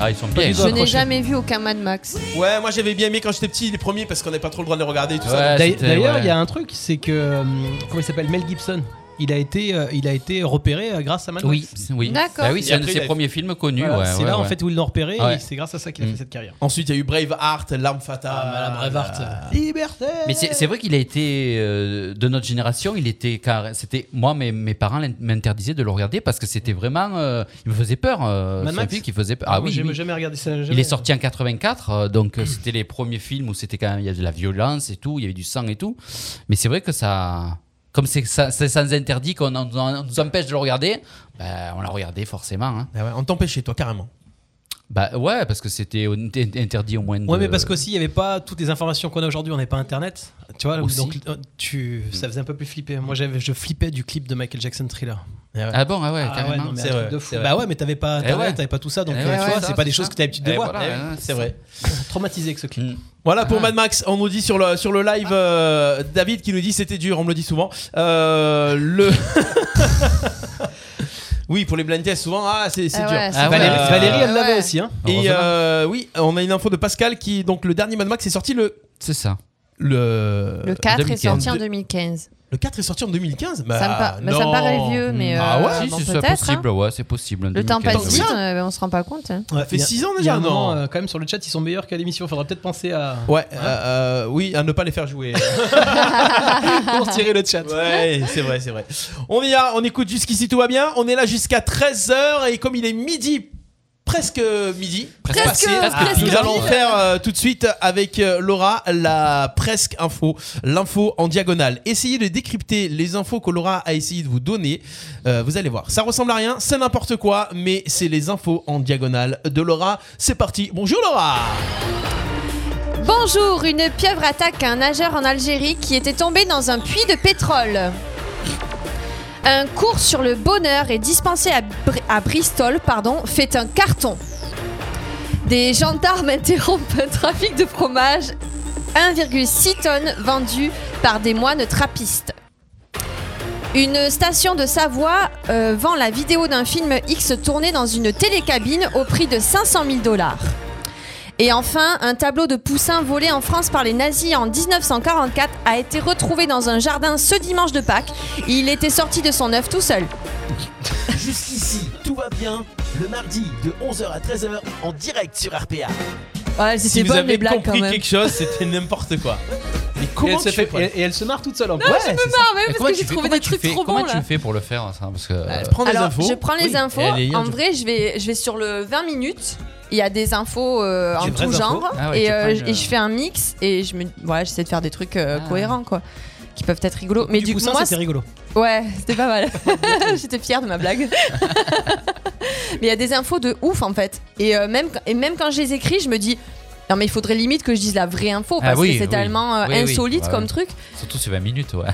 S6: Ah, ils sont
S4: Pas
S6: bien.
S4: du
S2: Je n'ai jamais vu aucun Mad Max.
S3: Ouais, moi j'avais bien aimé quand j'étais petit les premiers parce qu'on n'avait pas trop le droit de les regarder et tout ça.
S6: Ouais,
S3: donc-
S4: D'ailleurs, D'ailleurs, il y a un truc, c'est que hum, comment il s'appelle Mel Gibson. Il a été, euh, il a été repéré euh, grâce à Mad Max.
S6: Oui, c'est- oui. D'accord. Bah oui, c'est
S4: Et
S6: un de
S4: après,
S6: ses
S4: il a-
S6: premiers films connus, ouais,
S4: c'est
S6: ouais,
S4: là en
S6: ouais.
S4: fait où ils l'ont repéré.
S6: Ouais.
S4: et
S6: Mm.
S4: C'est grâce à ça qu'il a fait cette carrière.
S3: Ensuite, il y a eu Braveheart, L'arme fatale.
S4: la Braveheart. Euh,
S3: Ah.
S4: Liberté.
S6: Mais c'est c'est vrai qu'il a été euh, de notre génération, il était car c'était moi mes, mes parents l'in- m'interdisaient de le regarder parce que c'était vraiment euh, il me faisait peur euh,
S4: Mad
S6: ce
S4: Max
S6: film qui faisait peur.
S4: Ah
S6: Ah
S4: oui,
S6: oui,
S4: j'ai
S6: oui.
S4: jamais regardé ça,
S6: Il
S4: jamais.
S6: est sorti en 84 euh, donc euh, c'était les premiers films où c'était quand même il y avait de la violence et tout, il y avait du sang et tout. Mais c'est vrai que ça comme c'est ça- c'est sans interdit qu'on en- on nous empêche de le regarder, bah, on l'a regardé forcément. hein.
S3: Ah ouais, on t'empêchait toi carrément.
S6: Bah ouais parce que c'était on était interdit au moins de
S4: Ouais, mais parce qu'aussi, il n'y avait pas toutes les informations qu'on a aujourd'hui, on n'est pas Internet. Tu vois,
S6: Aussi.
S4: donc euh, tu, ça faisait un peu plus flipper. Moi, j'avais, je flippais du clip de Michael Jackson Thriller.
S6: Ah bon, ah ouais, carrément.
S4: non, mais
S6: C'est
S4: un truc
S6: vrai,
S4: de
S6: c'est
S4: fou.
S6: vrai.
S4: Bah ouais, mais t'avais pas
S6: Eh
S4: Internet,
S6: ouais.
S4: t'avais pas tout ça, donc
S6: Eh
S4: euh, tu
S6: ouais,
S4: vois,
S6: ouais,
S4: c'est
S6: ça,
S4: pas des
S6: c'est
S4: choses
S6: ça.
S4: que t'as l'habitude de
S6: Eh
S4: voir.
S6: voilà, ouais,
S3: c'est vrai.
S4: Hein,
S3: Mm.
S4: Traumatisé avec ce clip.
S3: Voilà pour Mad Max, on nous dit sur le, sur le live euh, David qui nous dit c'était dur, on me le dit souvent. Euh, le Oui, pour les blind tests souvent ah c'est c'est
S4: Ah
S3: dur. Euh,
S4: ouais, c'est Ah ouais. Valérie- Valérie, elle l'avait Ouais. aussi, hein.
S3: Et
S4: Heureusement.
S3: euh, oui, on a une info de Pascal qui donc le dernier Mad Max est sorti le
S6: C'est ça.
S3: Le
S2: Le 4 est sorti en 2015.
S3: Le 4 est sorti en 2015
S2: Ça me pa- bah, ça me
S3: non.
S2: paraît vieux, mais,
S3: Ah
S2: euh,
S3: ouais
S2: bon,
S6: Si, c'est
S2: peut-être,
S6: possible, ouais, c'est possible.
S2: Le temps
S6: 2015,
S2: passe
S6: oui.
S2: vite, euh, on se rend pas compte. hein.
S3: Ça fait
S4: Il y a-
S3: 6 ans
S4: il y a
S3: déjà,
S4: un moment,
S3: non
S4: euh, Quand même, sur le chat, ils sont meilleurs qu'à l'émission. Faudra peut-être penser à.
S3: Ouais, euh, euh, oui, à ne pas les faire jouer.
S4: Pour tirer le chat.
S3: Ouais, c'est vrai, c'est vrai. On est là, on écoute jusqu'ici, tout va bien. On est là jusqu'à 13h et comme il est midi, presque midi,
S6: Presque,
S3: passé,
S6: presque, presque
S3: nous
S6: midi.
S3: allons faire euh, tout de suite avec euh, Laura la presque info, l'info en diagonale. Essayez de décrypter les infos que Laura a essayé de vous donner. Euh, vous allez voir, ça ressemble à rien, c'est n'importe quoi, mais c'est les infos en diagonale de Laura. C'est parti, bonjour Laura
S2: Bonjour, une pieuvre attaque un nageur en Algérie qui était tombé dans un puits de pétrole. Un cours sur le bonheur est dispensé à, Br- à Bristol, pardon, fait un carton. Des gendarmes interrompent un trafic de fromage 1,6 tonnes vendues par des moines trappistes. Une station de Savoie euh, vend la vidéo d'un film X tourné dans une télécabine au prix de 500 000 dollars. Et enfin, un tableau de Poussin volé en France par les nazis en 1944 a été retrouvé dans un jardin ce dimanche de Pâques. Il était sorti de son œuf tout seul.
S1: Jusqu'ici, tout va bien. Le mardi de 11h à 13h en direct sur RPA.
S2: Ouais,
S3: Si vous avez compris quelque chose, c'était n'importe quoi. Mais comment
S4: elle se
S3: tu
S4: fait-
S3: fais
S4: et- et elle se marre toute seule en
S2: Non, je me marre, mais
S6: Mais
S2: parce
S6: comment
S2: que
S6: tu
S2: j'ai
S6: fais-
S2: trouvé
S6: comment
S2: des
S6: tu
S2: trucs
S6: fais-
S2: trop
S6: comment
S2: bons
S6: tu
S2: là.
S6: fais pour le faire ça Parce que. euh,
S2: Alors, Je prends les
S6: Oui,
S2: infos.
S6: elle est liée,
S2: En
S6: je-
S2: vrai, je vais, je vais sur le 20 minutes. Il y a des infos euh, en
S6: Des vraies
S2: tout genre.
S6: infos Ah ouais,
S2: et,
S6: tu
S2: euh,
S6: prends une, Ah.
S2: et je fais un mix et je me, voilà, j'essaie de faire des trucs euh, cohérents quoi. Qui peuvent être rigolos. Mais du,
S4: Poussin,
S2: coup, moi,
S4: c'était rigolo.
S2: Ouais, c'était pas mal. J'étais fière de ma blague. mais il y a des infos de ouf en fait. Et, euh, même, et même quand je les écris, je me dis. Non mais il faudrait limite que je dise la vraie info
S6: Ah
S2: parce
S6: oui,
S2: que c'est
S6: oui.
S2: tellement euh,
S6: Oui, oui,
S2: insolite
S6: ouais.
S2: comme truc.
S6: Surtout sur 20 minutes, ouais.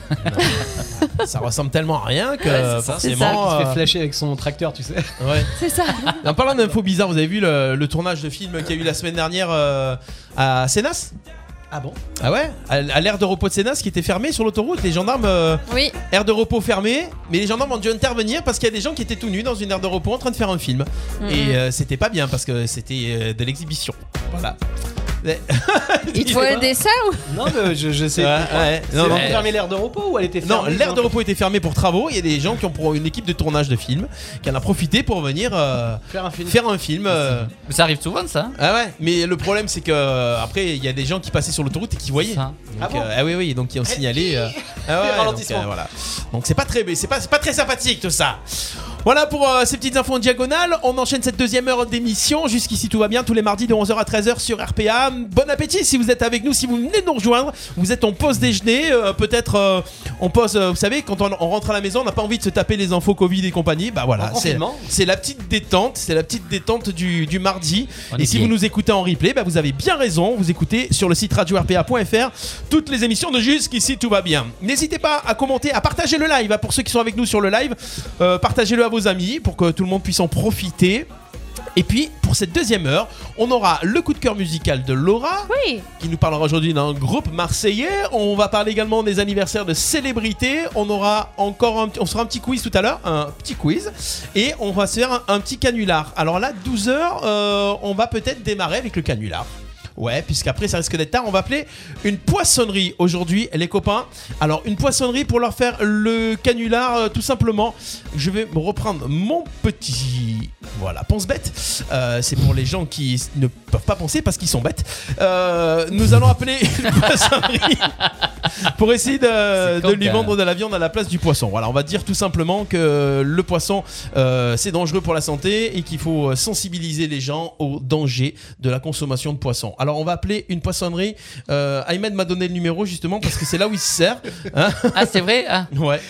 S3: ça ressemble tellement à rien que
S6: Ouais, c'est ça.
S4: C'est
S3: forcément.
S4: ça qui se
S3: euh,
S4: fait flasher avec son tracteur, tu sais.
S3: Ouais.
S2: C'est ça.
S3: En parlant d'infos bizarres, vous avez vu le, le tournage de film qu'il y a eu la semaine dernière euh, à Sénas
S4: Ah bon
S3: Ah ouais À, à l'aire de repos de Sénas qui était fermée sur l'autoroute, les gendarmes. euh,
S2: Oui.
S3: Aire de repos fermée, mais les gendarmes ont dû intervenir parce qu'il y a des gens qui étaient tout nus dans une aire de repos en train de faire un film.
S2: Mhm.
S3: Et euh, c'était pas bien parce que c'était euh, de l'exhibition. Voilà. Mais-
S2: Il te faut un dessin ou
S4: Non, mais je, je sais.
S3: Ouais,
S4: pourquoi.
S3: ouais.
S4: C'est
S3: Non, non.
S4: pour fermer l'air de repos ou elle était hein.
S3: Non,
S4: fermée
S3: l'aire de repos était fermée pour travaux. Il y a des gens qui ont pour une équipe de tournage de film qui en a profité pour venir euh,
S4: Faire un film.
S3: euh.
S6: Ça arrive souvent, ça.
S3: Ah ouais. Mais le problème, c'est que euh, après, il y a des gens qui passaient sur l'autoroute et qui voyaient. Donc,
S4: Ah bon
S3: euh, ah oui, oui. Donc ils ont signalé. euh, ah ouais,
S4: Le
S3: donc,
S4: ralentissement.
S3: euh, voilà. Donc c'est pas très, mais c'est pas, c'est pas très sympathique tout ça. Voilà pour euh, ces petites infos en diagonale. On enchaîne cette deuxième heure d'émission. Jusqu'ici tout va bien tous les mardis de 11h à 13h sur RPA. Bon appétit si vous êtes avec nous, si vous venez de nous rejoindre. Vous êtes en pause déjeuner. euh, Peut-être euh, on pose, euh, vous savez, quand on, on rentre à la maison, on n'a pas envie de se taper les infos Covid et compagnie. Bah voilà,
S4: En
S3: c'est
S4: confinement.
S3: c'est la petite détente. C'est la petite détente du, du mardi.
S6: On
S3: et
S6: est
S3: si
S6: bien.
S3: vous nous écoutez en replay, bah, vous avez bien raison. Vous écoutez sur le site radio-rpa.fr toutes les émissions de Jusqu'ici tout va bien. N'hésitez pas à commenter, à partager le live. hein, Pour ceux qui sont avec nous sur le live, euh, partagez-le à vos amis pour que tout le monde puisse en profiter. Et puis, pour cette deuxième heure, on aura le coup de cœur musical de Laura, qui nous parlera aujourd'hui d'un groupe marseillais. On va parler également des anniversaires de célébrités. On aura encore un, petit- on sera un petit quiz tout à l'heure, un petit quiz. Et on va se faire un, un petit canular. Alors là, 12h, on va peut-être démarrer avec le canular. Ouais, puisqu'après ça risque d'être tard, on va appeler une poissonnerie aujourd'hui, les copains. Alors, une poissonnerie pour leur faire le canular, euh, tout simplement. Je vais me reprendre mon petit. Voilà, pense bête. Euh, c'est pour les gens qui s- ne peuvent pas penser parce qu'ils sont bêtes. Euh, nous allons appeler une poissonnerie pour essayer de,
S6: C'est
S3: de lui
S6: coquin.
S3: vendre de la viande à la place du poisson. Voilà, on va dire tout simplement que le poisson, euh, c'est dangereux pour la santé et qu'il faut euh, sensibiliser les gens au danger de la consommation de poisson. Alors, on va appeler une poissonnerie. Euh, Ahmed m'a donné le numéro justement parce que c'est là où il se sert. hein.
S6: ah, c'est vrai Ah.
S3: Ouais.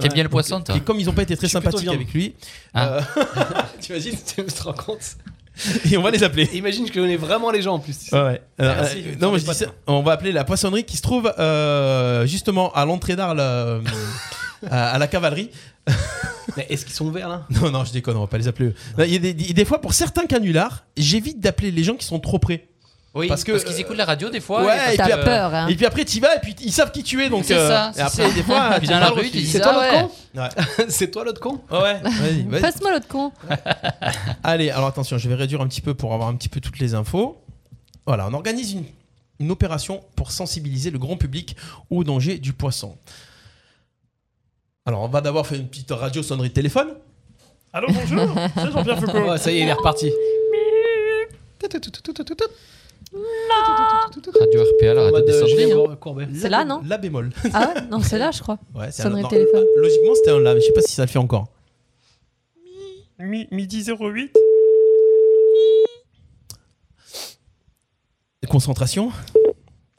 S6: T'aimes
S3: Ouais.
S6: bien le
S3: Donc,
S6: poisson, toi
S3: Et comme ils n'ont pas été très
S4: Je suis plutôt
S3: sympathiques
S4: viande.
S3: avec lui,
S6: Ah.
S3: euh,
S4: T'imagines, tu te rends compte
S3: et on va les appeler.
S4: Imagine que je connais vraiment les gens en plus. tu sais. Ah,
S3: Ouais, ouais. Euh,
S4: Merci,
S3: euh,
S4: je
S3: non,
S4: ne
S3: mais je dis
S4: savais
S3: ça, on va appeler la poissonnerie qui se trouve euh, justement à l'entrée d'art là, euh, à, à la cavalerie.
S4: Mais est-ce qu'ils sont ouverts là
S3: Non, non, je déconne, on va pas les appeler. eux. Non, Il y a des, des- des fois, pour certains canulars, j'évite d'appeler les gens qui sont trop près.
S6: Oui, parce
S3: que- euh,
S6: qu'ils écoutent la radio des fois.
S3: Ouais,
S6: parce
S3: et
S6: que-
S3: puis, euh, Et puis après, tu vas et puis ils savent qui tu es. Donc
S6: hein. C'est
S3: euh,
S6: ça,
S3: et
S6: c'est
S3: après,
S6: ça.
S3: des fois,
S6: Puis
S3: tu
S6: dans la
S3: parles
S6: rue,
S3: au-
S6: tu dis
S3: C'est
S6: ça,
S3: toi
S6: ouais.
S3: l'autre con
S4: C'est toi l'autre con
S3: Ouais, ouais. Vas-y, vas-y.
S2: Passe-moi l'autre con.
S3: Allez, alors attention, je vais réduire un petit peu pour avoir un petit peu toutes les infos. Voilà, on organise une, une opération pour sensibiliser le grand public au danger du poisson. Alors, on va d'abord faire une petite radio sonnerie de téléphone.
S5: Allô, bonjour, c'est Jean-Pierre Foucault.
S4: Ouais, ça y est, il est reparti.
S6: Radio RPA, la
S4: En
S6: radio
S4: mode,
S6: des
S4: euh,
S6: sonneries,
S4: Julien
S6: hein.
S4: Bour- Courbet.
S2: C'est là, non
S3: La bémol.
S2: Ah ouais, non, c'est là, je crois.
S3: Ouais, c'est un-
S2: Sonnerie
S3: non,
S2: téléphone.
S3: Logiquement, c'était un là, mais je sais pas si ça le fait encore.
S5: Mi- midi 08.
S3: Concentration.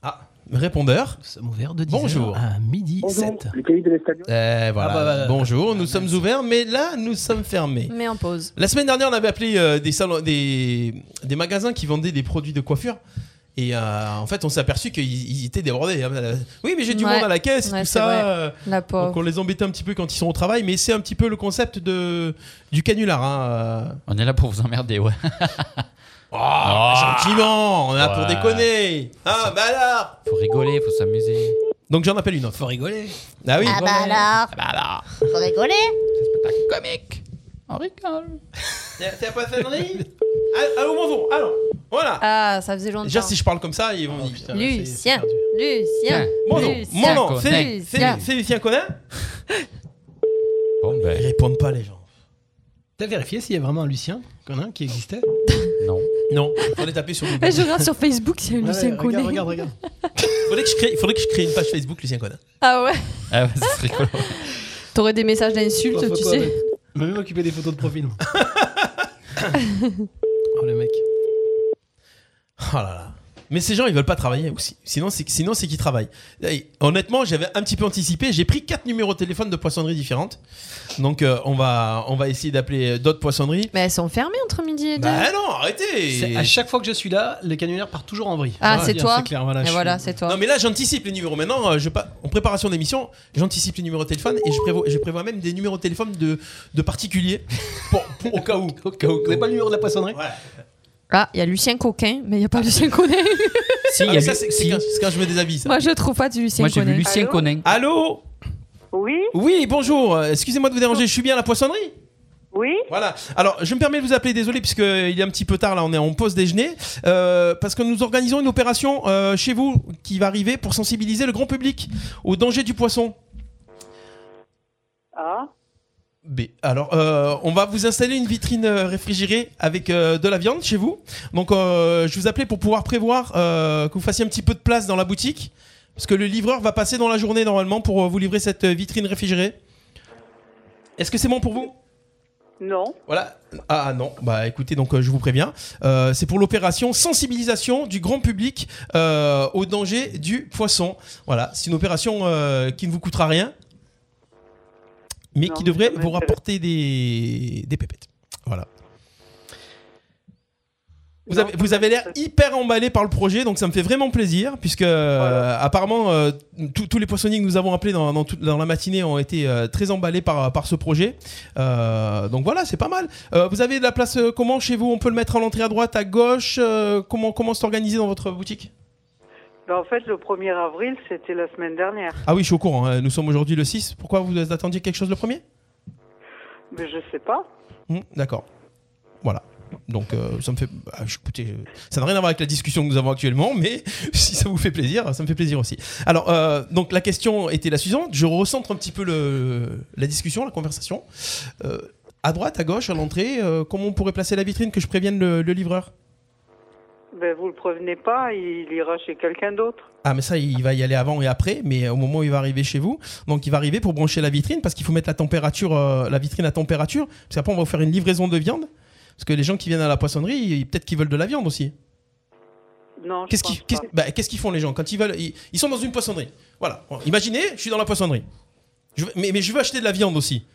S3: Ah, répondeur.
S4: Nous sommes ouverts de 10
S3: Bonjour.
S4: à midi 7.
S3: Eh, voilà.
S4: Ah bah, bah, bah.
S3: Bonjour, nous sommes ouverts, mais là, nous sommes fermés.
S2: Mais en pause.
S3: La semaine dernière, on avait appelé euh, des, salons, des, des magasins qui vendaient des produits de coiffure. Et euh, en fait, on s'est aperçu qu'ils ils étaient débordés. hein. Oui, mais j'ai du
S2: Ouais.
S3: monde à la caisse, et
S2: Ouais,
S3: tout
S2: c'est
S3: ça.
S2: vrai.
S3: euh,
S2: La pauvre.
S3: donc on les embêtait un petit peu quand ils sont au travail, mais c'est un petit peu le concept de du canular. hein, euh.
S6: On est là pour vous emmerder, ouais.
S3: Oh, gentiment, on est là pour
S6: Ouais.
S3: déconner. Ah bah alors.
S6: Faut rigoler, faut s'amuser.
S3: Donc j'en appelle une autre.
S4: Faut rigoler.
S3: Ah oui.
S11: Ah bah alors.
S6: bah alors.
S11: Faut rigoler
S6: Comique. On rigole.
S3: T'as pas fait Ah, au moment alors, voilà.
S2: Ah, ça faisait longtemps.
S3: Déjà, si je parle comme ça, ils vont me dire.
S2: Lucien, Lucien,
S3: Mon nom, mon
S2: Lucien,
S3: nom, c'est
S2: Lucien.
S3: c'est- c'est Lucien Conin.
S6: Bon, ben.
S3: Ils répondent pas, les gens.
S4: T'as vérifié s'il y a vraiment un Lucien Conin qui existait
S6: Non.
S3: Non, il faudrait taper sur Google.
S2: Eh, Je regarde sur Facebook s'il y a une
S4: Ouais,
S2: Lucien
S4: regarde,
S2: Conet.
S4: regarde, regarde.
S3: Faudrait que je crée, il faudrait que je crée une page Facebook Lucien Conin.
S2: Ah ouais
S6: Ah ouais, c'est rigolo.
S2: T'aurais des messages
S4: Bah,
S2: d'insultes,
S4: faut
S2: tu
S4: quoi,
S2: sais.
S4: ouais. Je vais même m'occuper des photos de profil. moi. oh le mec.
S3: Oh là là. Mais ces gens, ils veulent pas travailler aussi. Sinon, c'est sinon c'est qu'ils travaillent. Et honnêtement, j'avais un petit peu anticipé. J'ai pris quatre numéros de téléphone de poissonneries différentes. Donc, euh, on va on va essayer d'appeler euh, d'autres poissonneries.
S2: Mais elles sont fermées entre midi et deux.
S3: Bah non, arrêtez.
S4: C'est- À chaque fois que je suis là, le canular part toujours en vrille.
S2: Ah,
S4: Voilà,
S2: c'est
S4: bien,
S2: toi
S4: clair, voilà,
S2: Et
S4: je suis-
S2: voilà, c'est toi.
S3: Non mais là j'anticipe les numéros maintenant, euh, je pas en préparation d'émission, j'anticipe les numéros de téléphone et je prévois, je prévois même des numéros de téléphone de, de particuliers pour, pour- au cas où. au cas où. Vous
S4: pas le numéro de la poissonnerie
S2: Ah, il y a Lucien Coquin, mais il n'y a pas
S6: Ah.
S2: Lucien Conet.
S3: Si,
S6: il y a
S3: ça
S6: Lu-
S3: c'est
S6: si.
S3: c'est quand, c'est quand je me déshabille ça.
S2: Moi, je trouve pas de Lucien
S6: Moi, j'ai vu
S2: Conet.
S6: Lucien Conin.
S3: Allô
S12: Oui
S3: Oui, bonjour. euh, Excusez-moi de vous déranger, je suis bien à la poissonnerie
S12: Oui
S3: Voilà. Alors, je me permets de vous appeler, désolé, puisque il est un petit peu tard, là, on est en pause déjeuner, euh, parce que nous organisons une opération euh, chez vous qui va arriver pour sensibiliser le grand public au danger du poisson.
S12: Ah
S3: B. Alors, euh, on va vous installer une vitrine euh, réfrigérée avec euh, de la viande chez vous. Donc, euh, je vous appelais pour pouvoir prévoir euh, que vous fassiez un petit peu de place dans la boutique. Parce que le livreur va passer dans la journée normalement pour euh, vous livrer cette euh, vitrine réfrigérée. Est-ce que c'est bon pour vous
S12: Non.
S3: Voilà. Ah ah, non, bah écoutez, donc euh, je vous préviens. Euh, c'est pour l'opération sensibilisation du grand public euh, au danger du poisson. Voilà, c'est une opération euh, qui ne vous coûtera rien, mais
S12: Non,
S3: qui
S12: mais
S3: devrait
S12: ça
S3: vous rapporter des, des pépettes. Voilà. Vous avez, vous avez l'air hyper emballé par le projet, donc ça me fait vraiment plaisir, puisque euh, apparemment euh, tous- tous les poissonniers que nous avons appelés dans, dans, toute- dans la matinée ont été euh, très emballés par, par ce projet. Euh, donc voilà, c'est pas mal. Euh, vous avez de la place euh, comment chez vous On peut le mettre à l'entrée à droite, à gauche euh, Comment comment c'est organisé dans votre boutique
S12: Ben, en fait, le 1er avril, c'était la semaine dernière.
S3: Ah oui, je suis au courant. hein, Nous sommes aujourd'hui le 6. Pourquoi vous attendiez quelque chose le premier
S12: Mais Ben, je sais pas.
S3: Hmm, D'accord. Voilà. Donc euh, ça me fait... bah, je- écoutez, euh, ça n'a rien à voir avec la discussion que nous avons actuellement, mais si ça vous fait plaisir, ça me fait plaisir aussi. Alors, euh, donc la question était la suivante. Je recentre un petit peu le, la discussion, la conversation. Euh, à droite, à gauche, à l'entrée, euh, comment on pourrait placer la vitrine que je prévienne le- le livreur
S12: Ben, vous le prévenez pas, il ira chez quelqu'un d'autre.
S3: Ah mais ça il va y aller avant et après mais au moment où il va arriver chez vous donc il va arriver pour brancher la vitrine parce qu'il faut mettre la température euh, la vitrine à température parce qu'après on va vous faire une livraison de viande parce que les gens qui viennent à la poissonnerie ils- peut-être qu'ils veulent de la viande aussi
S12: Non, je
S3: qu'est-ce qu'ils qu'est-ce- bah, qu'est-ce qu'ils font les gens quand ils veulent ils, ils sont dans une poissonnerie voilà Bon, imaginez je suis dans la poissonnerie Je veux- mais, mais je veux acheter de la viande aussi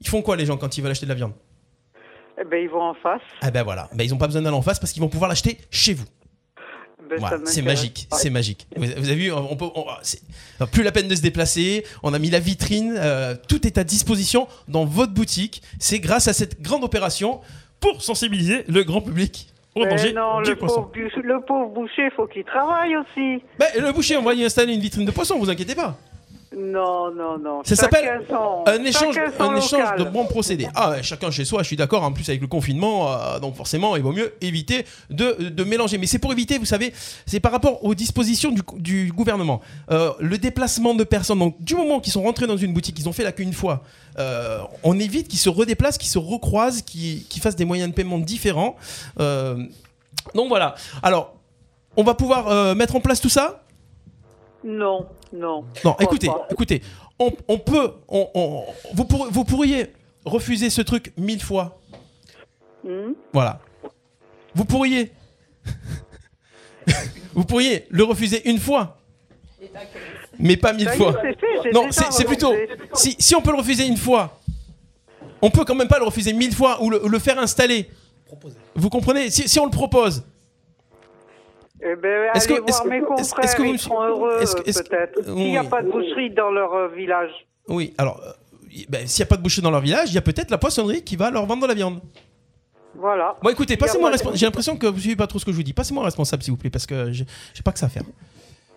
S3: ils font quoi les gens quand ils veulent acheter de la viande
S12: Eh ben, ils vont en face.
S3: ah ben voilà ben, ils ont pas besoin d'aller en face parce qu'ils vont pouvoir l'acheter chez vous
S12: Ben, ça
S3: Voilà, c'est
S12: m'intéresse
S3: magique,
S12: pas.
S3: c'est magique. Vous, vous avez vu, on peut, on- ah, c'est- enfin, plus la peine de se déplacer. On a mis la vitrine, euh, tout est à disposition dans votre boutique. C'est grâce à cette grande opération pour sensibiliser le grand public au
S12: Mais
S3: danger
S12: Ben, non,
S3: du
S12: le
S3: poisson.
S12: pauvre, bu- le pauvre boucher, faut qu'il travaille aussi.
S3: Ben, le boucher, on va y installer une vitrine de poisson. Vous inquiétez pas.
S12: Non, non, non.
S3: Ça
S12: Chacun
S3: s'appelle
S12: son-
S3: un échange,
S12: chacun son
S3: un échange
S12: local.
S3: de bons procédés. Ah, ouais, chacun chez soi, je suis d'accord. En plus, avec le confinement, euh, donc forcément, il vaut mieux éviter de, de mélanger. Mais c'est pour éviter, vous savez, c'est par rapport aux dispositions du, cou- du gouvernement. Euh, le déplacement de personnes, donc du moment qu'ils sont rentrés dans une boutique, ils ont fait la queue une fois, euh, on évite qu'ils se redéplacent, qu'ils se recroisent, qu'ils qu'ils fassent des moyens de paiement différents. Euh, donc voilà. Alors, on va pouvoir euh, mettre en place tout ça
S12: Non, non.
S3: non,
S12: Pourquoi
S3: écoutez,
S12: pas
S3: écoutez, on, on peut, on, on- vous, pourrez- vous pourriez refuser ce truc mille fois.
S12: Hmm
S3: Voilà. Vous pourriez, vous pourriez le refuser une fois, mais pas mille
S12: Ça y est,
S3: fois.
S12: Bah, c'est fait, hein, j'ai
S3: Non,
S12: déjà
S3: c'est c'est plutôt,
S12: relancé.
S3: si, si on peut le refuser une fois, on peut quand même pas le refuser mille fois ou le, ou le faire installer. Vous comprenez si, si on le propose,
S12: Eh ben,
S3: Est-ce que-
S12: allez
S3: est-ce
S12: voir
S3: que-
S12: mes
S3: est-ce-
S12: confrères,
S3: est-ce que vous me
S12: ils
S3: su-
S12: seront heureux,
S3: est-ce que- est-ce que-
S12: peut-être. S'il n'y a
S3: Oui.
S12: pas de boucherie dans leur euh, village.
S3: Oui, alors, euh, y- ben, s'il n'y a pas de boucher dans leur village, il y a peut-être la poissonnerie qui va leur vendre de la viande.
S12: Voilà.
S3: Bon, écoutez,
S12: S'il y a
S3: passez-moi
S12: pas de-
S3: responsable. J'ai l'impression que vous suivez pas trop ce que je vous dis. Passez-moi un responsable, s'il vous plaît, parce que j'ai j'ai pas que ça à faire.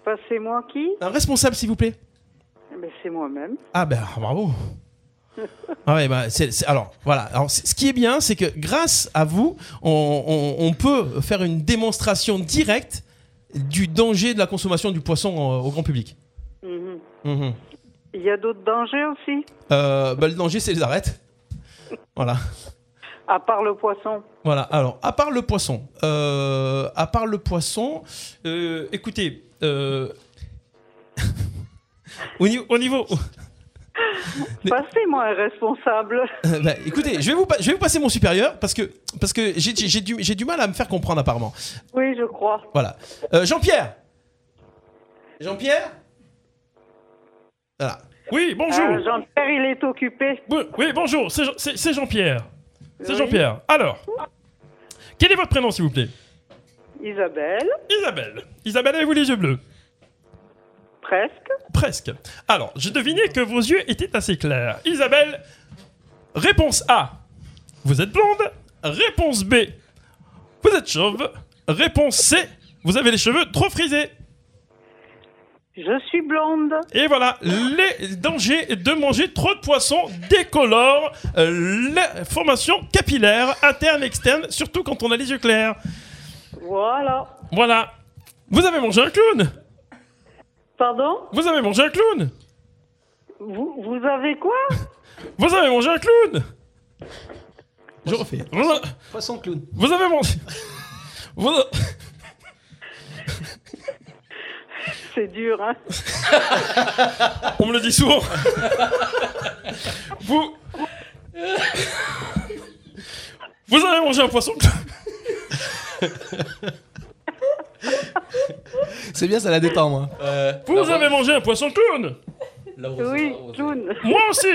S12: Passez-moi qui
S3: Un responsable, s'il vous plaît.
S12: Mais c'est moi-même.
S3: Ah ben bravo. Ah ouais, bah, c'est- c'est- alors voilà. Alors, c- ce qui est bien, c'est que grâce à vous, on, on- on peut faire une démonstration directe du danger de la consommation du poisson euh, au grand public.
S12: Mhm.
S3: Mhm.
S12: Il y a d'autres dangers aussi,
S3: Euh, bah, le danger, c'est les arêtes. Voilà.
S12: à part le poisson.
S3: Voilà, alors, à part le poisson, euh, à part le poisson, euh, écoutez, euh, au niveau... Au niveau
S12: Passez-moi un responsable.
S3: Euh, bah, écoutez, je vais, vous pa- je vais vous passer mon supérieur, parce que, parce que j'ai j'ai du, j'ai du mal à me faire comprendre apparemment.
S12: Oui, je crois.
S3: Voilà. Euh, Jean-Pierre Jean-Pierre Voilà.
S5: Oui, bonjour.
S12: Euh, Jean-Pierre, il est occupé.
S5: Oui, bonjour, c'est Jean- c'est c'est Jean-Pierre. C'est
S12: Oui.
S5: Jean-Pierre. Alors, quel est votre prénom, s'il vous plaît
S12: Isabelle,
S5: Isabelle. Isabelle, avez-vous les yeux bleus
S12: Presque.
S5: Presque. Alors, j'ai deviné que vos yeux étaient assez clairs. Isabelle, réponse A. Vous êtes blonde. Réponse B. Vous êtes chauve. Réponse C. Vous avez les cheveux trop frisés.
S12: Je suis blonde.
S5: Et voilà, les dangers de manger trop de poissons décolorent euh, la formation capillaire, interne, externe, surtout quand on a les yeux clairs.
S12: voilà.
S5: Voilà. Vous avez mangé un clown
S12: Pardon
S5: Vous avez mangé un clown
S12: Vous, vous avez quoi
S5: Vous avez mangé un clown Je refais.
S4: Poisson clown.
S5: Vous avez mangé. Vous...
S12: C'est dur, hein
S5: On me le dit souvent. Vous. Vous avez mangé un poisson
S4: C'est bien, ça la détend, moi.
S3: Euh,
S5: Vous avez mangé un poisson clown
S12: Oui, clown.
S5: Moi aussi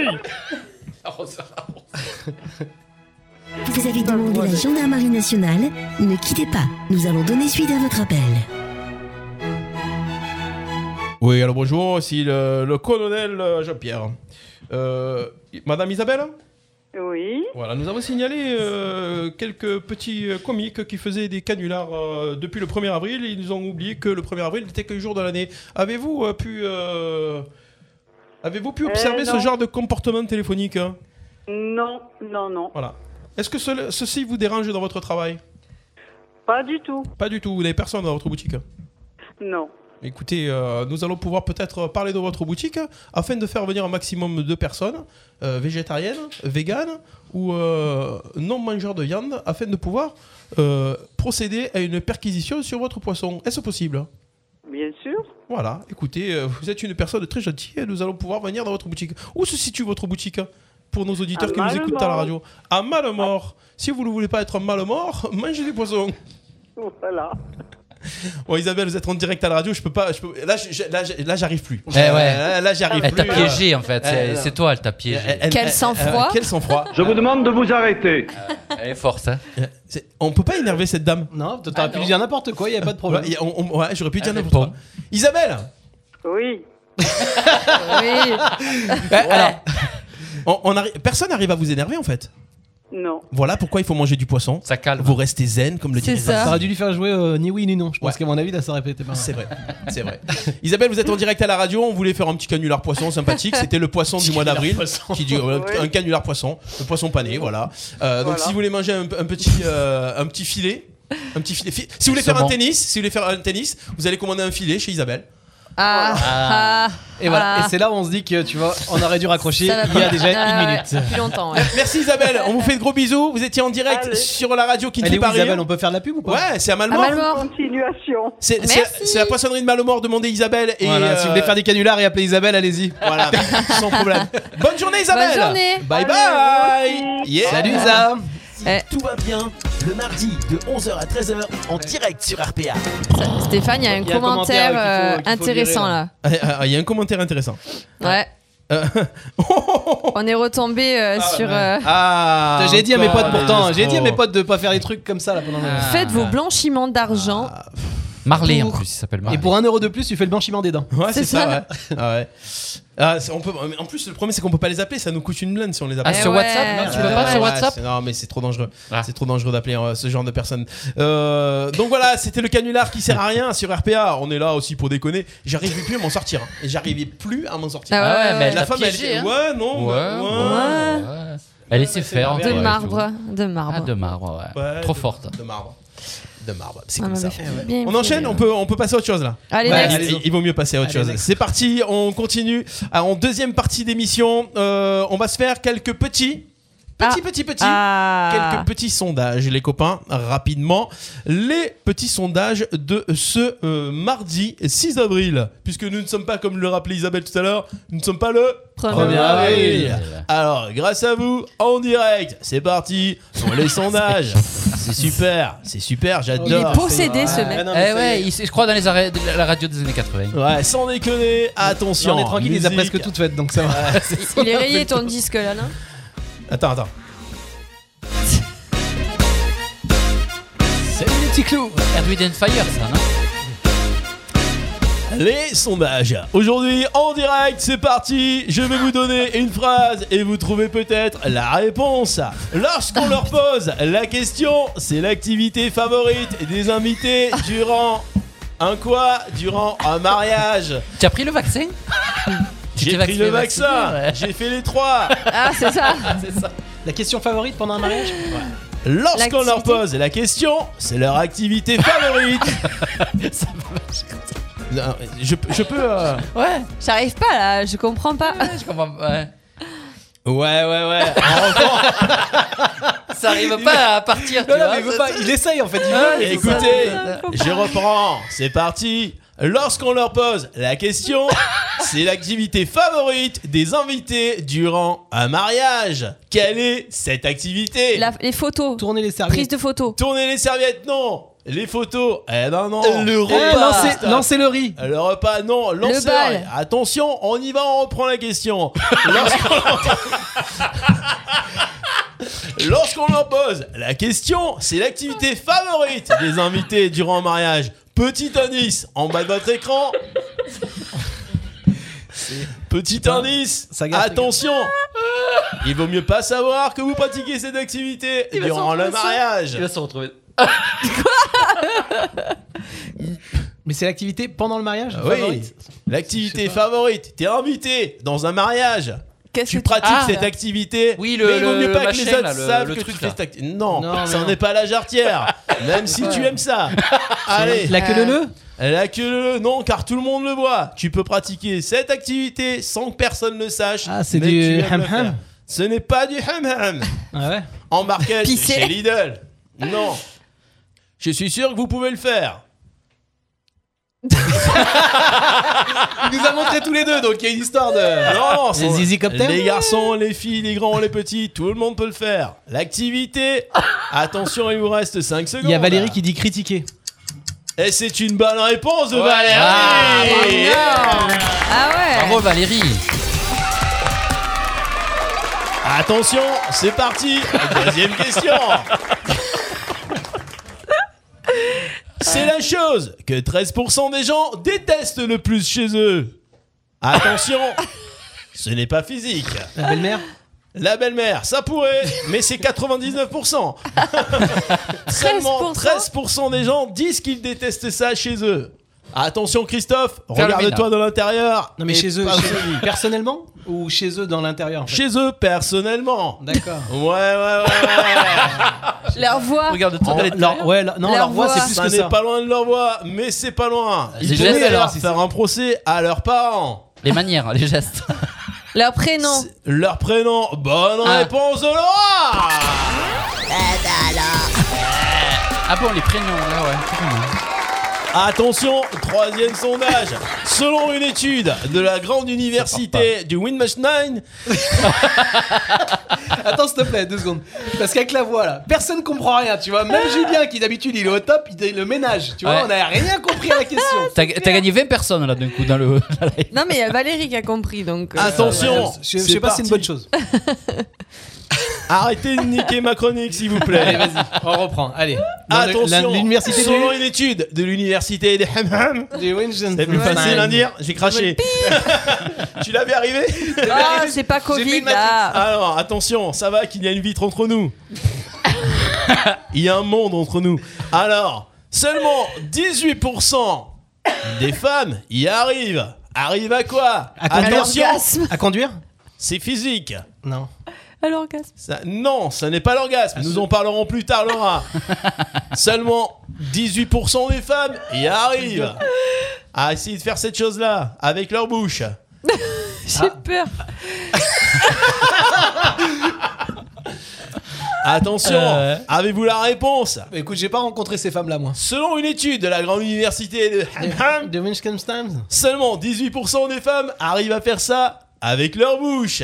S11: Vous avez demandé la gendarmerie nationale. Ne quittez pas. Nous allons donner suite à votre appel.
S3: Oui, alors bonjour, ici le, le colonel euh, Jean-Pierre. Euh, Madame Isabelle
S12: Oui.
S3: Voilà, nous avons signalé euh, quelques petits euh, comiques qui faisaient des canulars euh, depuis le 1er avril. Ils nous ont oublié que le 1er avril n'était que le jour de l'année. Avez-vous euh, pu, euh, avez-vous pu
S12: Euh,
S3: observer ce
S12: non.
S3: genre de comportement téléphonique hein
S12: Non, non, non.
S3: Voilà. Est-ce que cele- ceci vous dérange dans votre travail
S12: Pas du tout.
S3: Pas du tout. Vous n'avez personne dans votre boutique. hein
S12: Non.
S3: Écoutez, euh, nous allons pouvoir peut-être parler de votre boutique afin de faire venir un maximum de personnes euh, végétariennes, véganes ou euh, non mangeurs de viande afin de pouvoir euh, procéder à une perquisition sur votre poisson. Est-ce possible
S12: Bien sûr.
S3: Voilà, écoutez, euh, vous êtes une personne très gentille et nous allons pouvoir venir dans votre boutique. Où se situe votre boutique pour nos auditeurs
S12: À
S3: qui nous écoutent à la
S12: Malemort.
S3: radio À Malemort. Si vous ne voulez pas être Malemort, mangez des poissons.
S12: Voilà.
S3: Bon Isabelle, vous êtes en direct à la radio, je peux pas. Je peux- Là, je- je- là, je- là, j'arrive plus.
S6: Eh ouais.
S3: Là, Ah, là, j'arrive
S6: Elle
S3: plus.
S6: t'a piégé, en fait. C'est-
S3: Euh,
S6: c'est toi, elle t'a piégé. Quel sang-froid.
S3: euh, Quel sang-froid.
S6: Je vous
S3: demande de vous arrêter.
S6: Elle est forte, hein. Ah
S3: On peut pas énerver cette dame.
S4: Non, t'aurais pu lui dire n'importe quoi, il y a pas de problème.
S3: Ouais, on- on- ouais, j'aurais pu dire n'importe quoi. Isabelle.
S12: Oui.
S3: Eh, alors, on- on arri- personne n'arrive à vous énerver en fait.
S12: Non.
S3: Voilà pourquoi il faut manger du poisson. Ça calme. Vous restez zen comme le dit.
S4: Ça aurait dû lui faire jouer euh, ni oui ni non. Je pense qu'à mon avis, là, ça aurait été pas mal.
S3: C'est vrai. C'est vrai. Isabelle, vous êtes en direct à la radio. On voulait faire un petit canular poisson sympathique. C'était le poisson du mois d'avril. Qui dit, euh,
S4: Ouais.
S3: Un canular poisson. Le poisson pané, voilà. Euh, Donc,
S4: Voilà.
S3: si vous voulez manger un, un petit, euh, un petit filet. Un petit filet. fi- Si vous voulez faire un
S4: Saumon.
S3: tennis, si vous voulez faire un tennis, vous allez commander un filet chez Isabelle.
S2: Ah, ah,
S4: Et voilà,
S2: ah.
S4: et c'est là où on se dit que tu vois, on aurait dû raccrocher
S2: Ça va
S4: il y
S2: pas.
S4: a déjà
S2: Ah
S4: une
S2: ouais,
S4: minute.
S2: depuis longtemps, ouais.
S3: Merci Isabelle, on vous fait de gros bisous. Vous étiez en direct sur la radio qui ne
S4: Elle
S3: fait
S4: est où,
S3: pas rire.
S4: Isabelle On peut faire de la pub ou pas
S3: Ouais, c'est à Malmort.
S12: Ah, Continuation.
S3: C'est- C'est c'est la poissonnerie de Malmort. Demandez Isabelle. Et euh,
S4: Voilà, si vous voulez faire des canulars et appeler Isabelle, allez-y.
S3: Voilà, sans problème. Bonne journée Isabelle.
S2: Bonne journée.
S3: Bye
S2: Allez,
S3: bye.
S2: merci.
S3: Yeah.
S4: Salut, Isa.
S1: Si
S2: Eh.
S1: tout va bien, le mardi de 11h à 13h en direct sur RPA.
S2: Stéphane, il y a un
S1: Il y a un
S2: commentaire,
S1: commentaire
S2: euh,
S1: qu'il faut- qu'il faut
S2: intéressant là.
S3: Ah, ah, ah, Il y a un commentaire intéressant.
S2: Ouais. On est retombé euh, sur. euh,
S3: Ah,
S4: J'ai dit à mes
S3: encore
S4: potes pourtant,
S3: des
S4: j'ai dit à mes
S3: escrocs. Ah.
S4: potes de pas faire des trucs comme ça là pendant.
S2: Faites vos blanchiments d'argent
S6: Marley, en
S4: Pour-
S6: plus, il s'appelle
S4: Et
S6: Marley.
S4: pour un euro de plus, tu fais le blanchiment des dents.
S3: Ouais, c'est ça, ouais. Ah ouais. Ah, c'est- on peut, mais en plus, le problème, c'est qu'on peut pas les appeler, ça nous coûte une blinde si on les appelle.
S6: Ah, sur Eh ouais, WhatsApp Non, tu peux pas sur WhatsApp Ah.
S3: c'est- Non, mais c'est trop dangereux. C'est trop dangereux d'appeler euh, ce genre de personnes. Euh, donc voilà, c'était le canular qui sert à rien sur RPA. On est là aussi pour déconner. J'arrivais plus à m'en sortir. hein. Et J'arrivais plus à m'en sortir.
S2: Ah ouais, Ah ouais, mais elle
S3: la
S2: t'a
S3: femme,
S2: piégé,
S3: elle
S2: hein.
S3: dit Ouais, non,
S6: Ouais,
S3: bah,
S6: ouais, ouais. Elle essaie de faire. en
S2: De
S6: vrai,
S2: marbre,
S6: tu vois.
S2: de marbre.
S6: Ah, de marbre, ouais.
S3: Ouais,
S6: Trop
S3: de-
S6: forte.
S3: De marbre. De marbre. Bah, C'est
S2: Ah,
S3: comme
S2: mais
S3: ça.
S2: me fait bien, me
S3: On
S2: fait
S3: enchaîne,
S2: bien.
S3: on peut, on peut passer à autre chose là.
S2: Allez,
S3: Ouais,
S2: next.
S3: il, il vaut mieux passer à autre
S2: Allez,
S3: chose.
S2: next.
S3: C'est parti, on continue. Ah, en deuxième partie d'émission, euh, on va se faire quelques petits.
S2: Ah.
S3: Petit, petit, petit. Quelques petits sondages, les copains, rapidement. Les petits sondages de ce euh, mardi 6 avril. Puisque nous ne sommes pas, comme le rappelait Isabelle tout à l'heure, nous ne sommes pas le
S10: 1er avril.
S3: Alors, grâce à vous, en direct, c'est parti pour les sondages. C'est super, c'est super, j'adore.
S6: Eh ouais, il se- je crois dans les arrêts de la- la radio des années 80.
S3: Ouais, sans déconner, attention.
S6: Non, on est tranquille, il les a
S3: Musique.
S6: presque
S4: toutes faites, donc ça va.
S3: Ouais, c'est ça.
S2: Il est rayé ton disque là, non
S3: Attends, attends.
S6: Salut les petits clous Earth, Wind and Fire, ça, non
S3: Les sondages. Aujourd'hui, en direct, c'est parti. Je vais vous donner une phrase et vous trouvez peut-être la réponse. Lorsqu'on leur pose la question, c'est l'activité favorite des invités durant un quoi Durant un mariage.
S6: Tu as pris le vaccin
S3: J'ai pris le vaccin. J'ai fait les trois.
S2: Ah, c'est ça.
S6: c'est ça.
S4: La question favorite pendant un mariage
S3: Lorsqu'on leur pose la question, c'est leur activité favorite. Non, je, je peux. euh,
S2: Ouais. J'arrive pas là, je comprends pas.
S6: je comprends pas. Ouais.
S3: Ouais, ouais, ouais.
S6: Ah, Ça arrive pas à partir. tu vois, ça- ça-
S4: il essaye en fait.
S6: il veut, mais c'est ça,
S3: Écoutez,
S6: ça, faut pas.
S3: je reprends. C'est parti. Lorsqu'on leur pose la question, c'est l'activité favorite des invités durant un mariage. Quelle est cette activité
S2: La- les photos.
S4: Tourner les serviettes.
S2: Prise de photos.
S3: Tourner les serviettes, non. Les photos, eh ben non.
S4: Le repas. Eh, lancez- lancez le riz.
S3: Le repas, non. Lancez le
S4: bal.
S3: riz. Attention, on y va, on reprend la question. Lorsqu'on Lorsqu'on leur pose la question, c'est l'activité favorite des invités durant un mariage. Petit indice en bas de votre écran. Petit indice, attention, il vaut mieux pas savoir que vous pratiquez cette activité
S6: Il va se
S3: durant le
S6: retrouver seul.
S3: mariage.
S6: Il va se retrouver.
S4: Mais c'est l'activité pendant le mariage
S3: Oui,
S4: favorite
S3: l'activité favorite. T'es invité dans un mariage. tu pratiques
S4: Ah.
S3: cette activité.
S6: Oui, le-
S3: mais il vaut mieux
S6: le
S3: pas que les
S6: machin,
S3: autres
S6: là, le-
S3: savent
S6: le
S3: que
S6: truc,
S3: tu fais
S6: là.
S3: cette acti- Non,
S6: Non,
S3: ça
S6: non.
S3: n'est pas la jarretière. même si tu aimes ça. Allez. Euh,
S4: La queue leu-leu
S3: La queue leu-leu, non, car tout le monde le voit. Tu peux pratiquer cette activité sans que personne ne sache. Ah,
S4: c'est du ham-ham
S3: Ce n'est pas du ham-ham.
S4: Ah ouais
S3: En marquette
S4: Pisser.
S3: chez Lidl. Non. Je suis sûr que vous pouvez le faire.
S4: Il nous a montré tous les deux, donc il y a une histoire de.
S3: Non, non,
S4: les
S3: c'est-
S4: zizi copters.
S3: Les garçons, les filles, les grands, les petits, tout le monde peut le faire. L'activité. Attention, il vous reste 5 secondes.
S4: Il y a Valérie qui dit critiquer.
S3: Et c'est une bonne réponse de
S4: Ouais.
S3: Valérie.
S7: Ah,
S4: Ah,
S2: Ah ouais.
S6: Bravo Valérie.
S3: Attention, c'est parti. Deuxième question. C'est la chose que 13% des gens détestent le plus chez eux. Attention, ce n'est pas physique.
S4: La belle-mère
S3: La belle-mère, ça pourrait, mais c'est 99%. Seulement 13% des gens disent qu'ils détestent ça chez eux. Attention Christophe,
S4: Faire le
S3: regarde-toi
S4: ménage.
S3: dans l'intérieur.
S4: Non mais
S3: et
S4: chez eux,
S3: pas
S4: chez-
S3: celui.
S4: personnellement ou chez eux dans l'intérieur en fait
S3: Chez eux personnellement.
S4: D'accord.
S3: Ouais, ouais, ouais.
S2: Leur voix.
S4: En- leur- ouais, leur- non, leur, voix, c'est plus
S3: ça
S4: que
S3: n'est
S4: ça. Ah,
S3: pas loin de leur voix, mais c'est pas loin.
S6: Les
S3: Ils
S6: gestes,
S3: pourraient
S6: alors,
S3: leur
S6: si
S3: faire un procès à leurs parents.
S6: Les manières, les gestes.
S2: Leur prénom.
S3: Leur prénom, bonne
S6: Ah.
S3: réponse de Laura
S6: Ah bon, les prénoms, là, ouais. carrément.
S3: Attention, troisième sondage. Selon une étude de la grande université du Wittgenstein,
S4: Attends, s'il te plaît, deux secondes. Parce qu'avec la voix là, personne comprend rien, tu vois. Même Julien qui d'habitude il est au top, il est le ménage, tu vois.
S6: Ouais.
S4: On a rien compris à la question.
S6: T'as t'as gagné 20 personnes, là, d'un coup, dans le. dans la-
S2: Non mais il y a Valérie qui a compris donc. euh,
S3: Attention,
S4: Je- je sais pas si c'est une bonne chose.
S3: Arrêtez de niquer ma chronique, s'il vous plaît.
S4: Allez, vas-y, on reprend. Allez. Dans le-
S3: Attention,
S4: la- l'université de-
S3: selon une étude de l'université de Hamham, c'est plus facile à dire, j'ai craché. tu l'avais arrivé
S2: Ah, c'est pas Covid là.
S3: Ah, Alors, attention, ça va qu'il y a une vitre entre nous. Il y a un monde entre nous. Alors, seulement 18% des femmes y arrivent. Arrivent à quoi
S4: À conduire.
S3: Attention
S4: À conduire
S3: C'est physique.
S4: Non.
S2: Alors, gars.
S3: Ça- non, ça n'est pas l'orgasme. Nous en parlerons plus tard, Laura. Seulement 18% des femmes y arrivent à essayer de faire cette chose-là avec leur bouche. Ah,
S2: J'ai peur.
S7: Ah,
S3: Attention,
S4: Euh.
S3: avez-vous la réponse
S4: Écoute, j'ai pas rencontré ces femmes-là, moi.
S3: Selon une étude de la grande université de Hamham,
S4: de Winston-Stimes,
S3: seulement 18% des femmes arrivent à faire ça avec leur bouche.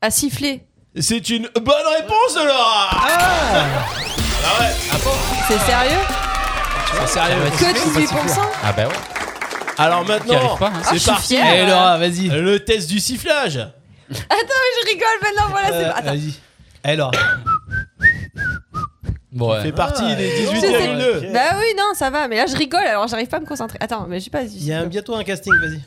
S2: À siffler.
S3: C'est une bonne réponse, de Laura. Ah ouais,
S2: C'est sérieux Que 18%
S6: Ah bah ouais.
S3: Alors
S6: Qui
S3: maintenant,
S6: arrive pas, hein. Ah, je
S3: c'est
S6: suis
S3: parti.
S6: fière. Allez, Laura,
S4: vas-y.
S3: Le test du sifflage.
S2: Attends, mais je rigole maintenant,
S4: Ah,
S2: voilà, c'est Attends.
S4: Vas-y. Alors.
S6: Bon,
S3: fait partie
S4: Ah,
S3: des
S2: Je
S3: 18,2.
S2: sais- Bah oui, non, ça va, mais là je rigole, alors j'arrive pas à me concentrer. Attends, mais j'ai pas.
S4: Il y a un- bientôt un casting, vas-y.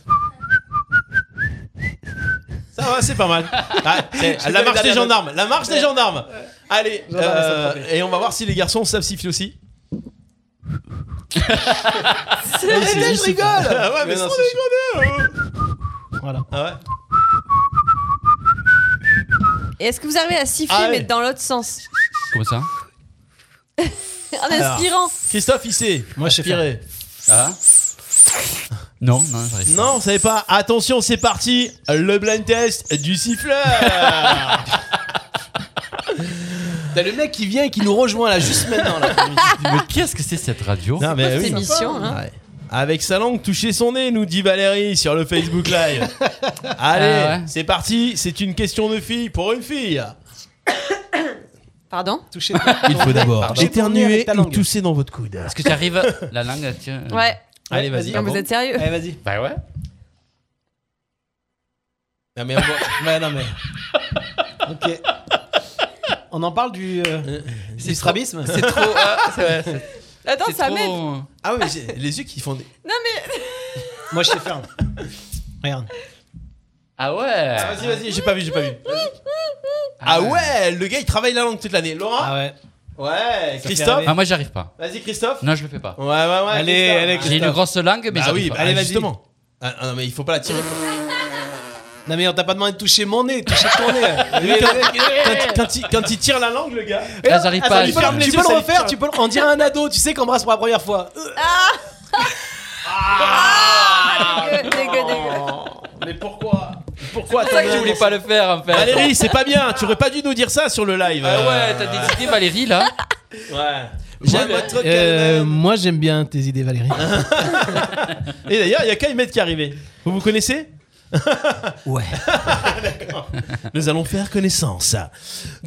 S3: Ça va, c'est pas mal. Ah, c'est-
S4: Je
S3: la
S4: l'avais
S3: marche des
S4: dernière
S3: gendarmes,
S4: note.
S3: la marche des
S4: Ouais.
S3: gendarmes. Allez,
S4: Gendarme,
S3: euh,
S4: ça frappait.
S3: et on va voir si les garçons savent siffler aussi.
S4: C'est
S3: Oui, c'est-
S4: je rigole
S3: Ah ouais, mais,
S4: Mais non,
S3: sans
S4: c'est
S3: déconner, euh.
S4: Voilà.
S3: Ah ouais
S2: Et est-ce que vous arrivez à siffler,
S3: Ah ouais.
S2: mais dans l'autre sens
S6: Comme ça
S2: En inspirant
S3: Christophe, il sait. Moi, je sais
S6: Ah. Non, non, j'arrive pas.
S3: Non, vous savez pas. Attention, c'est parti. Le blind test du siffleur.
S4: T'as le mec qui vient et qui nous rejoint là juste maintenant. Là.
S6: Mais qu'est-ce que c'est cette radio
S3: Non, mais oui.
S2: émission, hein.
S3: Ouais. Avec sa langue, toucher son nez, nous dit Valérie sur le Facebook Live. Allez,
S6: Ah ouais.
S3: c'est parti. C'est une question de fille pour une fille.
S2: Pardon
S4: Toucher
S3: Il faut d'abord
S4: Pardon. Éternuer
S3: éternuer
S4: avec ta
S3: ou
S4: langue.
S3: tousser dans votre coude.
S6: Est-ce que tu arrives La langue, tiens. euh.
S2: Ouais.
S6: Allez, vas-y.
S2: Non, vous êtes sérieux
S4: Allez, vas-y.
S6: Bah ouais.
S4: Non mais on voit- Ouais, non mais. Ok. On en parle du. euh, du strabisme
S6: C'est trop. ah, c'est vrai, c'est-
S2: Attends,
S6: c'est
S2: ça
S6: trop-
S2: m'aide.
S3: Ah ouais, mais j'ai- les yeux qui font des.
S2: Non, mais.
S4: Moi je sais faire. Regarde.
S6: Ah ouais.
S3: Ah, vas-y, vas-y, j'ai pas vu, j'ai pas vu. Ah ouais, le gars il travaille la langue toute l'année. Laura
S4: Ah ouais.
S3: Ouais,
S4: fait
S3: Christophe
S6: Ah, moi, j'arrive pas.
S3: Vas-y, Christophe
S6: Non, je le fais pas.
S3: Ouais, ouais, ouais.
S4: Allez,
S3: Christophe.
S4: allez,
S6: J'ai une
S4: Christophe.
S6: grosse langue, mais
S3: Bah
S6: j'arrive
S3: oui,
S6: pas.
S3: bah,
S4: Allez, vas-y.
S3: justement. Ah, ah non, mais il faut pas la tirer.
S4: Non mais on t'a pas demandé de toucher mon nez, toucher ton nez.
S3: Lui, quand, quand- quand il, quand il tire la langue, le gars.
S6: Ah, j'arrive pas.
S4: tu peux,
S3: ferme
S4: le-
S3: les
S4: tu
S3: yeux,
S4: peux
S3: ça
S4: le
S3: lui
S4: refaire,
S3: tient.
S4: tu peux le- on dirait un ado, tu sais qu'on brasse pour la première fois. Euh,
S2: Ah, dégueu, dégueu, dégueu.
S3: Oh. Mais pourquoi Pourquoi
S6: C'est ça que je voulais pas le faire en fait.
S3: Valérie, c'est pas bien. Tu aurais pas dû nous dire ça sur le live.
S6: Ah ouais, t'as des idées, Valérie là
S3: Ouais. J'aime
S4: moi,
S3: votre truc.
S4: euh, moi j'aime bien tes idées Valérie.
S3: Et d'ailleurs, il y a Kaimet qui est arrivé. Vous vous connaissez
S4: Ouais.
S3: Nous allons faire connaissance.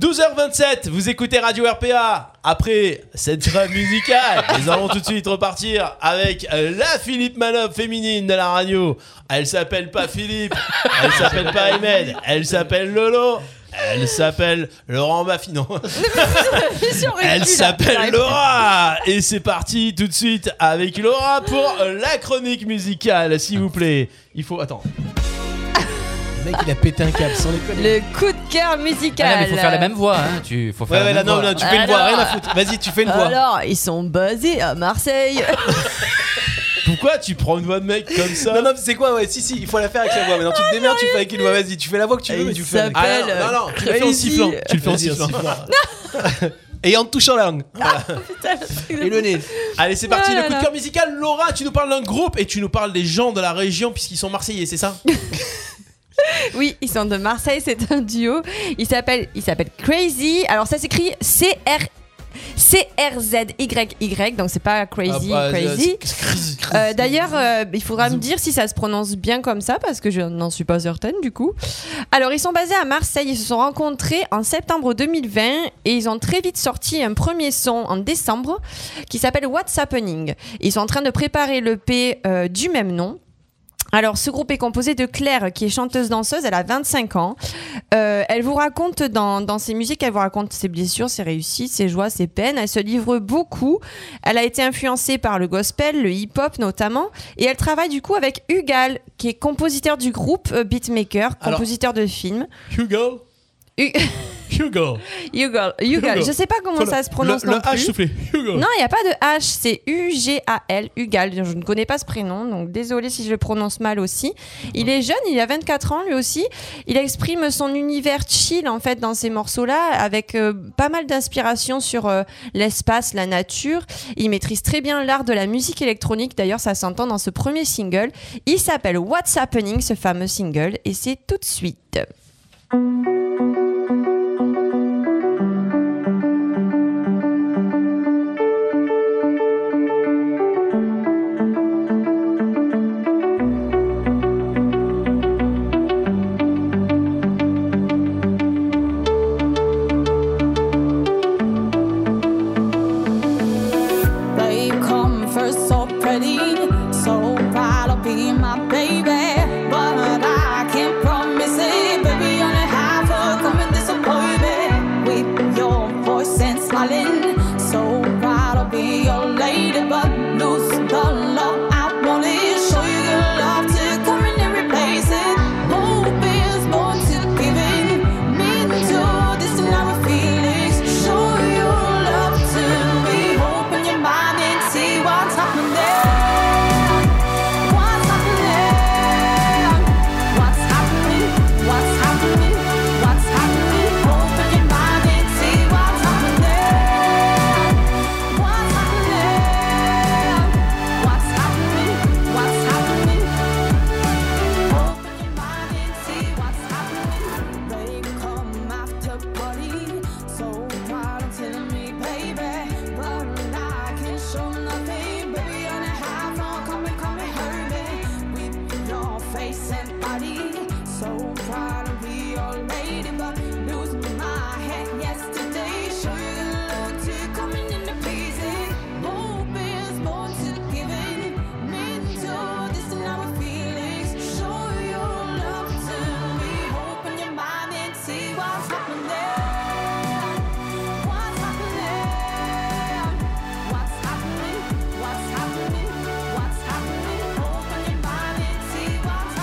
S3: 12h27, vous écoutez Radio RPA. Après cette trame musicale, nous allons tout de suite repartir avec euh, la Philippe Manoff féminine de la radio. Elle s'appelle pas Philippe, elle s'appelle pas Ahmed, elle s'appelle Lolo, elle s'appelle Laurent Baffy. Non.
S2: Si on réussit, là,
S3: Elle s'appelle
S2: j'arrive.
S3: Laura Et c'est parti tout de suite avec Laura pour euh, la chronique musicale, s'il vous plaît. Il faut... Attends.
S4: Le mec il a pété un câble sans déconner.
S2: Le coup de cœur musical.
S6: Ah non, mais faut faire la même voix, hein. Tu, faut faire
S4: Ouais, ouais,
S6: la
S4: là,
S6: même
S4: non,
S6: voix. Ah
S4: non, tu fais une voix, rien à foutre. Vas-y, tu fais une voix.
S2: Alors, ils sont basés à Marseille.
S3: Pourquoi tu prends une voix de mec comme ça
S4: Non, non, c'est quoi, ouais, si, si, il faut la faire avec la voix. Maintenant, tu te démerdes, tu fais avec une voix, vas-y, tu fais la voix que tu veux, mais tu le fais avec.
S3: Ah, non, non, non, tu le fais en
S2: Vas-y.
S3: sifflant. Tu le fais en
S4: Vas-y, en
S3: sifflant.
S4: Et en te touchant la langue.
S2: Et
S4: Et le nez.
S3: Allez, c'est parti,
S2: Ah
S3: le
S2: là
S3: coup de
S2: là.
S3: cœur musical. Laura, tu nous parles d'un groupe et tu nous parles des gens de la région puisqu'ils sont marseillais, c'est ça
S2: Oui, ils sont de Marseille, c'est un duo. Ils s'appellent ils s'appellent Crazy. Alors ça s'écrit C R C R Z Y Y donc c'est pas crazy
S3: Ah, bah,
S2: crazy.
S3: c'est- c'est- c'est-
S2: Euh, D'ailleurs, euh, il faudra me dire si ça se prononce bien comme ça parce que je n'en suis pas certaine du coup. Alors ils sont basés à Marseille, ils se sont rencontrés en septembre 2020 et ils ont très vite sorti un premier son en décembre qui s'appelle What's Happening. Ils sont en train de préparer le P du même euh, nom. Alors, ce groupe est composé de Claire, qui est chanteuse-danseuse, elle a 25 ans. Euh, elle vous raconte dans, dans ses musiques, elle vous raconte ses blessures, ses réussites, ses joies, ses peines. Elle se livre beaucoup. Elle a été influencée par le gospel, le hip-hop notamment. Et elle travaille du coup avec Hugal, qui est compositeur du groupe, euh, beatmaker,
S3: Alors-
S2: compositeur de films.
S3: Hugal Hugo.
S2: Hugal, Hugal. Je sais pas comment
S3: Faut le-
S2: ça se prononce
S3: Le,
S2: non
S3: le H,
S2: plus.
S3: s'il vous plaît. Hugo.
S2: Non, il n'y a pas de H, c'est U-G-A-L, Ugal. Je ne connais pas ce prénom, donc désolé si je le prononce mal aussi. Il est jeune, il a 24 ans lui aussi. Il exprime son univers chill en fait dans ces morceaux-là, avec euh, pas mal d'inspiration sur euh, l'espace, la nature. Il maîtrise très bien l'art de la musique électronique, d'ailleurs ça s'entend dans ce premier single. Il s'appelle What's Happening, ce fameux single, et c'est tout de suite.
S7: Babe, come first, so pretty, so proud of being my baby. But I can't promise it, baby. Only half a coming disappointment with your voice and smiling. So proud of being your lady, but lose the love I wanted. Show you good love to come in and replace it. Hope is born to giving, mean to this and our feelings. Show you love to me. Open your mind and see what's happening there. What's happening? What's happening? What's happening? What's happening? Open your mind and see what's happening there. What's happening? What's happening? What's happening? Open your mind and see what's happening. They come after body, so why don't tell me, baby? But I can't show nothing, baby. And I have no coming, coming, hurt me with your face and body. So proud to be your lady, but losing my head yesterday. Show you love to coming in the pieces. Hope is born to giving. Mean to this and our feelings. Show you love to me. Open your mind and see what's happening there. What's happening? What's happening? What's happening? What's happening? Open your mind and see what's happening. What's happening?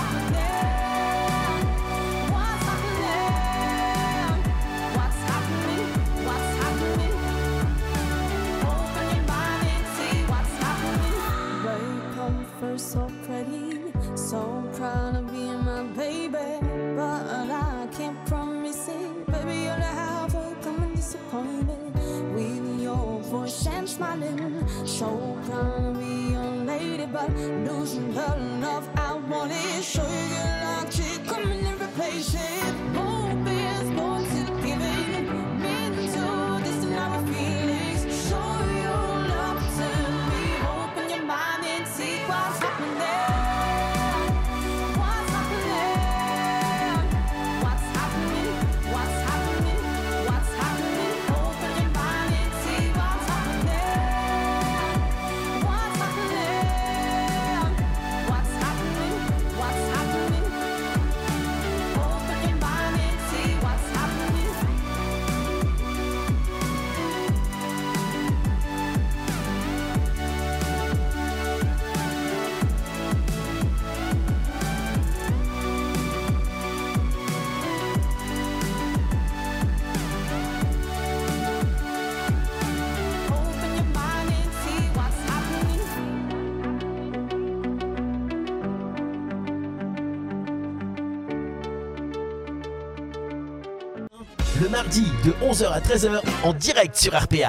S7: What's happening? What's happening? Open your mind and see what's happening. Wake up first, so pretty, so proud of being my baby. But I can't promise it, baby. You'll have a coming disappointment with your voice and smiling. So proud to be your lady, but losing the love I wanted. Show you your luck, she coming and replace it. Hope is born to giving. Mean to this and our feelings. Show you love to me. Open your mind and see what's happening there. What's happening? What's happening? What's happening? What's happening? Open your mind and see what's happening. What's happening? What's happening? What's happening? Open your mind and see what's happening. Open your mind and see what's happening.
S1: Le mardi de 11h à 13h en direct sur RPA.
S4: Ah,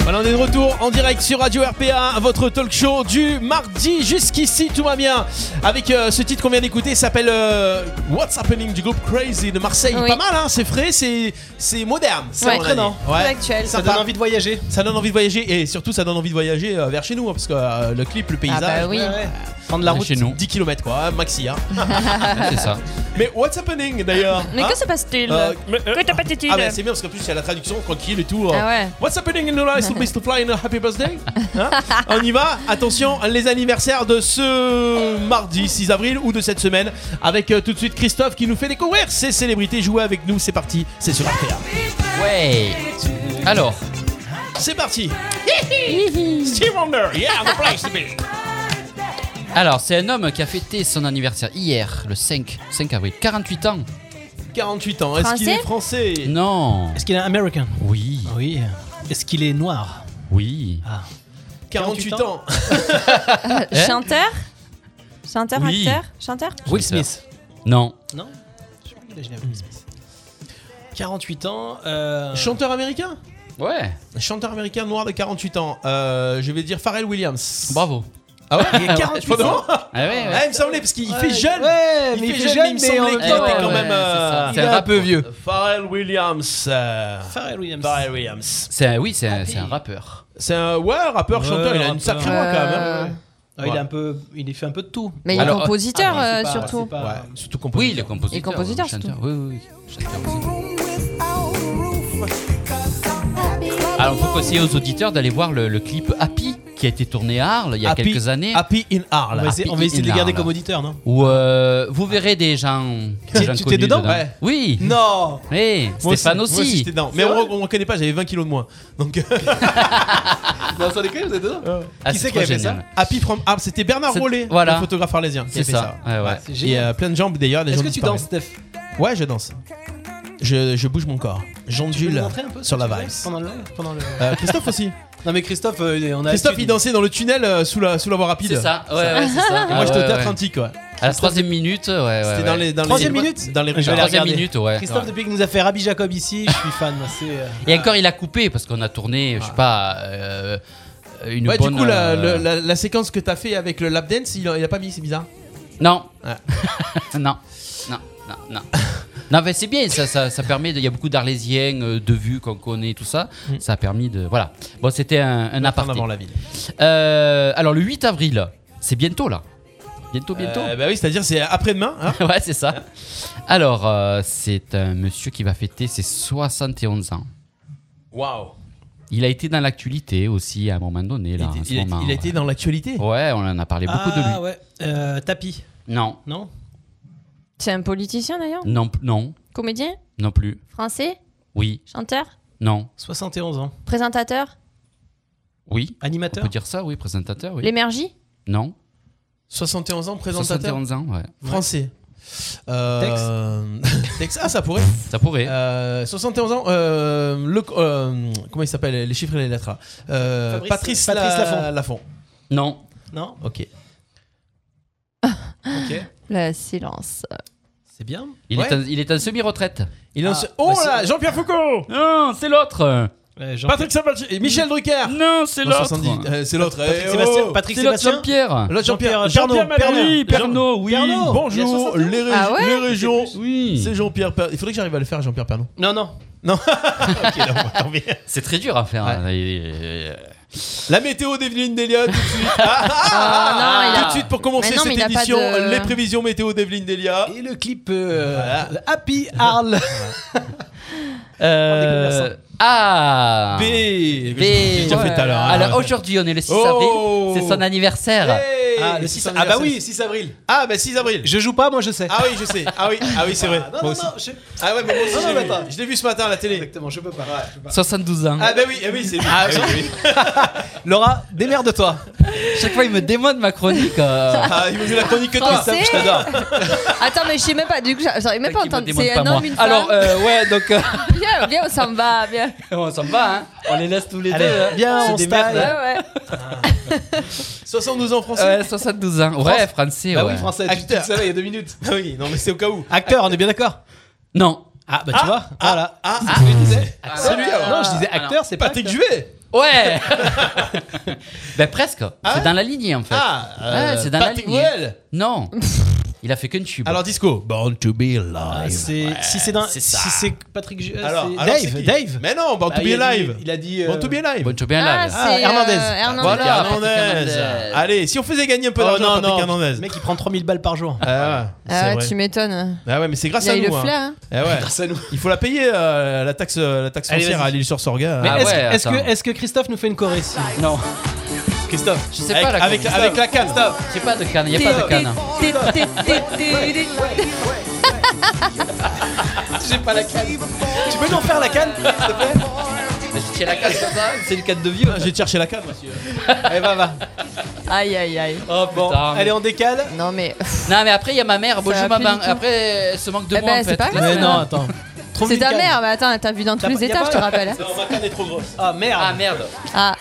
S3: Voilà, on est de retour en direct sur Radio RPA, votre talk show du mardi. Jusqu'ici, tout va bien. Avec euh, ce titre qu'on vient d'écouter, il s'appelle euh, What's Happening du groupe Crazy de Marseille.
S2: Oui.
S3: Pas mal, hein, c'est frais, c'est c'est moderne, c'est
S2: Ouais.
S3: entraînant.
S2: Très actuel. Ça
S3: Sympa.
S2: donne
S4: envie de voyager.
S3: Ça donne envie de voyager et surtout ça donne envie de voyager euh, vers chez nous, hein, parce que euh, le clip, le paysage.
S2: Ah bah oui.
S3: euh, Prendre la route,
S6: Chez nous.
S3: 10 km quoi, maxi. Hein.
S6: C'est ça.
S3: Mais what's happening d'ailleurs
S2: Mais
S3: hein
S2: que se passe-t-il
S3: Euh, mais, euh,
S2: Que te passe-t-il
S3: Ah, bah c'est bien parce qu'en plus il y a la traduction tranquille et tout. hein.
S2: Ah ouais.
S3: What's happening in the life of Mr. Fly and a happy birthday Hein On y va, attention, les anniversaires de ce mardi 6 avril ou de cette semaine avec euh, tout de suite Christophe qui nous fait découvrir ses célébrités. Jouez avec nous, c'est parti, c'est sur RPA.
S6: Ouais. Alors.
S3: C'est parti. Steve Wonder, yeah, the place to be.
S6: Alors, c'est un homme qui a fêté son anniversaire hier, le 5, 5 avril. 48 ans.
S3: 48 ans, est-ce qu'il est français
S6: Non.
S4: Est-ce qu'il est américain
S6: Oui.
S4: Oui. Est-ce qu'il est noir Ah.
S6: Oui.
S3: 48 ans.
S6: Hein
S2: Euh, Chanteur Chanteur,
S6: Oui.
S2: acteur Chanteur
S4: Will Smith.
S6: Non.
S4: Non Je sais pas, il a jamais Will Smith. 48 ans. euh,
S3: Chanteur américain
S6: Ouais.
S3: Chanteur américain noir de 48 ans. Euh, je vais dire Pharrell Williams.
S6: Bravo.
S3: Ah ouais Il
S6: Ouais,
S3: a 48
S6: je pense.
S3: ans
S6: Ah ouais, ouais.
S3: il me semblait, parce qu'il
S4: Ouais,
S3: fait jeune.
S4: ouais, mais il fait jeune,
S3: mais il me
S4: mais en
S3: semblait
S4: même
S3: qu'il était
S4: temps,
S3: quand
S4: ouais,
S3: même.
S4: c'est
S3: euh,
S4: ça. C'est un rappeur vieux.
S3: Pharrell Williams. euh,
S4: Pharrell Williams. Ah,
S3: Pharrell Williams.
S6: C'est un- oui, c'est un, c'est un rappeur.
S3: C'est un ouais, rappeur,
S4: Ouais,
S3: chanteur. Il a
S4: rappeur.
S3: une sacrée voix quand même. hein.
S4: Ouais. Ouais, Ah, Il, a un peu, il fait un peu de tout. Ah,
S2: Mais il est Alors, compositeur, euh, surtout.
S3: Ouais, surtout
S6: Oui, il est compositeur.
S2: Et compositeur,
S6: oui, chanteur.
S2: surtout.
S6: Oui, oui, oui. Chanteur aussi. Alors, on peut conseiller aux auditeurs d'aller voir le, le clip Happy qui a été tourné à Arles il y a
S3: Happy-
S6: quelques années.
S3: Happy in Arles.
S4: On va essayer, on va essayer de les garder comme auditeurs, non
S6: Ou euh, vous verrez des gens. des
S4: T'es-
S6: gens
S4: tu t'es
S6: connus
S4: dedans Ouais.
S6: Oui.
S4: Non
S6: Oui, Eh,
S3: Moi
S6: Stéphane
S3: moi
S6: aussi.
S3: j'étais dedans. Mais on, on reconnaît pas, j'avais 20 kilos de moins. Donc.
S4: Non, sans déconner, vous êtes dedans
S6: Ah,
S3: qui
S6: c'est
S3: c'est qui avait
S6: trop
S3: fait ça
S6: génial.
S3: Happy from Arles. C'était Bernard
S6: C'est-
S3: Rollet,
S6: voilà.
S3: le photographe arlésien. qui
S6: C'est
S3: avait fait
S6: ça. Ouais, ouais. C'est
S3: Et
S6: génial.
S3: euh, plein de jambes d'ailleurs. des
S4: Est-ce
S3: gens
S4: que tu danses,
S3: disparaissent.
S4: Steph
S3: Ouais, je danse. Je, je bouge mon corps.
S4: Tu peux nous
S3: J'ondule
S4: montrer un peu ce
S3: sur
S4: que
S3: la
S4: tu fais
S3: vibe.
S4: Pendant le live pendant le-
S3: Euh, Christophe aussi.
S4: Non, mais Christophe, euh, on a.
S3: Christophe, il
S4: l'habitude.
S3: dansait dans le tunnel euh, sous la, sous la voie rapide.
S6: C'est ça, ouais, ouais, c'est ça.
S3: Et moi,
S6: Ah,
S3: je te
S6: ouais,
S3: tape
S6: ouais.
S3: un petit, quoi.
S6: À la troisième minute, ouais, ouais.
S3: C'était dans les- dans les-
S4: Troisième minute
S3: Dans les
S4: Je vais aller
S6: Troisième
S4: regarder.
S6: minute, ouais.
S4: Christophe,
S6: Ouais.
S4: depuis qu'il nous a fait Rabbi Jacob ici, je suis fan. moi, C'est. euh,
S6: Et encore, il a coupé parce qu'on a tourné, je sais pas, euh, une
S3: Ouais,
S6: bonne.
S3: du coup, la,
S6: euh,
S3: le- la, la séquence que t'as fait avec le lap dance, il a, il a pas mis, c'est bizarre.
S6: Non.
S3: Ouais.
S6: non, non, non, non. Non, mais c'est bien, ça, ça, ça permet. de- Il y a beaucoup d'Arlésiens, euh, de vues qu'on connaît, tout ça. Ça a permis de. Voilà. Bon, c'était un, un aparté.
S3: avant Mm. la ville.
S6: Euh, alors, le 8 avril, c'est bientôt là. Bientôt, bientôt.
S3: Euh, bah oui, c'est-à-dire, c'est après-demain. hein.
S6: ouais, c'est ça. Alors, euh, c'est un monsieur qui va fêter ses 71 ans.
S3: Waouh.
S6: Il a été dans l'actualité aussi à un moment donné. Là,
S3: Il,
S6: en ce
S3: il a-
S6: moment,
S3: il a
S6: ouais.
S3: été dans l'actualité.
S6: Ouais, on en a parlé beaucoup de
S4: Ah
S6: lui.
S4: ouais. Euh, Tapi.
S6: Non,
S4: Non
S2: C'est un politicien d'ailleurs
S6: non, p- non,
S2: Comédien
S6: non plus.
S2: Français
S6: Oui,
S2: Chanteur
S6: non,
S4: 71 ans.
S2: Présentateur
S6: oui.
S4: Animateur
S6: On peut dire ça, oui, présentateur, oui.
S2: L'émergie
S6: Non.
S3: 71 ans, présentateur.
S6: 71 ans, ouais.
S3: Français. Euh, Tex. Ah, ça pourrait.
S6: Ça pourrait.
S3: Euh, 71 ans. euh, le, euh, comment il s'appelle Les chiffres et les lettres. là. Euh,
S4: Fabrice-
S3: Patrice,
S4: Patrice
S3: La-
S4: Lafont.
S3: Lafont.
S6: Non.
S4: Non
S3: Ok.
S4: Ok.
S2: Le silence.
S4: C'est bien.
S6: Il,
S3: Ouais.
S6: est en, il est en semi-retraite.
S3: Il en
S4: Ah,
S3: se- Oh
S4: bah,
S3: là,
S4: c'est-
S3: Jean-Pierre Foucault
S6: Non, c'est l'autre.
S4: Ouais, Jean-
S3: Patrick Sabatier et Michel Drucker
S6: Non, c'est
S3: Non,
S6: l'autre.
S3: 78, euh, C'est l'autre.
S4: Patrick
S3: Eh,
S4: Sébastien.
S3: oh
S4: Patrick
S6: C'est l'autre
S4: Sébastien.
S6: Jean-Pierre.
S3: L'autre Jean-Pierre.
S4: Jean-Pierre
S3: Jean-Pierre
S4: Pernaut.
S3: Pernaut.
S6: Oui, Pernod, oui.
S4: Pernod.
S3: Bonjour, les, régi-
S2: Ah ouais
S3: les régions.
S6: Oui.
S3: C'est Jean-Pierre Pernaut. Il faudrait que j'arrive à le faire, Jean-Pierre Pernaut.
S4: Non, non.
S3: Ok, là, on va revenir.
S6: C'est très dur à faire. hein. Il-
S3: La météo d'Evelyne Delia tout de suite. ah,
S2: Ah, non, il a-
S3: Tout de suite pour commencer
S2: Mais non, mais
S3: cette
S2: il a pas
S3: émission,
S2: de-
S3: les prévisions météo d'Evelyne Delia.
S4: Et le clip euh,
S3: Voilà.
S4: le Happy Arles.
S6: Euh,
S4: Parle des commerçants.
S6: Ah.
S3: B.
S6: B.
S3: J'ai déjà fait tout à l'heure. hein.
S6: Alors aujourd'hui, on est le 6
S3: Oh.
S6: avril. C'est son anniversaire.
S3: Hey,
S4: Ah, le
S3: c'est
S4: 6
S3: son
S4: Ah bah oui,
S3: anniversaire.
S4: 6 avril.
S3: Ah bah 6 avril.
S4: Je joue pas, moi je sais.
S3: Ah oui, je sais. Ah oui, ah oui, c'est vrai.
S4: Ah,
S3: Moi
S4: non, non,
S3: aussi.
S4: non, je...
S3: Ah ouais, mais moi aussi.
S4: Non, non,
S3: je l'ai
S4: mais
S3: vu.
S4: pas.
S3: Je l'ai vu ce matin à la télé.
S4: Exactement, je peux pas. Je peux pas.
S6: 72 ans.
S3: Ah bah oui, ah oui, c'est lui. Ah oui, oui.
S4: Laura, démerde-toi.
S6: Chaque fois, il me démode ma chronique. euh.
S3: Ah, il vaut mieux la chronique que toi.
S2: Français
S3: Je t'adore.
S2: Attends, mais je sais même pas, du coup, j'a- j'aurais même pas
S6: Qui me
S2: entendu.
S6: démode
S2: C'est
S6: pas,
S2: un
S6: moi.
S2: homme, une femme.
S6: Alors, euh, ouais, donc. euh,
S2: Viens, viens, on s'en va, viens.
S6: on s'en va, hein. On les laisse tous les deux. hein.
S4: Bien, on se
S2: Ouais,
S4: taille.
S2: ouais.
S3: 72 Ah. ans français.
S6: Ouais, 72 ans. Ouais, français,
S4: Bah
S6: ouais.
S4: oui, français, tu, tu
S3: Acteur.
S4: le savais il y a deux minutes.
S3: Ah oui, non mais c'est au cas où.
S4: Acteur, on est bien d'accord
S6: Non.
S4: Ah bah tu vois, voilà.
S3: Ah,
S4: C'est ce que je disais.
S3: c'est lui alors. Ah,
S4: non, je disais acteur, c'est pas
S3: Patrick
S4: acteur.
S3: Juvet.
S6: Ouais Ben presque.
S3: Ah
S6: c'est dans la lignée en fait.
S3: Ah,
S6: Ouais, c'est dans la
S3: Patrick
S6: lignée.
S3: Huel.
S6: Non Il a fait qu'une tube. Ah,
S3: Alors, disco. Born to be alive.
S4: C'est-
S3: Ouais,
S4: si c'est d'un-
S3: c'est
S4: si
S3: ça.
S4: c'est Patrick Ju- euh,
S3: Alors,
S4: c'est
S3: alors, c'est
S4: Dave,
S3: qui
S4: Dave.
S3: Mais non, Born to
S4: Bah,
S3: be
S4: il a dit-
S3: alive.
S4: Il a dit euh,
S3: Born to be alive.
S6: Born to be alive.
S3: Ah,
S4: Ah,
S3: c'est,
S4: Hernandez.
S3: euh, Hernandez. Voilà, Patrick Hernandez. Allez, si on faisait gagner un peu d'argent à
S4: Oh, non,
S3: Patrick
S4: non.
S3: Hernandez.
S4: Le mec, il prend 3000 balles par jour.
S3: Ah, ouais, c'est
S2: Ah ouais,
S3: vrai.
S2: tu m'étonnes.
S3: Ah ouais, mais c'est grâce
S2: Il a
S3: à
S2: eu
S3: nous.
S2: le
S3: hein.
S2: flair, hein.
S3: Eh ouais.
S4: Grâce à nous.
S3: Il faut la payer euh, la taxe euh, la taxe
S4: Allez,
S3: foncière
S4: vas-y.
S3: à l'île sur Sorga.
S13: Ah,
S4: Mais Euh, est-ce est-ce que, est-ce que Christophe nous fait une chorus
S6: Non.
S4: Christophe,
S6: Je sais pas la
S3: avec,
S6: Christophe.
S3: avec la canne.
S6: J'ai pas de canne, il n'y a pas de canne.
S4: J'ai pas la canne. Tu peux nous en faire la canne s'il te plaît
S6: J'ai la canne comme ça, c'est une canne de vieux.
S3: J'ai cherché la canne, monsieur.
S4: Allez, va, va.
S2: Aïe, aïe, aïe.
S4: Oh bon,
S6: Putain.
S4: allez, on décale.
S2: Non, mais.
S6: Non, mais après, il y a ma mère. Bonjour,
S2: va plus
S6: maman.
S2: du tout.
S6: Après, elle se manque de
S2: Eh
S6: moi.
S2: ben,
S6: en
S2: c'est
S6: fait.
S2: pas grave. Mais non, attends. C'est ta mère, mais attends, t'as vu dans tous
S4: T'as
S2: les
S4: pas- y a
S2: étages,
S4: pas-
S2: je te rappelle. hein.
S4: Non, ma canne est trop grosse. Ah merde.
S6: Ah merde.
S2: Ah.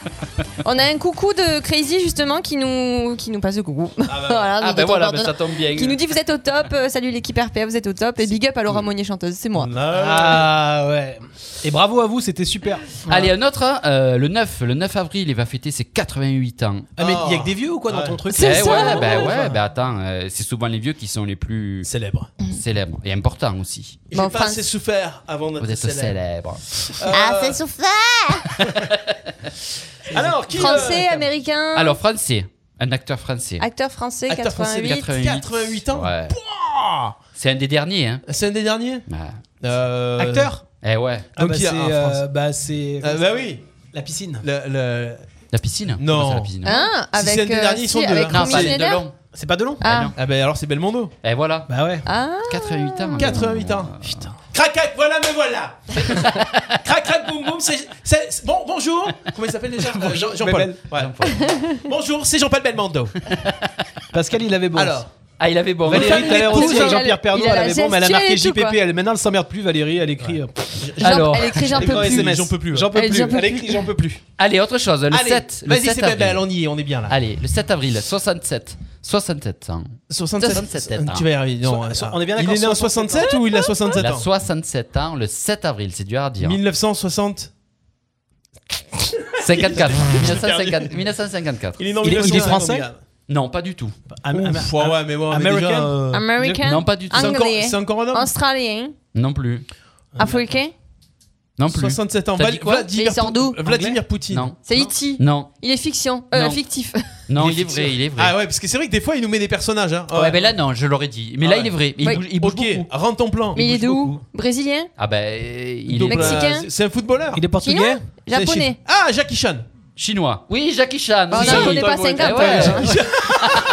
S2: On a un coucou de Crazy justement qui nous, qui nous passe le coucou. Voilà,
S6: Ah,
S2: nous
S6: ben
S2: dit
S6: voilà,
S2: ton
S6: ben
S2: pardon.
S6: ça tombe bien.
S2: Qui nous dit vous êtes au top, euh, salut l'équipe RPA, vous êtes au top et big up à Laura Monnier chanteuse, c'est moi.
S4: Ah ouais. Et bravo à vous, c'était super.
S6: Allez, un autre, hein, euh, le 9, le 9 avril, il va fêter ses 88 ans.
S4: Ah, mais y a que des vieux ou quoi dans ton truc
S6: Eh Oh. ouais, bah ouais, bah attends, euh, c'est souvent les vieux qui sont les plus
S3: célèbres,
S6: célèbres et importants aussi.
S3: J'ai pas assez souffert avant d'être
S6: Vous êtes célèbres.
S4: Euh,
S3: Euh,
S2: Ah, c'est souffert
S3: Alors, qui euh,
S2: Français, américain,
S6: Alors français, un acteur français.
S2: acteur français,
S3: Acteur français hein. de
S2: 88.
S6: 88.
S3: 88 ans
S6: Ouais.
S3: Pouah
S6: C'est un des derniers. Hein.
S3: C'est un des derniers Euh, Ah
S4: Acteur
S6: Eh ouais.
S3: Donc,
S4: bah,
S3: il y a
S4: c'est,
S3: un français.
S4: euh, bah c'est.
S3: Ah, bah oui.
S4: La piscine.
S3: Le- le-
S6: La piscine
S3: Non.
S6: C'est la piscine.
S2: Hein,
S3: Si
S2: avec,
S3: c'est un des
S2: euh,
S3: derniers,
S2: si,
S3: ils sont deux.
S2: avec
S3: hein.
S2: Romy Schneider
S4: C'est pas de long
S2: Ah.
S3: Ah bah alors c'est Belmondo.
S6: Et Eh, voilà.
S4: Bah ouais.
S2: Ah.
S6: 88
S4: hein.
S6: ans.
S3: 88 ans.
S4: Euh,
S6: Putain.
S3: Crac crac, voilà me voilà. crac crac boum boum, c'est c'est- c'est- bon bonjour. Comment il s'appelle déjà Euh, Jean- Jean-Paul.
S4: Bebel.
S3: Ouais. bonjour, c'est Jean-Paul Belmondo.
S4: Pascal, il avait bon.
S3: Alors.
S6: Ah, il avait bon.
S4: Valérie, tout à l'heure
S2: épouse,
S4: aussi, avec
S2: il a-
S4: Jean-Pierre Pernaut,
S2: il a
S4: elle
S2: la
S4: avait bon, mais elle a
S2: gestuelle
S4: marqué
S2: et tout,
S4: JPP.
S2: quoi.
S4: Elle, maintenant, elle s'emmerde plus, Valérie, elle écrit. euh,
S2: Jean-
S6: Alors.
S2: Elle écrit j'en
S4: Elle écrit
S2: peux
S4: en
S2: plus.
S4: SMS.
S3: J'en peux plus, hein. ouais.
S4: J'en peux
S2: Elle dit,
S4: plus.
S2: j'en peux
S4: Elle écrit,
S2: plus.
S4: j'en peux plus.
S6: Allez, autre chose, le
S3: Allez,
S6: 7. le
S3: Vas-y,
S6: 7
S3: c'est
S6: avril.
S3: Bebel, on y est, on est bien là.
S6: Allez, le 7 avril, 67. 67 ans.
S3: 67,
S6: 67
S2: hein.
S6: ans.
S3: Euh, Tu vas y arriver. Non,
S4: So-
S3: euh,
S4: on est bien
S3: Il
S4: d'accord,
S3: est né en
S4: 67
S3: 67 ou il a 67
S6: Il a
S3: ans
S6: 67 hein ans le 7 avril, c'est dur à dire.
S3: 1960.
S6: 54. 1950 1954.
S3: Il est né en
S4: Il est- il est
S3: 1960,
S4: français
S3: mon gars.
S6: Non, pas du tout.
S4: Am- am-
S3: Ouf, Ah, ouais, ouais, mais bon, mais
S4: American.
S3: déjà, euh,
S2: Américain,
S6: Non, pas du tout.
S3: C'est encore,
S2: anglais,
S3: c'est encore un homme
S2: australien,
S6: Non plus.
S2: africain,
S6: Non plus.
S3: 67 ans.
S6: T'as
S3: Val-
S6: dit quoi
S2: Mais il
S3: Vladimir,
S2: sort d'où
S3: Vladimir Poutine.
S6: Non.
S2: c'est E.T.
S6: Non.
S2: Il est fiction, euh,
S6: Non.
S2: fictif.
S6: Non,
S3: Il est
S6: il est vrai, il est vrai.
S3: Ah ouais, parce que c'est vrai que des fois, il nous met des personnages. Hein.
S6: ouais, ben là, non, je l'aurais dit. Mais
S3: Ah
S6: là,
S3: ouais.
S6: il est vrai. Il
S2: Ouais.
S6: bouge, il bouge
S3: ok,
S6: beaucoup.
S3: rends ton plan.
S2: Mais il est
S3: bouge
S2: de où
S3: beaucoup.
S2: Brésilien
S6: Ah ben, il
S3: Donc,
S6: est
S2: Mexicain.
S3: euh, c'est- C'est un footballeur.
S4: Il est portugais
S2: Chinois Japonais.
S3: C'est- Ah, Jackie Chan.
S6: chinois. Oui, Jackie
S3: Ah,
S6: Chan.
S4: Ah,
S2: Bah,
S6: oui.
S2: non, on n'est pas hein.
S6: Eh
S2: 50.
S6: ouais.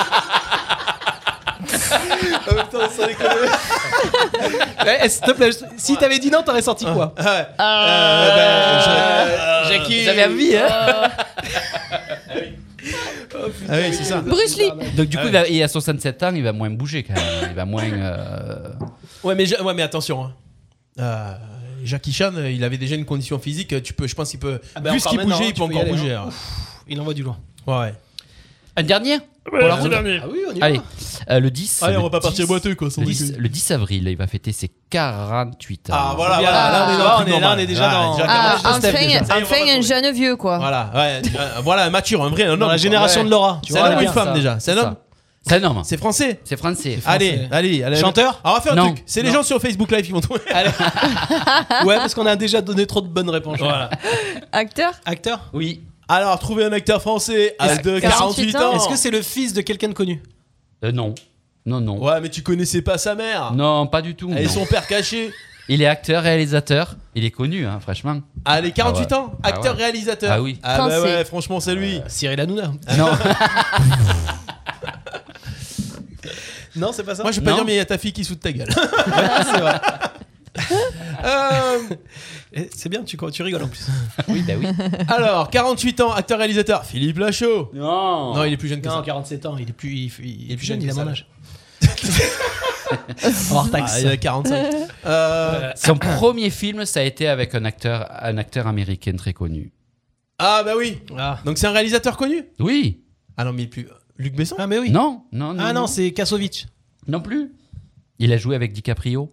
S4: Eh, S'il te plaît, je- si t'avais dit non, t'aurais sorti quoi
S3: hein.
S4: Euh,
S3: Ah ouais. Euh,
S2: bah,
S3: ben, je-
S6: Vous avez envie, hein
S4: Oh,
S3: Ah oui, c'est ça. Ah
S2: Bruce Lee.
S6: Donc du coup, il, va, il a 67 ans, il va moins bouger quand même. Il va moins... euh,
S3: Ouais, mais, je- ouais, mais attention. hein. Euh, Jackie Chan, euh, il avait déjà une condition physique. Tu peux, je pense qu'il peut.
S4: Ah ben,
S3: vu ce
S4: encore
S3: qu'il
S4: maintenant,
S3: bougeait,
S4: hein,
S3: il
S4: tu
S3: peut
S4: peux y
S3: encore
S4: aller,
S3: bouger. hein.
S4: hein. Il envoie du loin.
S3: Ouais. ouais.
S6: Un dernier
S5: Ouais,
S6: la
S5: c'est
S6: route.
S5: le dernier.
S4: Ah oui, on y
S6: Allez, euh, le 10...
S3: Allez,
S6: le
S3: on va pas partir
S6: 10,
S3: boiteux, quoi, sans
S6: Le 10,
S3: déconner.
S6: le 10 avril, il va fêter ses 48 ans.
S3: Ah voilà,
S4: Bien.
S3: voilà. Là, on est, dans
S4: Ah,
S3: le truc
S4: on est- là,
S3: normal.
S4: on est déjà
S3: Ouais,
S4: dans-
S3: déjà,
S2: Ah,
S3: commence le
S2: enfin,
S3: step, déjà. Ça y est, on va
S2: enfin un
S3: tomber.
S2: jeune vieux,
S4: Oh.
S2: quoi.
S3: Voilà, ouais, euh, voilà, un mature, un vrai, un homme.
S4: Dans la
S3: quoi.
S4: génération
S3: Ouais.
S4: de Laura. Tu
S3: C'est
S4: vois,
S3: un homme ou une
S4: bien.
S3: femme déjà C'est un
S6: Ça.
S3: homme
S6: C'est un homme.
S3: C'est français
S6: C'est français.
S3: Allez, allez, allez.
S4: Chanteur
S3: Alors, on va faire un
S6: Non.
S3: truc. C'est les
S4: Non.
S3: gens sur Facebook Live qui vont trouver.
S4: euh, Ouais,
S2: Ah
S4: parce qu'on a déjà donné trop de bonnes réponses.
S2: Acteur
S4: Acteur
S6: Oui.
S3: Alors, trouver un acteur français à
S2: Est-ce que-
S3: de 48 ans.
S4: Est-ce que c'est le fils de quelqu'un de connu
S6: Euh, non. Non, non.
S3: Ouais, mais tu connaissais pas sa mère.
S6: Non, pas du tout.
S3: Et
S6: non.
S3: son père caché.
S6: Il est acteur, réalisateur. Il est connu, hein, franchement.
S3: Allez, 48
S6: Ah ouais.
S3: ans, acteur,
S6: Ah ouais.
S3: réalisateur.
S6: Ah oui.
S3: Ah bah
S2: Français.
S3: ouais, franchement, c'est lui.
S4: Euh, Cyril Hanouna.
S6: Non.
S4: Non, c'est pas ça
S3: Moi, je peux
S6: Non.
S3: dire, mais il y a ta fille qui soude ta gueule. Euh,
S4: Eh, C'est bien, tu, tu rigoles en plus.
S6: oui, bah oui.
S3: Alors, 48 ans, acteur, réalisateur, Philippe Lachaud.
S6: Non.
S3: Non, il est plus jeune que
S4: Non,
S3: ça.
S4: 47 ans, il est plus, il, il- il est plus
S3: jeune
S4: jeune,
S3: que
S4: il a
S3: ça,
S4: mon
S3: là.
S4: âge. Hors taxe.
S3: Ah, il a 45. Euh,
S6: Son premier film, ça a été avec un acteur, un acteur américain très connu.
S3: Ah bah oui.
S4: Ah.
S3: Donc, c'est un réalisateur connu
S6: Oui.
S3: Ah non, mais il est plus. Luc Besson
S4: Ah, mais oui.
S6: Non, non, non.
S4: Ah non, c'est Kassovitch.
S6: non plus. Il a joué avec DiCaprio.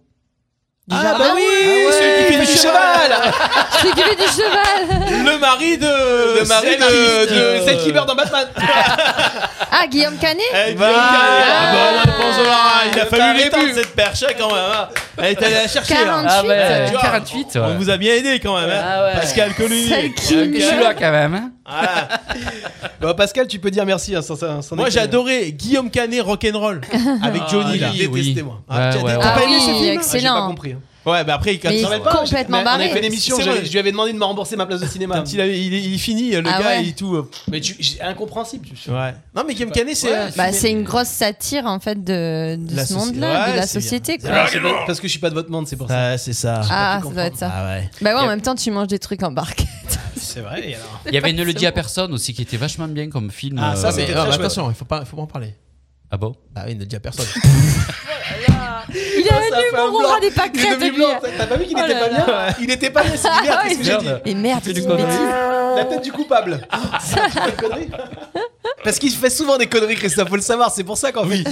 S4: Ah bah oui, celui qui fait du cheval
S2: Celui qui fait du cheval.
S3: Le mari de.
S4: Le mari
S3: celle
S4: de-
S3: qui-
S4: de- celle qui meurt
S3: dans Batman.
S2: Ah, Guillaume Canet
S3: Eh, Guillaume Canet, ah,
S4: bah,
S3: bonne réponse, Laura. Il a fallu les temps de cette perche quand même. hein. Elle est allée la chercher. là.
S6: 48. Ah ouais,
S3: Tu vois,
S6: 48, ouais.
S3: On vous a bien aidé quand même. hein. Pascal Collu.
S6: Je suis là quand même.
S4: Bah, Pascal, tu peux dire merci. hein, sans- sans- sans
S3: Moi
S4: déconner. Ah,
S3: j'ai adoré Guillaume Canet rock'n'roll avec Johnny
S4: oui,
S3: là.
S4: oui.
S3: Détesté, moi.
S4: Ouais,
S3: tu as
S4: ouais,
S3: t'as
S4: ouais.
S3: pas
S4: Ah
S3: aimé
S4: oui,
S3: ce film
S4: excellent.
S3: J'ai pas compris. hein. Ouais, bah après il
S4: Mais il
S3: calme.
S4: est complètement
S3: barré.
S4: On a fait l'émission,
S3: C'est
S4: j'avais-
S3: vrai.
S4: je lui avais demandé de me rembourser ma place de cinéma.
S3: Quand il, avait- il, est- il finit, le
S2: Ah
S3: gars,
S2: ouais.
S3: il est tout. euh,
S4: Mais tu, j'ai- incompréhensible. Tu...
S3: Ouais. Non, mais Guillaume Canet, c'est. un
S2: Bah,
S3: film-
S2: c'est une grosse satire en fait de, de
S3: La
S2: ce
S3: soci-
S2: monde-là,
S3: Ouais,
S2: de la
S3: c'est bien.
S2: société. Quoi.
S4: Ah, c'est pas- Parce que je suis pas de votre monde, c'est pour ça.
S3: Ah, c'est ça.
S2: Ah, ça doit être ça.
S3: Ah ouais.
S2: Bah ouais, en même temps, tu manges des trucs en barque.
S4: C'est vrai. alors.
S6: Il y avait Ne le dis à personne aussi qui était vachement bien comme film.
S3: Ah, ça,
S6: euh,
S3: c'était. non, mais attention, il faut pas, faut pas en parler.
S6: Ah bon
S3: Bah oui, ne le dis à personne.
S2: Il avait du humour, on aura des pâquerettes.
S4: Il est devenu
S2: lui.
S4: blanc, t'as- t'as pas vu qu'il
S2: Oh
S4: était
S2: là
S4: pas
S2: là. Ah,
S4: bien Il était pas bien, c'est bien, qu'est-ce que j'ai dit
S2: Et merde, c'est une bêtise.
S4: La tête du coupable. Parce qu'il fait souvent des conneries, Christophe, faut le savoir, c'est pour ça qu'en fait.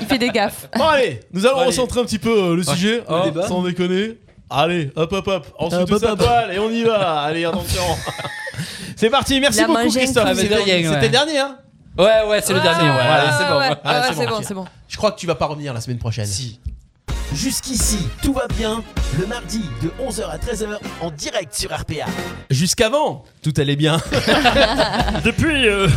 S2: Il fait des gaffes.
S3: Bon, allez, nous allons
S4: Allez.
S3: recentrer un petit peu euh, le
S4: Ouais,
S3: sujet,
S4: le
S3: hein,
S4: débat.
S3: sans déconner. Allez, hop, hop, hop, on se
S4: Hop,
S3: fout tous
S4: hop,
S3: à
S4: hop.
S3: poil et on y va. Allez, attention. C'est parti, merci
S2: La
S3: beaucoup
S2: mangée
S3: Christophe.
S2: incluse.
S3: C'était
S2: Ah, mais de rien,
S3: c'était
S2: ouais.
S3: le dernier, hein
S6: Ouais, ouais, c'est le
S3: Ouais,
S6: dernier. Ouais,
S3: ouais,
S6: Allez,
S3: ouais,
S6: c'est bon.
S3: ouais.
S6: Allez,
S3: Ouais,
S6: c'est
S3: c'est
S6: bon.
S3: bon,
S2: C'est bon.
S3: Je crois que tu vas pas revenir la semaine prochaine.
S1: Si. Jusqu'ici, tout va bien. Le mardi de 11h à 13h en direct sur RPA.
S3: Jusqu'avant, tout allait bien.
S5: Depuis. euh,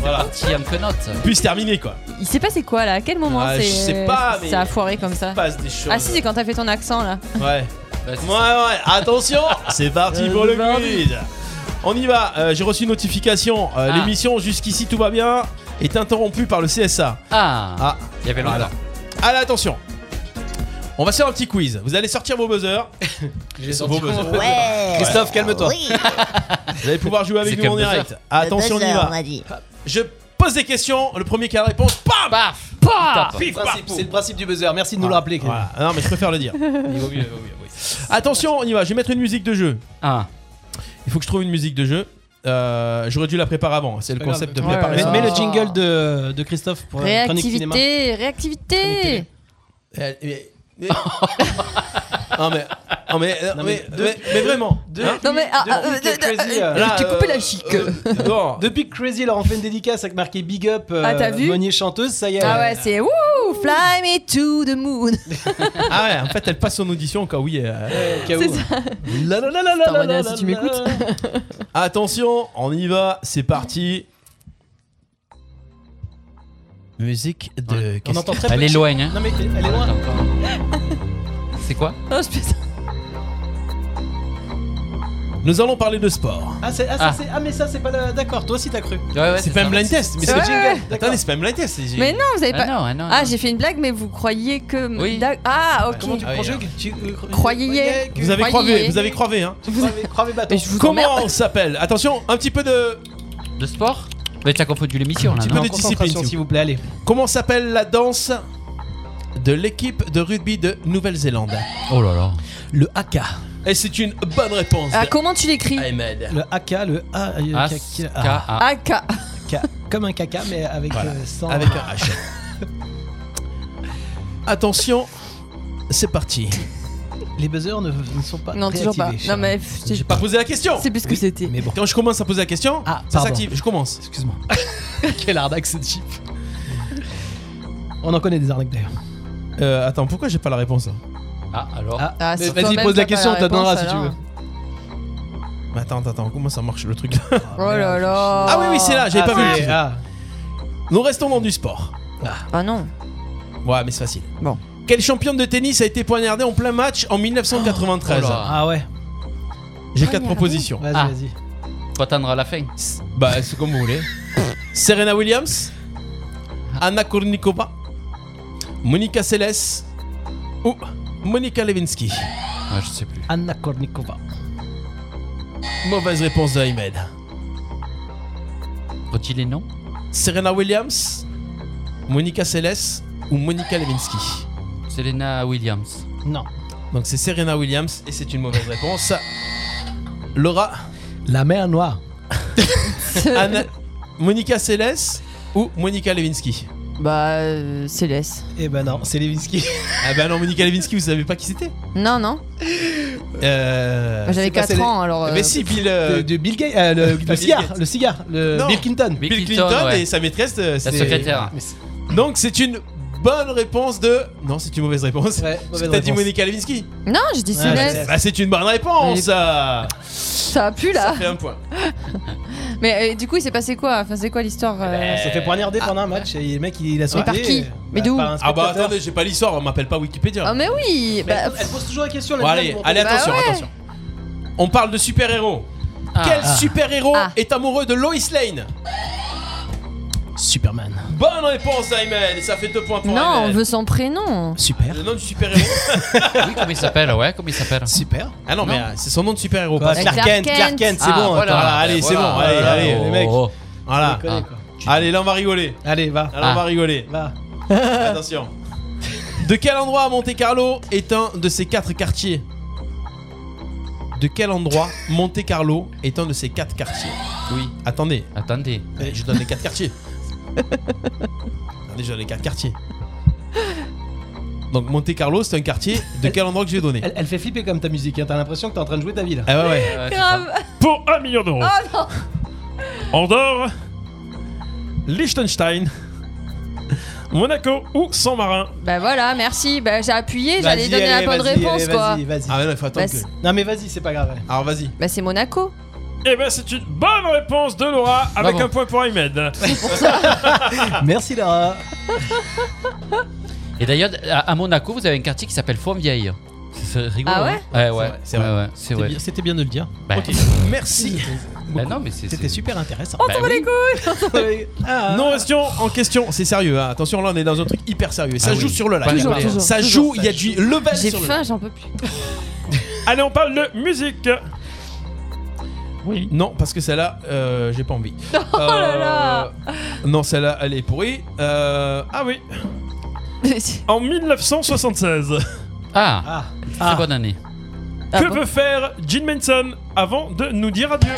S3: Voilà.
S6: Petit note.
S3: Puis c'est terminé, quoi.
S2: Il sait pas c'est quoi là, à quel moment
S3: Ah,
S2: c'est.
S3: je sais pas, mais
S2: Ça a foiré comme ça.
S3: passe des choses.
S2: Ah si, c'est quand t'as fait ton accent là.
S3: Ouais. ouais, ouais, attention, c'est parti pour le quiz. On y va, Euh, j'ai reçu une notification. Euh,
S6: Ah.
S3: L'émission jusqu'ici tout va bien est interrompue par le CSA.
S6: Ah.
S3: Ah,
S6: Il y avait longtemps.
S3: Voilà. Allez, attention. On va se faire un petit quiz. Vous allez sortir vos buzzers.
S4: J'ai
S3: sorti mon buzzer.
S4: Christophe, calme-toi.
S3: Vous allez pouvoir jouer avec
S4: C'est
S3: nous en
S4: comme buzzer.
S3: direct.
S4: Le
S3: Attention, on y
S4: buzzer,
S3: va.
S4: on a dit.
S3: Je pose des questions. Le premier qui a la réponse, paf,
S6: paf,
S4: Top.
S3: pif, paf,
S4: Principe- C'est le principe du buzzer, merci de nous le rappeler.
S3: Voilà. Ah Non, mais je préfère le dire. Attention, on y va. Je vais mettre une musique de jeu.
S6: Ah.
S3: Il faut que je trouve une musique de jeu. Euh, J'aurais dû la préparer avant. C'est le
S4: pas
S3: concept de
S4: grave.
S3: préparer.
S4: Mets,
S3: son-
S4: mets le jingle de, de Christophe pour la chronique cinéma.
S2: Réactivité, réactivité.
S3: Euh, mais- mais- non mais, non, mais,
S4: Non,
S3: mais,
S4: mais-
S3: mais- mais vraiment. hein
S2: Non mais ah, ah,
S4: Depuis
S2: euh,
S4: que Crazy,
S2: euh,
S4: euh,
S2: je t'ai
S4: là,
S2: coupé
S4: euh,
S2: la chic.
S3: non.
S4: Depuis que Crazy leur en fait une dédicace avec marqué Big Up, euh,
S2: Ah, t'as vu
S4: Meunier chanteuse,
S3: euh,
S4: ça y est.
S2: Ah ouais, c'est wouh, fly me to the moon.
S3: Ah ouais, en fait, elle passe son audition quand oui. euh,
S4: K.O.
S2: C'est ça.
S3: la la la la la
S2: Putain,
S3: la
S2: Mona,
S3: la
S2: si tu
S3: la.
S2: m'écoutes.
S3: Attention, on y va, c'est parti. Musique de.
S4: On entend très peu
S6: Elle
S4: de
S6: est
S4: chi-
S6: loin, hein.
S4: Non mais elle
S3: Ah,
S4: est loin.
S6: C'est quoi
S2: Oh, je plaisante.
S3: Nous allons parler de sport.
S4: Ah, c'est- ah, ça,
S6: Ah.
S4: c'est- ah, mais ça c'est pas la- d'accord, toi aussi t'as cru.
S6: Ouais, ouais,
S3: c'est pas
S6: ça.
S3: un blind test, mais
S2: c'est
S3: c'est
S2: ça. Ouais, ouais.
S3: Attendez, c'est pas un blind test. c'est-
S2: Mais non, vous avez
S6: Ah
S2: pas.
S6: non, ah non,
S2: Ah,
S6: non.
S2: j'ai fait une blague, mais vous croyez que.
S6: Oui.
S2: D'ac- Ah, ok.
S4: Comment tu
S3: Ah oui,
S4: conjugues Tu- euh, cro-
S2: Croyez.
S3: Vous avez croivé,
S2: Croyez.
S3: vous avez croivé, hein.
S4: Croyez- Croyez bâton.
S2: Et je vous emmerde.
S3: Comment on s'appelle Attention, un petit peu de,
S6: De sport Mais t'as confondu l'émission
S3: un
S6: là,
S3: petit peu
S6: non
S3: de discipline.
S4: Concentration,
S3: s'il
S4: s'il
S3: vous
S4: vous plaît, allez.
S3: plaît. Comment s'appelle la danse de l'équipe de rugby de Nouvelle-Zélande
S6: Oh là là.
S10: Le haka.
S3: Et c'est une bonne réponse.
S2: Ah,
S3: de
S2: comment tu l'écris
S3: Ahmed.
S4: Le AK, le A, euh,
S6: Ah,
S4: kaki-
S6: K,
S4: ah,
S6: A.
S2: AK.
S4: ka- comme un caca mais avec
S3: Voilà.
S4: euh, sans.
S3: Avec un H. Attention, c'est parti.
S4: Les buzzers ne, ne sont pas.
S2: Non, toujours pas.
S4: réactivés,
S2: Non,
S4: Charles.
S2: mais pff, c'est
S3: J'ai pas posé la question.
S2: c'est plus ce que c'était.
S4: Mais bon.
S3: Quand je commence à poser la question,
S4: Ah,
S3: ça
S4: pardon.
S3: s'active. Je commence.
S4: Excuse-moi. Quelle arnaque ce type. On en connaît des arnaques d'ailleurs.
S3: Euh, attends, pourquoi j'ai pas la réponse hein là
S6: Ah, alors.
S2: Ah,
S4: Mais
S2: si
S4: vas-y,
S2: toi-même
S4: pose la
S2: t'as pas
S4: question, on te la donnera
S2: réponse,
S4: si tu
S2: alors.
S3: Mais Attends, attends, attends, comment ça marche le truc là
S2: Oh là là.
S3: Ah oui, oui, c'est là, j'avais pas vu.
S4: c'est- ah.
S3: Nous restons dans du sport.
S2: Ah non.
S3: Ouais, mais c'est facile.
S2: Bon.
S3: Quelle championne de tennis a été poignardée en plein match en 1993
S6: Oh là.
S4: Oh, Ah ouais,
S3: J'ai quatre
S2: Poignardée.
S3: propositions.
S4: vas-y,
S6: Ah.
S4: vas-y.
S6: Faut attendre à la fin.
S3: Bah, c'est comme vous voulez. Serena Williams, Anna Kournikova, Monica Seles ou Monica Lewinsky.
S6: Ah, je sais plus.
S4: Anna Kornikova.
S3: Mauvaise réponse de Ahmed.
S6: Retire les noms
S3: Serena Williams, Monica Seles ou Monica Lewinsky.
S6: Selena Williams.
S4: Non.
S3: Donc c'est Serena Williams et c'est une mauvaise réponse. Laura,
S4: La mer noire.
S3: Anna, Monica Seles ou Monica Lewinsky.
S2: Bah, euh, Céleste.
S4: Eh ben non, c'est Levinsky.
S3: Ah bah non, Monica Lewinsky, vous savez pas qui c'était
S2: Non, non.
S3: Euh,
S2: Bah, J'avais
S3: c'est pas
S2: 4
S3: celle-
S2: ans, alors, euh,
S3: Mais si, Bill.
S4: De, de Bill Gates, euh, le, le
S3: Bill
S4: cigare,
S3: Gates.
S4: le cigare, le
S3: Non.
S4: Bill Clinton.
S3: Bill Clinton, et sa maîtresse. euh, c'est-
S6: secrétaire.
S4: Mais c'est-
S3: Donc c'est une bonne réponse de. Non, c'est une mauvaise réponse. Parce que T'as dit
S4: réponse.
S3: Monica Lewinsky.
S2: Non, j'ai dit Céleste.
S3: Bah, c'est une bonne réponse. ah.
S2: Ça a pu là.
S3: Ça fait un point.
S2: Mais euh, du coup, il s'est passé quoi Enfin, c'est quoi l'histoire
S3: Eh
S2: euh
S3: ben,
S4: On s'est fait poignarder pendant un match et le mec il a sauté.
S2: par qui
S4: euh,
S2: Mais de où
S4: par un
S3: Ah bah
S4: spectateur.
S3: attendez, j'ai pas l'histoire, on m'appelle pas Wikipédia.
S2: Oh, mais oui bah,
S4: Elle pose toujours la question.
S3: Bon, allez, allez,
S4: Bah Ah
S3: attention, attention. On parle de super-héros. Quel
S4: Ah.
S3: super-héros est amoureux de Lois Lane
S4: Superman.
S3: Bonne réponse, Ayman, et ça fait deux points pour
S2: Non, on
S3: Ayman.
S2: veut son prénom.
S4: Super.
S3: Le nom du super-héros
S6: Oui, comment il s'appelle Ouais, comment il s'appelle
S4: Super.
S3: Ah non, mais euh, c'est son nom de super-héros.
S4: Quoi,
S3: pas son-
S4: Clark Kent, Clark Kent, c'est
S3: Ah,
S4: bon,
S3: Voilà,
S4: attends.
S3: allez,
S4: Voilà,
S3: c'est bon.
S4: voilà,
S3: allez,
S4: voilà,
S3: allez,
S4: oh,
S3: les mecs.
S4: oh.
S3: Voilà.
S4: Tu déconnes,
S3: Allez, là, on va rigoler.
S4: Allez, va.
S3: Là, on va rigoler.
S4: Va.
S3: Attention. De quel endroit Monte Carlo est un de ces quatre quartiers De quel endroit Monte Carlo est un de ces quatre quartiers
S6: Oui.
S3: Attendez.
S6: Attendez.
S3: Je donne les quatre quartiers. Attendez, je donne les quatre quartiers. Donc Monte Carlo, c'est un quartier. De quel endroit que j'ai donné
S4: Elle, elle fait flipper comme ta musique. hein. T'as l'impression que t'es en train de jouer ta vie là.
S3: Ah ouais, ouais. Ouais,
S2: Grave.
S5: Pour 1 million d'euros.
S2: Oh non
S5: Andorre, Liechtenstein, Monaco ou San Marin.
S2: Bah voilà, merci. Bah j'ai appuyé, j'allais
S5: Vas-y,
S2: donner
S5: allez,
S2: la bonne
S5: vas-y,
S2: réponse
S5: allez,
S2: quoi.
S5: vas-y,
S4: vas-y.
S3: Ah mais non, il faut attendre
S2: Bah,
S3: que...
S4: Non mais vas-y, c'est pas grave.
S3: Alors vas-y.
S2: Bah c'est Monaco.
S5: Eh ben c'est une bonne réponse de Laura avec
S4: Bravo.
S5: un point pour Ahmed.
S4: Merci Laura.
S6: Et d'ailleurs, à à Monaco, vous avez un quartier qui s'appelle Fontvieille. C'est rigolo.
S4: Ah
S6: hein Ouais, ouais.
S4: C'est vrai,
S6: Ouais, ouais,
S4: C'était
S6: c'est vrai.
S4: bien- C'était bien de le dire.
S6: Bah,
S4: Ok.
S3: Merci.
S6: Bah non, mais c'est.
S4: C'était super intéressant.
S2: Oh,
S4: Ah.
S6: On Bah
S2: Ah
S6: s'en bat oui. les
S4: couilles
S3: Non question en question, c'est sérieux. hein. Attention, là on est dans un truc hyper sérieux. Et ça
S6: Ah
S3: joue
S6: oui.
S3: sur le live.
S6: Toujours,
S3: Regardez,
S6: toujours,
S3: ça joue,
S6: toujours,
S3: il y a du level
S2: J'ai
S3: sur le
S2: faim, j'en peux plus.
S5: Allez, on parle de musique. Oui.
S3: Non, parce que celle-là, euh, j'ai pas envie. Euh,
S2: Oh là là
S3: Non, celle-là, elle est pourrie. Euh, Ah oui.
S5: En 1976.
S6: Ah,
S5: c'est
S6: Ah. bonne année.
S2: Ah
S5: Que veut faire Gene Manson avant de nous dire adieu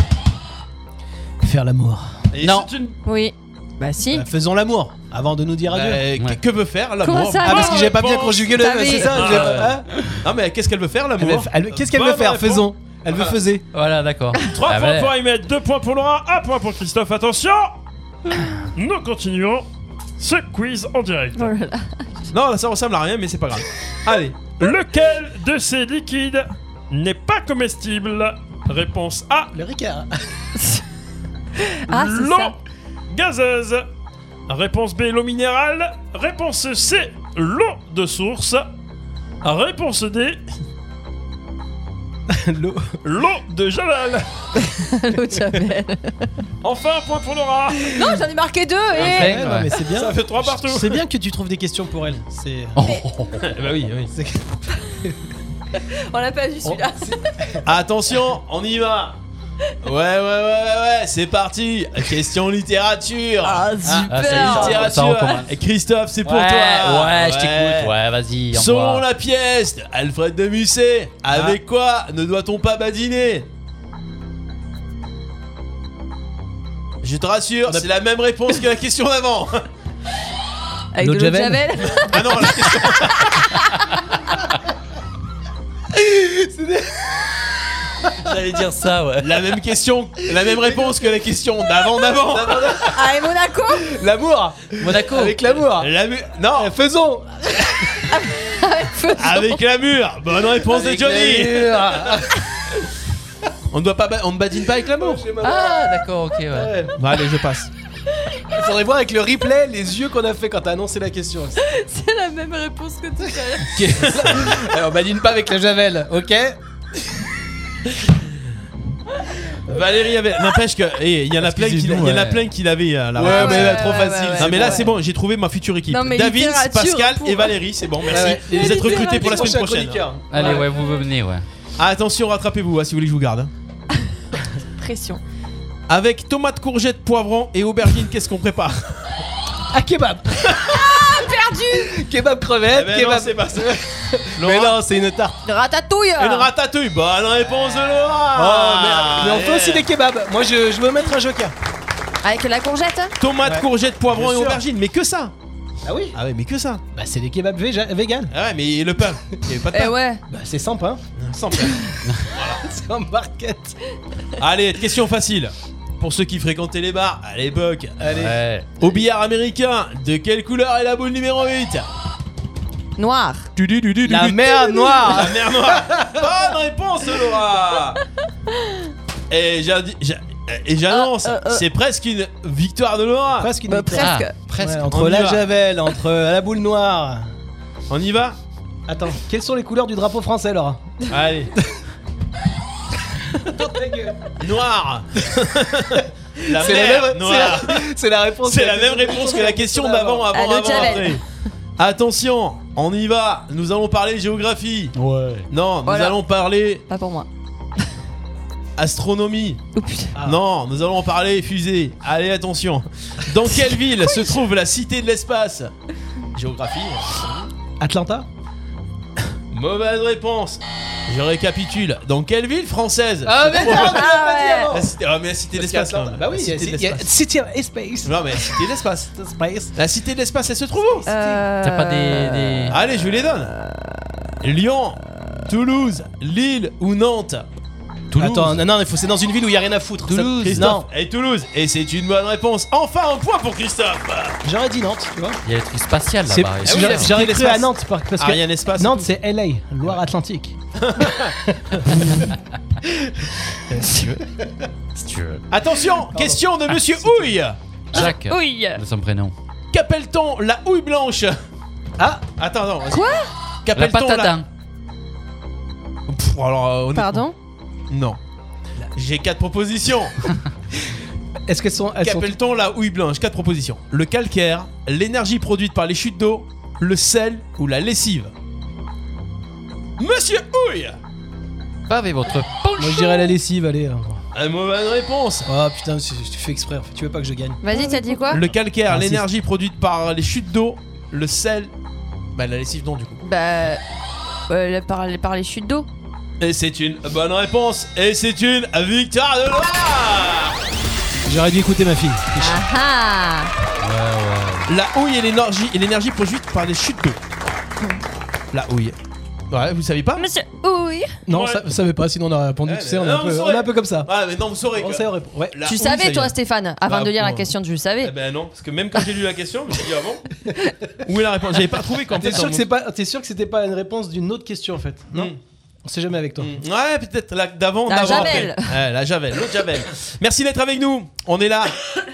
S4: Faire l'amour.
S5: Non. Une...
S2: Oui. Bah si.
S4: faisons l'amour avant de nous dire adieu.
S3: Euh, que- Que veut faire l'amour
S4: Comment ça,
S3: Ah, parce
S4: l'amour
S3: que j'avais pas bien
S4: Réponse.
S3: conjugué le.
S4: T'as vu
S3: C'est ça.
S4: Ah,
S3: j'ai-
S4: ouais.
S3: hein non mais qu'est-ce qu'elle veut faire
S4: Elle veut
S3: l'amour
S4: f- elle- qu'est-ce qu'elle veut
S3: Bonne
S4: faire
S3: réponse.
S4: Faisons. Elle veut
S3: Voilà.
S4: faiser.
S6: Voilà, d'accord.
S5: 3
S6: Ah,
S5: points
S6: bah,
S5: pour Ahmed, 2 points pour Laura, 1 point pour Christophe. Attention Nous continuons ce quiz en direct.
S2: Oh
S3: Non, là, ça ressemble à rien, mais c'est pas grave. Allez.
S5: Lequel de ces liquides n'est pas comestible Réponse A.
S4: Le Ricard.
S2: Ah, c'est
S5: l'eau
S2: ça.
S5: gazeuse. Réponse B, l'eau minérale. Réponse C, l'eau de source. Réponse D,
S4: l'eau.
S5: L'eau de Jalal.
S2: L'eau de Javel.
S5: Enfin, un point pour Laura.
S2: Non, j'en ai marqué deux et.
S4: Ouais, non, mais c'est bien.
S5: Ça fait trois partout.
S4: C'est bien que tu trouves des questions pour elle. C'est.
S3: bah oui, oui.
S2: On l'a pas vu celui-là.
S3: Attention, on y va. Ouais, ouais, ouais, ouais, ouais, c'est parti. Question littérature. Ah,
S6: super. Ah, ça y est, ça
S3: littérature.
S6: recommence.
S3: Et Christophe, c'est pour
S6: Ouais,
S3: toi.
S6: ouais, je t'écoute. Ouais, vas-y,
S3: Selon
S6: envoie.
S3: la pièce, Alfred de Musset, avec
S6: Ah.
S3: quoi ne doit-on pas badiner Je te rassure, c'est la même réponse que la question d'avant.
S2: Avec
S3: L'eau
S2: de
S3: de
S2: l'eau de
S3: Javel.
S2: Javel.
S3: Ah non, la question.
S6: J'allais dire ça, ouais.
S3: La même question, la même réponse que la question d'avant d'avant.
S2: Ah, et Monaco
S4: L'amour
S6: Monaco
S4: Avec l'amour
S3: La mu- non,
S4: faisons
S3: Avec la mur Bonne réponse
S6: Avec
S3: de Johnny
S6: la
S3: On ne doit pas ba- on ne badine pas avec l'amour
S6: Ah, d'accord, ok, ouais.
S3: Bon, Allez je passe
S4: Il faudrait voir avec le replay les yeux qu'on a fait quand t'as annoncé la question.
S2: C'est la même réponse que tout à l'heure.
S4: Alors, badine pas avec la javel, ok
S3: Valérie avait N'empêche que eh, il y en a plein qui il y
S4: Excusez-nous,
S3: en a
S4: ouais.
S3: plein qui l'avaient euh, la
S4: Ouais,
S3: réponse.
S4: mais là, trop Ouais, facile, ouais, ouais,
S3: Non mais
S4: c'est
S3: là
S4: bon.
S3: c'est bon j'ai trouvé ma future équipe
S2: Non, mais
S3: David,
S2: littérature
S3: Pascal
S2: pour-
S3: et Valérie c'est bon merci
S4: Ouais, ouais.
S3: Et Vous êtes
S4: Littérature
S3: recrutés pour la
S4: pour
S3: semaine
S4: chaque
S3: prochaine
S4: chroniqueur.
S6: Allez, ouais, vous venez, ouais.
S3: Ah, Attention rattrapez-vous hein, si vous voulez que je vous garde hein.
S2: Pression.
S3: Avec tomates, courgettes, poivrons et aubergines qu'est-ce qu'on prépare
S4: Ah, kebab
S2: Ah, perdu
S4: Kebab crevette,
S3: Eh ben non,
S4: kebab.
S3: c'est pas ça.
S4: Mais non, c'est une tarte.
S2: Une ratatouille
S3: Une ratatouille Bonne réponse de Laura
S4: Oh, merde. Mais on fait aussi des kebabs. Moi, je, je veux mettre un joker.
S2: Avec la courgette
S3: Tomates,
S4: Ouais.
S3: courgettes, poivrons
S4: Bien
S3: et
S4: sûr.
S3: aubergines mais que ça
S4: Ah oui
S3: Ah ouais, mais que ça
S4: Bah c'est des kebabs véga- vegan.
S3: Ah ouais, mais le pain. Il y avait pas de pain.
S2: ouais.
S4: Bah c'est sans pain.
S3: Sans pain.
S4: c'est un market.
S3: Allez, question facile. Pour ceux qui fréquentaient les bars à l'époque, allez. Au billard américain, de quelle couleur est la boule numéro 8
S2: Noir.
S3: La
S4: mer noire.
S3: La mer noire Bonne réponse, Laura Et j'a- j'a- et j'annonce,
S4: Ah, euh, euh.
S3: c'est presque une victoire de Laura
S4: Presque une
S3: Bah,
S4: victoire.
S3: presque. Ah, presque.
S4: Ouais,
S3: On
S4: entre
S3: y
S4: la
S3: va.
S4: javel, entre euh, la boule noire.
S3: On y va
S4: Attends, quelles sont les couleurs du drapeau français, Laura
S3: Allez Noir La
S4: C'est
S3: mer
S4: la même-
S3: noire
S4: c'est la- c'est la réponse
S3: C'est
S4: que la
S3: la même
S4: question
S3: réponse que
S4: d'avant.
S3: la question d'avant,
S4: Ah,
S3: avant,
S4: le
S3: avant,
S4: Javel.
S3: après. Attention, on y va. Nous allons parler géographie.
S4: Ouais.
S3: Non,
S2: Voilà.
S3: nous allons parler
S2: Pas pour moi.
S3: astronomie. Non, nous allons parler fusée. Allez, attention. Dans quelle ville se trouve la cité de l'espace Géographie.
S4: Atlanta
S3: Mauvaise réponse. Je récapitule. Dans quelle ville française
S4: Ah,
S3: se
S4: mais
S3: trouve-
S4: non, mais on l'a pas dit avant.
S3: La cité- ah, mais la cité de
S4: Parce
S3: l'espace.
S4: qu'Atlanta-
S3: quand même.
S4: Bah oui,
S3: La
S4: il y a-
S3: cité de
S4: il y a
S3: l'espace.
S4: City of Space.
S3: Non mais la cité de l'espace.
S4: Space.
S3: La cité de l'espace, elle se trouve où
S4: Euh,
S2: T'as
S6: pas des-
S3: Allez, je vous les donne. Lyon, Toulouse, Lille ou Nantes. Toulouse.
S4: Attends, non, non, il faut- c'est dans une ville où il y a rien à foutre. Ça-
S3: Christophe.
S4: Non,
S3: Et Toulouse. Et c'est une bonne réponse. Enfin un point pour Christophe.
S4: j'aurais dit Nantes, tu vois.
S6: Il y a le truc spatial
S4: C'est-
S6: là-bas.
S4: c'est- J'aurais j'aurais cru à Nantes par- parce que
S3: Ah, rien d'espace,
S4: Nantes c'est LA, Loire-Atlantique.
S6: si tu veux. Si tu veux. Ah,
S3: Attention, question de Monsieur Houille.
S6: Jacques.
S2: Oui.
S6: De son prénom.
S3: Qu'appelle-t-on la houille blanche Ah, attends, attends. vas-y.
S2: Quoi
S3: Qu'appelle-t-on
S6: La patata.
S3: Pff, alors, euh, honnêtement-
S2: Pardon
S3: Non. J'ai quatre propositions.
S4: Est-ce qu'elles sont. elles sont-
S3: Qu'appelle-t-on la houille blanche Quatre propositions. Le calcaire, l'énergie produite par les chutes d'eau, le sel ou la lessive. Monsieur Houille
S6: Bavez votre
S4: Moi je dirais la lessive, allez. euh.
S3: Une Ah, mauvaise réponse
S4: Oh putain, c'est- tu fais exprès, en fait. tu veux pas que je gagne.
S2: Vas-y, t'as dit quoi
S3: Le calcaire,
S4: Ah, si.
S3: l'énergie produite par les chutes d'eau, le sel. Bah, la lessive, non, du coup.
S2: Bah. euh, la- par, les- par les chutes d'eau.
S3: Et c'est une bonne réponse Et c'est une victoire de Laura
S4: J'aurais dû écouter ma fille.
S2: Ah
S3: La houille et l'énergie et l'énergie produite par les chutes d'eau. La houille. Ouais, vous savez pas
S2: Monsieur Ouille
S4: Non,
S3: Ouais.
S4: ça, vous savez pas, sinon on aurait répondu,
S3: Eh,
S4: tu
S3: mais
S4: sais, on est,
S3: non,
S4: un peu,
S3: vous
S4: on
S3: saurez.
S4: est un peu comme ça.
S3: Ouais, mais non, vous saurez.
S4: On
S3: quoi.
S4: sait répondre. Ouais.
S3: La
S2: Tu
S3: houille, ça
S2: savais,
S3: y
S2: toi,
S3: est.
S2: Stéphane, avant
S3: Bah,
S2: de lire la
S3: bon.
S2: question, tu le savais.
S3: Eh ben non, parce que même quand j'ai lu la question, je me suis dit ah bon Où est la réponse J'avais pas trouvé quand
S4: T'es sûr, que c'est pas- t'es sûr que c'était pas une réponse d'une autre question en fait Non On sait jamais avec toi.
S3: Hmm. Ouais, peut-être la d'avant,
S2: La
S3: d'avant,
S2: Javel.
S3: après. Ouais, la Javel, l'autre Javel. Merci d'être avec nous. On est là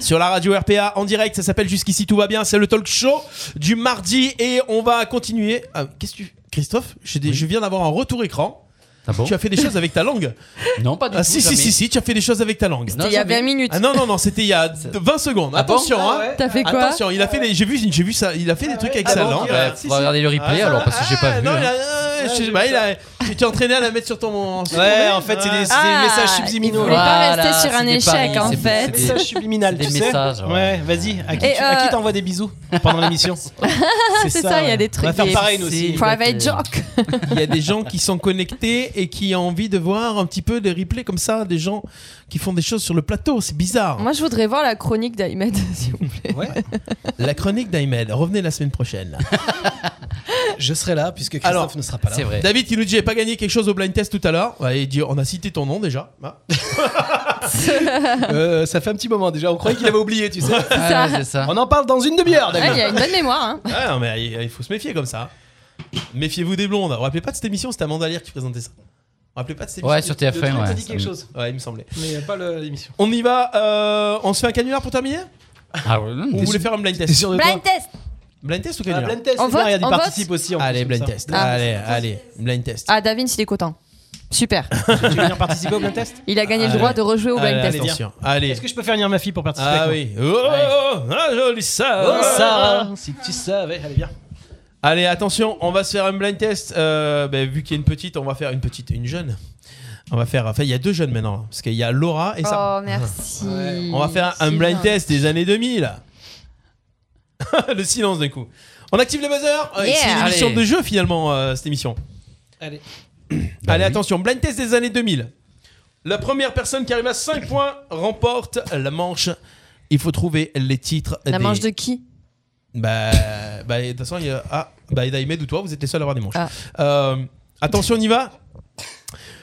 S3: sur la radio RPA en direct. Ça s'appelle Jusqu'ici tout va bien. C'est le talk show du mardi et on va continuer. Ah, Qu'est-ce que tu, Christophe j'ai des- Je viens d'avoir un retour écran.
S6: Ah bon
S3: tu as fait des choses avec ta langue
S6: Non, pas du
S3: Ah
S6: tout.
S3: si si
S6: jamais.
S3: si si, tu as fait des choses avec ta langue.
S2: C'était il y a 20 minutes.
S3: Ah non non non, c'était il y a 20 secondes.
S6: Ah bon
S3: Attention hein.
S2: T'as fait quoi
S3: Attention, il a fait des- j'ai vu j'ai vu ça, il a fait des trucs avec
S4: Ah
S3: sa
S4: bon
S3: langue.
S6: Ouais,
S3: Ouais.
S6: faudra regarder le replay
S3: Ah,
S6: alors parce que j'ai pas
S3: Ah,
S6: vu.
S3: non, il
S6: hein.
S3: a- euh, je sais pas, il a- tu t'es entraîné à la mettre sur ton. sur ton
S4: Ouais,
S3: mail.
S4: en fait, c'est des, c'est
S2: Ah,
S4: des messages subliminaux.
S2: il voulait
S4: là.
S2: pas
S6: Voilà,
S2: rester sur un
S6: c'est des
S2: échec
S6: paris,
S2: en
S6: c'est-
S4: Des
S2: fait.
S6: c'est-
S4: messages subliminaux,
S6: des
S4: tu sais.
S6: messages, ouais.
S4: Ouais, vas-y. À qui
S2: Et,
S4: tu- à
S2: euh,
S4: qui t'envoies des bisous pendant l'émission
S2: C'est ça, il y a
S4: ouais.
S2: des trucs.
S4: On va faire
S2: des-
S4: pareil nous aussi.
S2: Private joke.
S3: Il y a des gens qui sont connectés et qui ont envie de voir un petit peu des replays comme ça, des gens qui font des choses sur le plateau. C'est bizarre.
S2: Moi, je voudrais voir la chronique d'Ahmed, s'il vous plaît.
S4: Ouais.
S3: La chronique d'Aimel. Revenez la semaine prochaine.
S4: Je serai là puisque Christophe
S3: Alors,
S4: ne sera pas là.
S6: C'est vrai.
S3: David qui nous dit j'ai pas gagné quelque chose au blind test tout à l'heure. Ouais, il dit, on a cité ton nom déjà. Ah.
S4: Euh, ça fait un petit moment déjà. On croyait qu'il avait oublié, tu sais.
S6: Ah, ouais, c'est ça.
S4: On en parle dans une demi-heure,
S2: Ouais,
S4: David.
S2: Il y a une bonne mémoire. hein.
S3: Ouais, non, mais il il faut se méfier comme ça. Méfiez-vous des blondes. Vous vous rappelez pas de cette émission C'était Amanda Lear qui présentait ça. Vous vous rappelez pas de cette émission
S6: Ouais, sur
S4: Le
S6: TF1,
S4: truc t'a
S6: ouais.
S4: dit quelque
S6: ça me-
S4: chose,
S3: Ouais, il me semblait.
S4: mais euh, pas le- l'émission.
S3: On y va. euh, on se fait un canular pour terminer
S6: Ah, ouais, non,
S3: Ou
S6: mais-
S3: vous voulez faire un blind
S4: T'es
S3: test
S4: sûr de
S2: Blind test.
S3: Blind test ou
S4: Ah,
S3: canular
S4: blind test,
S2: On
S4: c'est bien, il y
S2: vote,
S4: a des
S2: on vote.
S4: participes aussi. en
S3: Allez,
S4: plus,
S3: blind
S4: comme ça.
S3: test.
S2: Ah.
S3: Allez, allez, blind test.
S2: Ah, Davin, s'il est content. Super.
S4: Tu veux venir participer au blind test
S2: Il a gagné le
S3: Allez.
S2: droit de rejouer au blind
S3: Ah, euh, Allez,
S2: test.
S3: attention. Allez.
S4: Est-ce que je peux faire venir ma fille pour participer
S3: Ah
S4: avec
S3: oui. Oh, oh, oh, ah, joli ça.
S4: moi Oh, Sarah, si tu savais, allez, viens.
S3: Allez, attention, on va se faire un blind test. Euh, bah, vu qu'il y a une petite, on va faire une petite et une jeune. On va faire. Enfin, il y a deux jeunes maintenant. hein, Parce qu'il y a Laura et Sarah.
S2: Oh, merci.
S3: On va faire un
S2: C'est
S3: blind
S2: bien.
S3: test des années 2000. le silence d'un coup. On active les buzzers. Euh,
S2: Yeah.
S3: C'est une émission
S6: Allez.
S3: de jeu finalement, euh, cette émission.
S4: Allez.
S3: Allez,
S6: oui.
S3: attention, blind test des années 2000. La première personne qui arrive à 5 points remporte la manche. Il faut trouver les titres
S2: La
S3: des...
S2: manche de qui
S3: Bah, bah, de toute façon, il y a. Ah, bah, Eda Imed ou toi, vous êtes les seuls à avoir des
S2: Ah.
S3: manches. Euh, attention, on y va.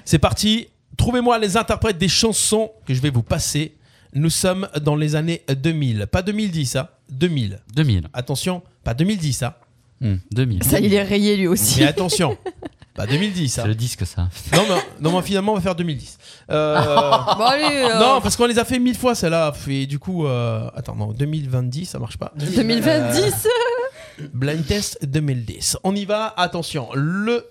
S3: C'est parti. Trouvez-moi les interprètes des chansons que je vais vous passer. Nous sommes dans les années 2000. Pas 2010, hein. 2000.
S6: 2000.
S3: Attention, pas 2010, hein.
S6: 2000.
S2: Ça, il est rayé lui aussi.
S3: Mais attention, pas 2010.
S6: C'est le disque, ça.
S3: hein. Non, mais, non, mais finalement, on va faire 2010. Euh,
S2: Bon, allez, euh.
S3: Non, parce qu'on les a fait mille fois, celle-là. Et du coup, euh, attends, non, 2020, ça marche pas.
S2: 2010
S3: Euh, Blind Test 2010. On y va, attention, le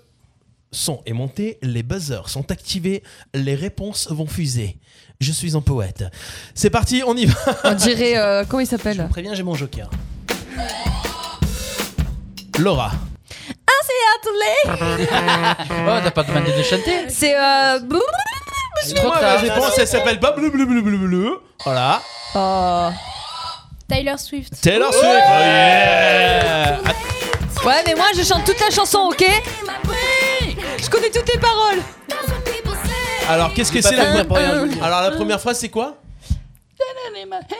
S3: son est monté, les buzzers sont activés, les réponses vont fuser. Je suis un poète. C'est parti, on y va.
S2: On dirait. euh, comment il s'appelle
S4: Préviens, j'ai mon joker.
S3: Laura.
S2: Ah, c'est
S6: Oh, t'as pas demandé de chanter
S2: Atelier C'est. Euh... blou-
S3: Trop tard. La réponse, elle s'appelle pas bleu bleu bleu bleu bleu. Voilà.
S2: Oh.
S14: Taylor Swift.
S3: Taylor Swift. Oh yeah. Att-
S2: Ouais, mais moi je chante toute la chanson, ok Je connais toutes les paroles
S3: Alors, qu'est-ce que
S2: J'ai pas
S3: c'est
S2: fait
S3: la
S2: exprès pour rien, je vous
S3: première
S2: dis.
S3: Alors, la première phrase, c'est quoi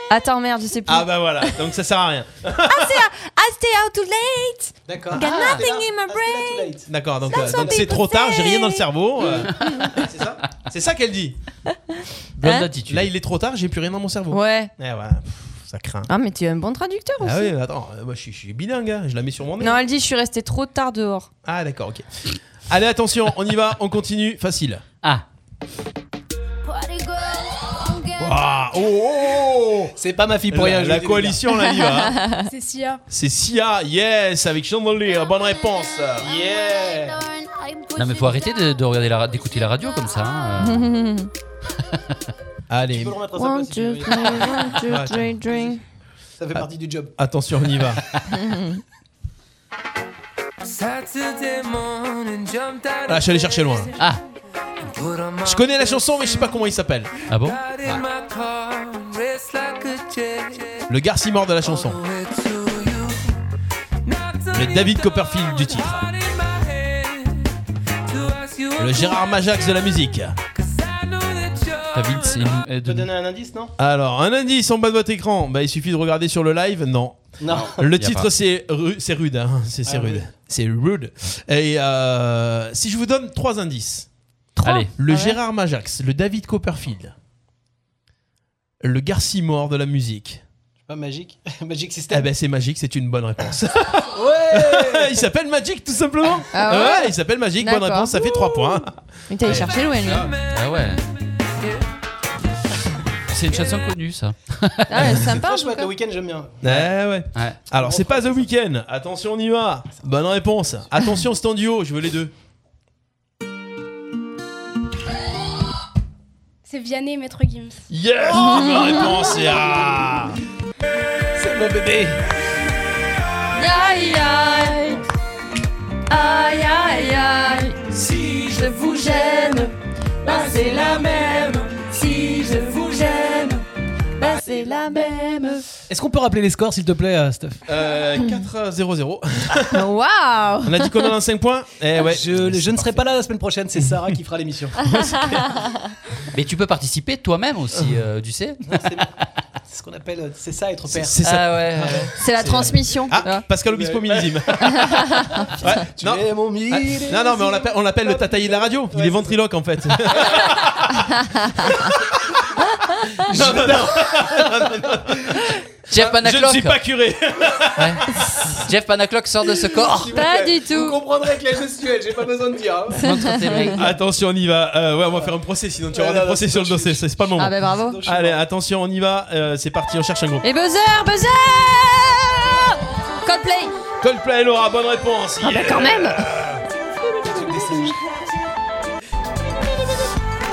S2: Attends, merde, je sais plus.
S3: Ah, bah voilà, donc ça sert à rien.
S2: I stay, I stay out too late
S4: D'accord.
S2: Ah, Got
S4: Ah,
S2: nothing in my brain
S3: D'accord, donc
S2: That's
S3: euh,
S2: what
S3: donc c'est
S2: people
S3: trop tard, j'ai
S2: say.
S3: rien dans le cerveau. euh, c'est ça C'est ça qu'elle dit.
S2: Hein
S3: Là, il est trop tard, j'ai plus rien dans mon cerveau.
S2: Ouais.
S3: Eh ouais, pff, ça craint.
S2: Ah, mais tu es un bon traducteur aussi
S3: Ah oui,
S4: bah,
S3: attends, euh, moi je suis, je suis bilingue, hein, je la mets sur mon nez.
S2: Non, elle dit je suis restée trop tard dehors.
S3: Ah d'accord, ok. Allez, attention, on y va, on continue, facile.
S6: Ah.
S3: oh, oh, oh.
S4: C'est pas ma fille pour
S3: La-
S4: rien. je
S3: la
S4: vous dis,
S3: coalition,
S4: les
S3: là,
S4: gars.
S3: y va, hein.
S14: C'est Sia.
S3: C'est Sia, yes, avec Chandelier, bonne réponse.
S4: Yeah
S6: Ah Non, mais faut arrêter de, de regarder la ra- d'écouter la radio comme ça. hein.
S3: Allez.
S2: One, two, three, one, two, three, drink.
S4: Ça fait partie du job.
S3: Attention, on y va. Ah, je suis allé chercher loin.
S6: Ah.
S3: Je connais la chanson, mais je sais pas comment il s'appelle.
S6: Ah bon
S3: Le garci mort de la chanson. Le David Copperfield du titre. Le Gérard Majax de la musique.
S6: David, c'est
S4: Je peux donner un indice, non
S3: Alors, un indice en bas de votre écran. Bah, il suffit de regarder sur le live. Non.
S4: Non. Y
S3: Le
S4: a
S3: titre,
S4: pas.
S3: c'est ru- c'est rude. hein. C'est c'est
S4: Ah,
S3: rude.
S4: rude.
S3: C'est rude. Et euh, si je vous donne trois indices.
S6: Trois Allez.
S3: Le
S6: Ah ouais.
S3: Gérard Majax, le David Copperfield, le Garcimore de la musique.
S4: Pas magique. Magic System.
S3: Eh ben, c'est magique, c'est une bonne réponse.
S4: Ouais
S3: il s'appelle Magic tout simplement.
S4: Ah ouais
S3: il s'appelle Magic. Bonne
S2: D'accord.
S3: réponse, ça fait 3 points.
S2: Mais t'es allé chercher loin, lui.
S6: Ah ouais. C'est une chanson connue, ça.
S2: Ah, c'est
S4: C'est
S2: sympa.
S4: très chouette, le week-end, j'aime bien.
S3: Ouais, Eh ouais. Alors, c'est pas The Weeknd. Attention, on y va. Bonne réponse. Attention, Standio, je veux les deux.
S14: C'est Vianney et Maître Gims.
S3: Yes
S2: Oh
S3: Bonne réponse, Yara. C'est mon bébé.
S2: Aïe, aïe. Aïe, aïe, aïe. Si je vous gêne, bah c'est la même. Si je vous gêne, bah c'est la même.
S4: Est-ce qu'on peut rappeler les scores, s'il te plaît, euh, Steph
S3: Euh, 4-0-0.
S2: Waouh
S3: On a dit qu'on en a 5 points Eh ouais.
S4: Ah, Je, je ne serai pas là la semaine prochaine, c'est Sarah qui fera l'émission.
S6: Mais tu peux participer toi-même aussi, euh, tu sais.
S4: C'est ce qu'on appelle, euh, c'est ça être
S6: C'est-
S4: père.
S6: c'est ça. Ah ouais, ouais.
S2: C'est la transmission.
S3: Ah, Pascal Obispo millésime. Ouais, non. Ouais. Non, non, mais on l'appelle, on l'appelle le tataillé de la radio. Il est ventriloque en fait. non, non, Ah, non.
S6: Jeff
S3: Je ne
S6: Panaclock.
S3: suis pas curé.
S6: Jeff Panaclock sort de ce corps.
S2: Pas du tout.
S4: Vous comprendrez avec la gestuelle, j'ai pas besoin de dire. hein.
S3: Attention, on y va. Euh, ouais, on va faire un procès, sinon tu auras des procès sur le dossier. C'est pas le moment.
S2: Ah bah bravo.
S3: Allez, attention, on y va. Euh, c'est parti, on cherche un groupe.
S2: Et buzzer, buzzer Coldplay
S3: Coldplay, Laura, bonne réponse.
S2: Ah bah
S3: Yeah.
S2: quand même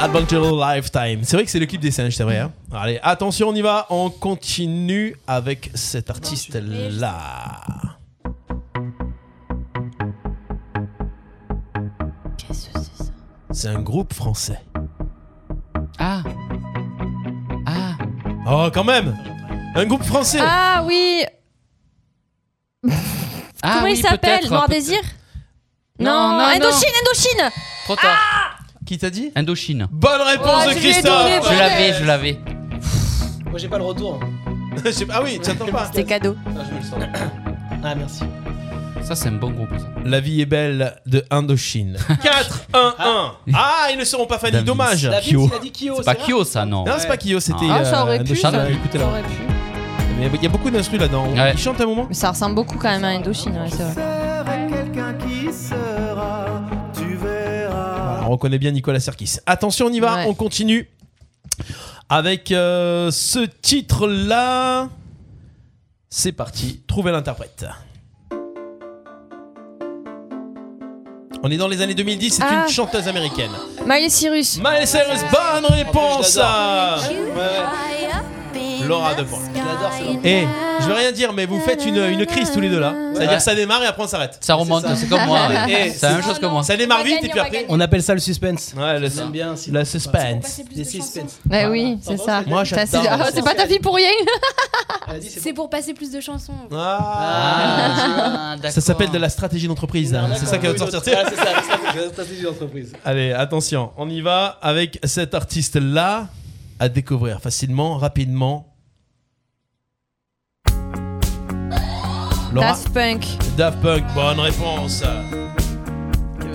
S3: Adventure Lifetime. C'est vrai que c'est le clip des singes, c'est vrai. hein. Allez, attention, on y va. On continue avec cet artiste-là. C'est un groupe français.
S6: Ah.
S3: Oh, quand même Un groupe français
S2: Ah oui
S6: Ah
S2: Comment il s'appelle Noir Désir
S6: Non, non,
S2: Indochine, Indochine
S6: Trop tard.
S3: Qui t'a dit
S6: Indochine.
S3: Bonne réponse
S2: Oh,
S3: de
S2: je lui ai donné,
S3: Christophe
S6: Je l'avais, je l'avais.
S4: Moi j'ai pas le retour. hein.
S3: Je sais pas- Ah oui, tu attends pas.
S2: C'était cadeau.
S4: Ah, je me le sens. Ah, merci.
S6: Ça, c'est un bon groupe. ça.
S3: La vie est belle de Indochine.
S4: 4,
S3: 1, 1. Ah, ils ne seront pas Fanny,
S6: David.
S3: dommage.
S6: David,
S3: Kyo.
S6: il a dit Kyo, C'est pas c'est vrai Kyo, ça, non.
S3: Non, c'est pas Kyo, c'était.
S6: Ah, ça aurait
S3: euh,
S6: pu,
S3: Indochine,
S6: ça.
S3: euh, écoutez là.
S2: J'aurais pu.
S3: Mais Il y a beaucoup d'instrus là-dedans. Ils chantent un moment
S2: Mais ça ressemble beaucoup quand même à Indochine, ouais, c'est vrai.
S15: Quelqu'un qui sera, tu verras.
S3: Voilà, on reconnaît bien Nicolas Serkis. Attention, on y va, on continue avec euh, ce titre-là. C'est parti, trouvez l'interprète. On est dans les années 2010, c'est
S2: Ah.
S3: une chanteuse américaine.
S2: Miley Cyrus.
S3: Miley Cyrus, bah bonne réponse à Laura de Et Eh, je veux rien dire, mais vous faites une, une crise tous les deux là. C'est-à-dire
S6: Ouais.
S3: ça démarre et après on s'arrête.
S6: Ça remonte, c'est comme moi. ouais.
S3: Eh,
S6: C'est la même chose que moi.
S3: Ça démarre vite et puis après.
S4: On appelle ça le suspense.
S3: Ouais, le,
S4: bien,
S3: le suspense.
S4: Les suspense.
S2: Bah oui, c'est ça.
S3: Moi,
S2: T'as-
S3: j'adore.
S2: c'est- ah, c'est pas ta fille pour rien.
S14: C'est pour passer plus de chansons.
S3: Ah, ça s'appelle de la stratégie d'entreprise. hein. C'est ça qui va te sortir.
S4: Ah, c'est ça, la stratégie d'entreprise.
S3: Allez, attention, on y va avec cet artiste-là à découvrir facilement, rapidement. Laura
S2: Daft Punk.
S3: Daft Punk, bonne réponse.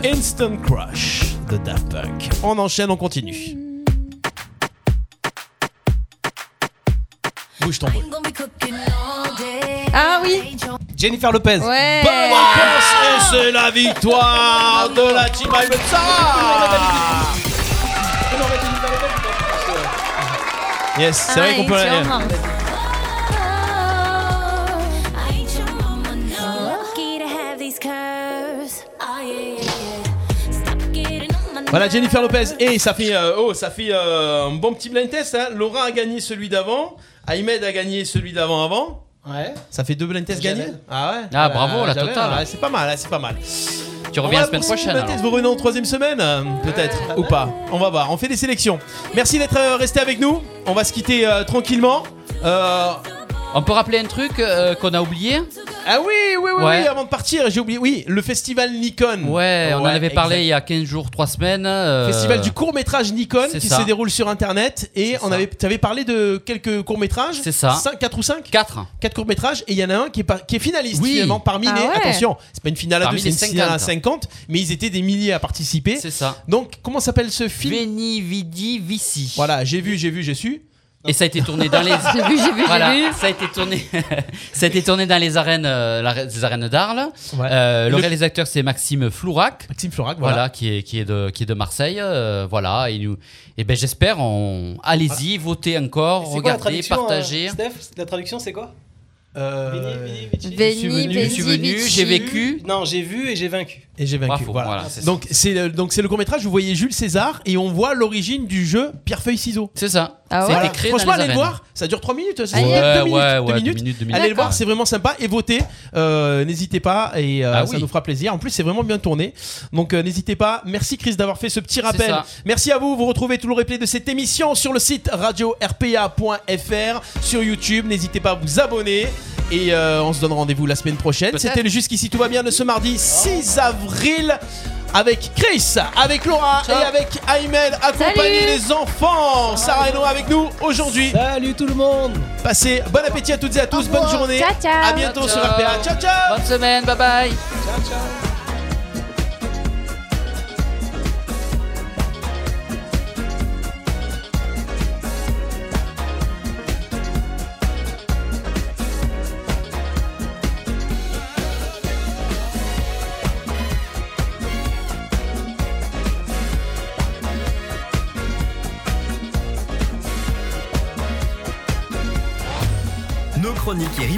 S3: Instant Crush de Daft Punk. On enchaîne, on continue. Bouge ton boule.
S2: Ah oui.
S4: Jennifer Lopez.
S2: Ouais.
S3: Bonne réponse et c'est la victoire de la team Ivetsa Yes, c'est
S7: Ah,
S3: vrai qu'on peut aller. Voilà Jennifer Lopez et ça fait euh, oh ça fait euh, un bon petit blind test. hein. Laura a gagné celui d'avant, Ahmed a gagné celui d'avant avant.
S4: Ouais.
S3: Ça fait deux blind tests gagnés.
S4: Javel.
S3: Ah ouais.
S6: Ah, bravo, la
S3: Javel,
S6: totale.
S3: ouais, c'est pas mal, ouais, c'est pas mal.
S6: Tu
S3: On
S6: reviens la
S3: va
S6: semaine
S3: poursuivre
S6: prochaine,
S3: le blind test, Vous revenez en troisième semaine, euh, peut-être ou pas. On va voir. On fait des sélections. Merci d'être euh, resté avec nous. On va se quitter euh, tranquillement. Euh,
S6: On peut rappeler un truc euh, qu'on a oublié
S3: Ah oui, oui, oui,
S6: Ouais.
S3: oui, avant de partir, j'ai oublié. Oui, le festival Nikon.
S6: Ouais, on en avait parlé
S3: exact.
S6: il y a 15 jours, 3 semaines. euh,
S3: Festival du court métrage Nikon
S6: c'est
S3: qui
S6: ça.
S3: se déroule sur internet et on avait, tu avais parlé de quelques courts métrages.
S6: C'est ça.
S3: 4 ou 5
S6: 4.
S3: 4 courts métrages et il y en a un qui est, par- qui est finaliste
S6: Oui.
S3: finalement parmi
S6: Ah
S3: les.
S6: ouais.
S3: Attention, c'est pas une finale à 2,
S6: Parmi
S3: c'est une
S6: les
S3: finale à
S6: 50.
S3: 50, mais ils étaient des milliers à participer.
S6: C'est ça.
S3: Donc comment s'appelle ce film
S6: Veni Vidi Vici.
S3: Voilà, j'ai vu, j'ai vu, j'ai su.
S6: Et ça a été tourné dans les.
S3: J'ai vu, j'ai vu, j'ai
S6: Voilà,
S3: vu.
S6: Ça a été tourné. ça a été tourné dans les arènes, euh, la- les arènes d'Arles. Euh, le,
S3: Le-
S6: réalisateur c'est Maxime Flourac.
S3: Maxime Flourac,
S6: voilà.
S3: voilà.
S6: qui est qui est de qui est de Marseille. euh, voilà, et nous. Et ben j'espère. On... Allez-y, votez encore,
S4: C'est quoi
S3: hein
S4: la
S6: regardez,
S4: traduction, euh,
S6: partagez.
S4: Steph, la traduction, c'est quoi
S3: Euh,
S6: Veni, Je suis venu, veni, j'ai vici. vécu.
S4: Non, j'ai vu et j'ai vaincu.
S3: Et j'ai vaincu.
S6: Bravo,
S3: voilà.
S6: voilà, c'est ça.
S3: donc c'est le- donc c'est le court métrage. Vous voyez Jules César et on voit l'origine du jeu pierre feuille ciseaux.
S6: C'est ça.
S2: Ah ouais Ça a été créé dans
S3: Franchement,
S2: les
S3: allez le
S2: arènes.
S3: voir. Ça dure 3 minutes. Ça
S6: Ah,
S3: dure deux
S6: ouais, ouais,
S3: minutes,
S6: ouais,
S3: deux
S6: deux
S3: minutes.
S6: minutes, deux minutes.
S3: Allez le voir,
S6: D'accord.
S3: c'est vraiment sympa et votez. Euh, n'hésitez pas et euh,
S6: Ah
S3: ça
S6: oui.
S3: nous fera plaisir. En plus, c'est vraiment bien tourné. Donc euh, n'hésitez pas. Merci Chris d'avoir fait ce petit rappel.
S6: ça.
S3: Merci à vous. Vous retrouvez tout le replay de cette émission sur le site radio-rpa.fr sur YouTube. N'hésitez pas à vous abonner. Et euh, on se donne rendez-vous la semaine prochaine. C'était le Jusqu'ici tout va bien de ce mardi 6 avril avec Chris, avec Laura
S4: Ciao.
S3: et avec Aymed, accompagné
S4: Salut.
S3: des enfants. Sarah et Noah avec nous aujourd'hui.
S4: Salut tout le monde.
S3: Passez bon appétit à toutes et à tous. Bonne journée.
S4: Ciao, ciao.
S3: À bientôt sur
S4: Ciao, ciao.
S3: RPA. Ciao ciao.
S6: Bonne semaine, bye bye.
S4: Ciao, ciao.
S1: Nos chroniques et